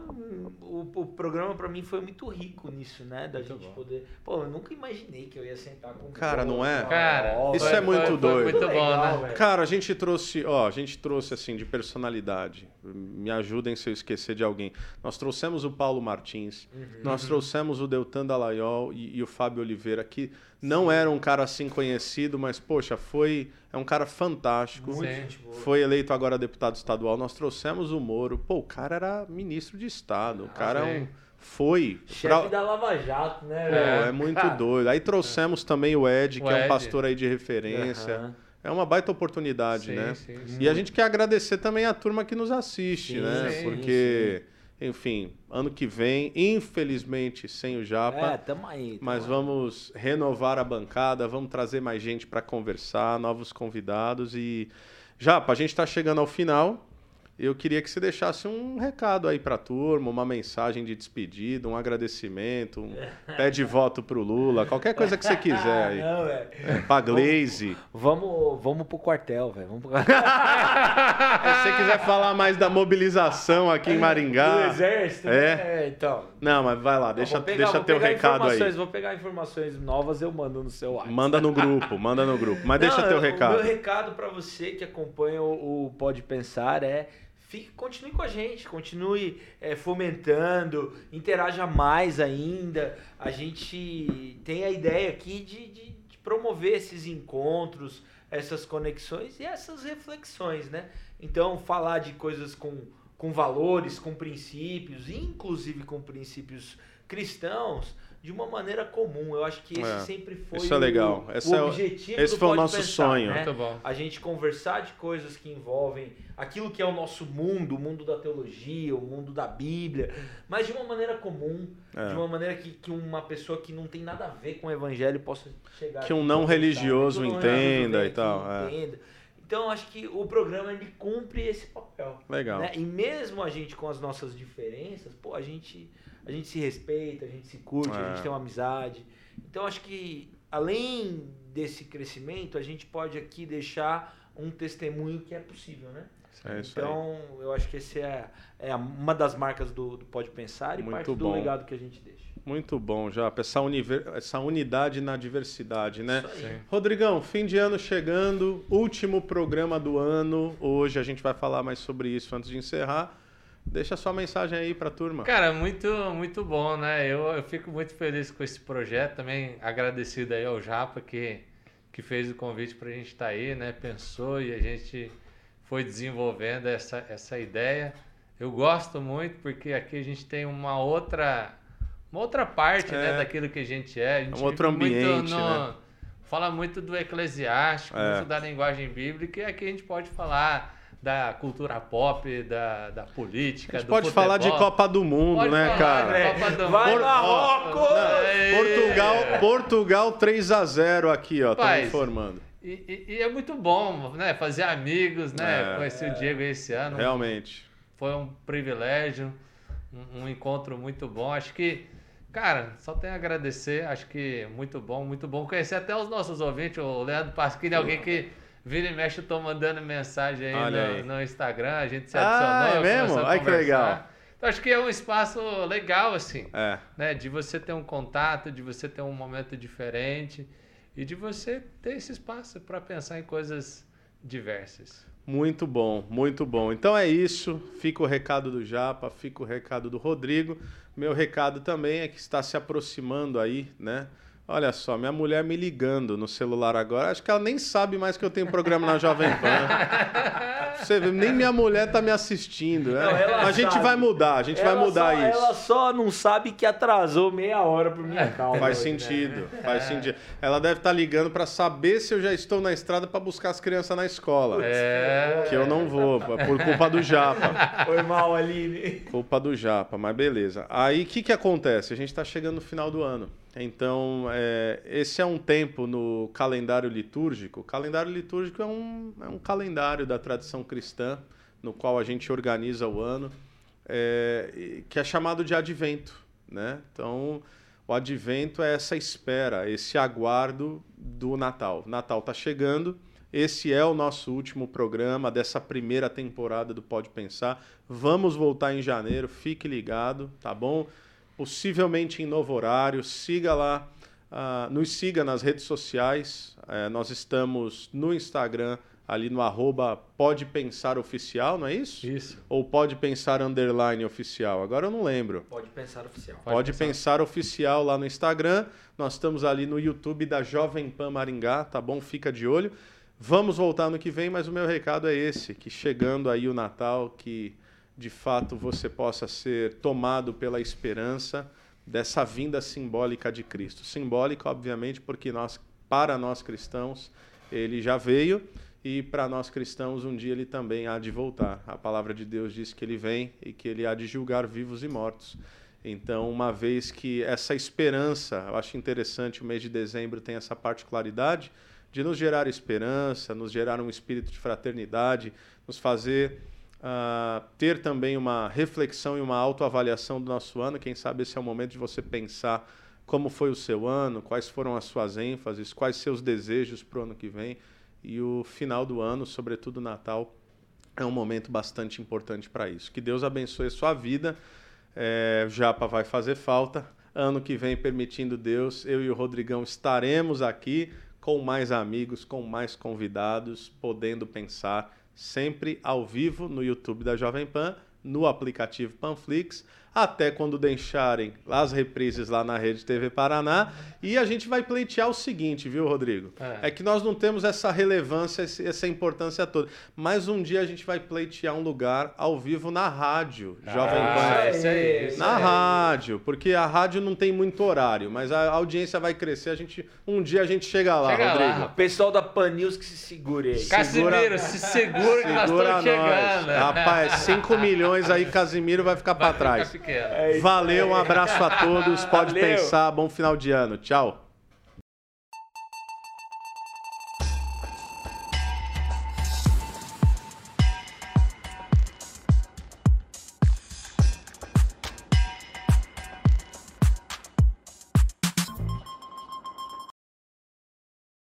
Speaker 2: o, o programa pra mim foi muito rico nisso, né, da gente poder. Pô, eu nunca imaginei que eu ia sentar com um
Speaker 1: Cara, não é?
Speaker 2: cara,
Speaker 3: Cara,
Speaker 2: ó,
Speaker 1: Isso
Speaker 3: foi-
Speaker 1: é muito
Speaker 3: foi- foi
Speaker 1: doido.
Speaker 3: muito bom, né?
Speaker 2: legal, velho.
Speaker 1: Cara, a gente trouxe, ó, a gente trouxe assim de personalidade. Me ajudem se eu esquecer de alguém. Nós trouxemos o Paulo Martins,
Speaker 2: Uhum.
Speaker 1: nós trouxemos o Deltan Dallaiol e, e o Fábio Oliveira, que não era um cara assim conhecido, mas poxa, foi é um cara fantástico.
Speaker 2: Muito
Speaker 3: Sim.
Speaker 2: gente boa.
Speaker 1: Foi eleito agora deputado estadual. Nós trouxemos o Moro. Pô, o cara era ministro de Estado. O cara é um,
Speaker 3: sim.
Speaker 1: foi.
Speaker 2: Chefe
Speaker 1: Pra-
Speaker 2: da Lava Jato, né,
Speaker 1: Pô, é muito doido. Aí trouxemos também o Ed, que
Speaker 3: O
Speaker 1: é um
Speaker 3: Ed.
Speaker 1: pastor aí de referência. É uma baita oportunidade,
Speaker 3: Sim,
Speaker 1: né?
Speaker 3: sim, sim.
Speaker 1: E a gente quer agradecer também a turma que nos assiste,
Speaker 2: Sim,
Speaker 1: né?
Speaker 3: sim,
Speaker 1: Porque, enfim, ano que vem, infelizmente, sem o Japa.
Speaker 2: É, tamo aí. tamo
Speaker 1: Mas
Speaker 2: aí.
Speaker 1: vamos renovar a bancada, vamos trazer mais gente para conversar, novos convidados e Japa, a gente está chegando ao final. Eu queria que você deixasse um recado aí para a turma, uma mensagem de despedida, um agradecimento, um pé de voto pro Lula, qualquer coisa que você quiser aí.
Speaker 2: Ah, Não, velho.
Speaker 1: Pra Glaze.
Speaker 2: Vamos, vamos pro quartel, velho. Vamos pro
Speaker 1: É, se você quiser falar mais da mobilização aqui em
Speaker 2: Do
Speaker 1: Maringá.
Speaker 2: exército?
Speaker 1: É.
Speaker 2: né? então.
Speaker 1: Não, mas vai lá,
Speaker 2: Eu
Speaker 1: deixa,
Speaker 2: vou pegar-
Speaker 1: deixa
Speaker 2: vou
Speaker 1: teu
Speaker 2: pegar
Speaker 1: recado aí.
Speaker 2: informações, Vou pegar informações novas, eu mando no seu WhatsApp.
Speaker 1: Manda no grupo, manda no grupo. Mas deixa
Speaker 2: Não,
Speaker 1: teu
Speaker 2: o
Speaker 1: recado.
Speaker 2: Meu recado pra você que acompanha o, o Pode Pensar é fique, continue com a gente, continue é, fomentando, interaja mais ainda. A gente tem a ideia aqui de, de- de promover esses encontros, essas conexões e essas reflexões, né? Então, falar de coisas com, com valores, com princípios, inclusive com princípios cristãos, de uma maneira comum. Eu acho que esse
Speaker 1: É,
Speaker 2: sempre foi
Speaker 1: isso é legal.
Speaker 2: o,
Speaker 1: Esse
Speaker 2: o
Speaker 1: é o-
Speaker 2: objetivo
Speaker 1: esse
Speaker 2: do
Speaker 1: foi o
Speaker 2: Pode
Speaker 1: nosso
Speaker 2: Pensar,
Speaker 1: sonho.
Speaker 2: né?
Speaker 3: Muito bom.
Speaker 2: a gente conversar de coisas que envolvem aquilo que é o nosso mundo, o mundo da teologia, o mundo da Bíblia, mas de uma maneira comum,
Speaker 1: É.
Speaker 2: de uma maneira que, que uma pessoa que não tem nada a ver com o evangelho possa chegar.
Speaker 1: Que
Speaker 2: aqui
Speaker 1: um
Speaker 2: e
Speaker 1: não
Speaker 2: conversar,
Speaker 1: religioso
Speaker 2: que um não
Speaker 1: entenda
Speaker 2: religioso
Speaker 1: e tal, é.
Speaker 2: venha aqui e entenda. Então acho que o programa ele cumpre esse papel.
Speaker 1: Legal.
Speaker 2: né? E mesmo a gente com as nossas diferenças, pô, a gente, a gente se respeita, a gente se curte,
Speaker 1: É.
Speaker 2: a gente tem uma amizade. Então acho que além desse crescimento, a gente pode aqui deixar um testemunho que é possível, né?
Speaker 1: É isso aí.
Speaker 2: então eu acho que esse é, é uma das marcas do, do Pode Pensar e
Speaker 1: Muito
Speaker 2: parte do
Speaker 1: bom.
Speaker 2: legado que a gente deixa.
Speaker 1: Muito bom, Japa. Essa, univer- essa unidade na diversidade, né?
Speaker 2: Isso aí.
Speaker 1: Rodrigão, fim de ano chegando, último programa do ano. Hoje a gente vai falar mais sobre isso antes de encerrar. Deixa sua mensagem aí pra turma.
Speaker 3: Cara, muito, muito bom, né? Eu, eu fico muito feliz com esse projeto, também agradecido aí ao Japa que, que fez o convite para a gente estar aí, né? Pensou e a gente foi desenvolvendo essa, essa ideia. Eu gosto muito porque aqui a gente tem uma outra, uma outra parte,
Speaker 1: É.
Speaker 3: né? Daquilo que a gente é. A gente
Speaker 1: um outro
Speaker 3: vive muito
Speaker 1: ambiente,
Speaker 3: no-
Speaker 1: né?
Speaker 3: fala muito do eclesiástico,
Speaker 1: É.
Speaker 3: muito da linguagem bíblica, e aqui a gente pode falar da cultura pop, da, da política,
Speaker 1: A gente
Speaker 3: do
Speaker 1: pode falar de
Speaker 3: futebol.
Speaker 1: Copa do Mundo,
Speaker 3: Pode
Speaker 1: né,
Speaker 3: falar,
Speaker 1: cara?
Speaker 3: né? Copa do
Speaker 2: Vai
Speaker 1: Mundo.
Speaker 2: Marrocos!
Speaker 3: É.
Speaker 1: Portugal, Portugal 3 a 0 aqui, ó, estão
Speaker 3: Rapaz.
Speaker 1: informando.
Speaker 3: E, e- e é muito bom, né? Fazer amigos, né?
Speaker 1: É.
Speaker 3: Conheci o Diego esse ano.
Speaker 1: Realmente.
Speaker 3: Foi um privilégio, um, um encontro muito bom. Acho que, cara, só tenho a agradecer. Acho que muito bom, muito bom. Conhecer até os nossos ouvintes, o Leandro Pasquini, alguém que vira e mexe, eu tô mandando mensagem aí,
Speaker 1: Olha
Speaker 3: no,
Speaker 1: aí.
Speaker 3: no Instagram. A gente se adicionou.
Speaker 1: Ah, é mesmo?
Speaker 3: começou a
Speaker 1: Ai, que
Speaker 3: conversar.
Speaker 1: legal.
Speaker 3: Então, acho que é um espaço legal, assim
Speaker 1: É.
Speaker 3: né? De você ter um contato, de você ter um momento diferente e de você ter esse espaço para pensar em coisas diversas.
Speaker 1: Muito bom, muito bom. Então é isso. Fica o recado do Japa, fica o recado do Rodrigo. Meu recado também é que está se aproximando aí, né? Olha só, minha mulher me ligando no celular agora. Acho que ela nem sabe mais que eu tenho programa na Jovem Pan. Você vê, nem minha mulher tá me assistindo. Né?
Speaker 2: Não, ela
Speaker 1: a gente
Speaker 2: sabe.
Speaker 1: vai mudar, a gente vai
Speaker 2: Ela
Speaker 1: mudar
Speaker 2: só-
Speaker 1: isso.
Speaker 2: Ela só não sabe que atrasou meia hora por minha causa.
Speaker 1: Faz
Speaker 2: hoje, né?
Speaker 1: sentido, faz sentido. Ela deve estar ligando para saber se eu já estou na estrada para buscar as crianças na escola.
Speaker 3: É,
Speaker 1: Que eu não vou, por culpa do Japa.
Speaker 2: Foi mal, Aline.
Speaker 1: Culpa do Japa, mas beleza. Aí o que, que acontece? A gente está chegando no final do ano. Então, é, esse é um tempo no calendário litúrgico. O calendário litúrgico é um, é um calendário da tradição cristã, no qual a gente organiza o ano, é, e- que é chamado de advento. Né? Então, o advento é essa espera, esse aguardo do Natal. Natal está chegando. Esse é o nosso último programa dessa primeira temporada do Pode Pensar. Vamos voltar em janeiro, fique ligado, tá bom? Possivelmente em novo horário. Siga lá, ah, nos siga nas redes sociais. Eh, nós estamos no Instagram, ali no arroba Pode Pensar Oficial, não é isso?
Speaker 3: isso.
Speaker 1: Ou Pode Pensar Underline Oficial? Agora eu não lembro.
Speaker 2: Pode pensar oficial.
Speaker 1: Pode, pensar. oficial lá no Instagram. Nós estamos ali no YouTube da Jovem Pan Maringá, tá bom? Fica de olho. Vamos voltar no que vem, mas o meu recado é esse, que chegando aí o Natal, que de fato você possa ser tomado pela esperança dessa vinda simbólica de Cristo. Simbólica, obviamente, porque nós para nós cristãos ele já veio e para nós cristãos um dia ele também há de voltar. A palavra de Deus diz que ele vem e que ele há de julgar vivos e mortos. Então, uma vez que essa esperança, eu acho interessante, o mês de dezembro tem essa particularidade de nos gerar esperança, nos gerar um espírito de fraternidade, nos fazer ah, ter também uma reflexão e uma autoavaliação do nosso ano. Quem sabe esse é o momento de você pensar como foi o seu ano, quais foram as suas ênfases, quais seus desejos para o ano que vem. E o final do ano, sobretudo Natal, é um momento bastante importante para isso. Que Deus abençoe a sua vida. É, Japa vai fazer falta. Ano que vem, permitindo Deus, eu e o Rodrigão estaremos aqui com mais amigos, com mais convidados, podendo pensar sempre ao vivo no YouTube da Jovem Pan, no aplicativo Panflix, até quando deixarem as reprises lá na Rede TV Paraná. E a gente vai pleitear o seguinte, viu, Rodrigo?
Speaker 3: É.
Speaker 1: É que nós não temos essa relevância, esse- essa importância toda. Mas um dia a gente vai pleitear um lugar ao vivo na rádio, Jovem Pan.
Speaker 3: Ah, isso aí, isso
Speaker 1: Na
Speaker 3: aí.
Speaker 1: rádio, porque a rádio não tem muito horário, mas a audiência vai crescer, a gente, um dia a gente chega lá,
Speaker 3: Chega lá,
Speaker 1: Rodrigo.
Speaker 3: rapaz.
Speaker 2: Ah, Pessoal da Pan News que se segure aí.
Speaker 3: Casimiro, se segura que nós
Speaker 1: Segura nós.
Speaker 3: estamos chegando.
Speaker 1: Rapaz, 5 milhões aí, Casimiro vai ficar pra
Speaker 3: Vai ficar
Speaker 1: trás.
Speaker 3: pequeno.
Speaker 2: É isso
Speaker 1: Valeu, um abraço a todos, pode
Speaker 2: Valeu.
Speaker 1: pensar, bom final de ano, tchau.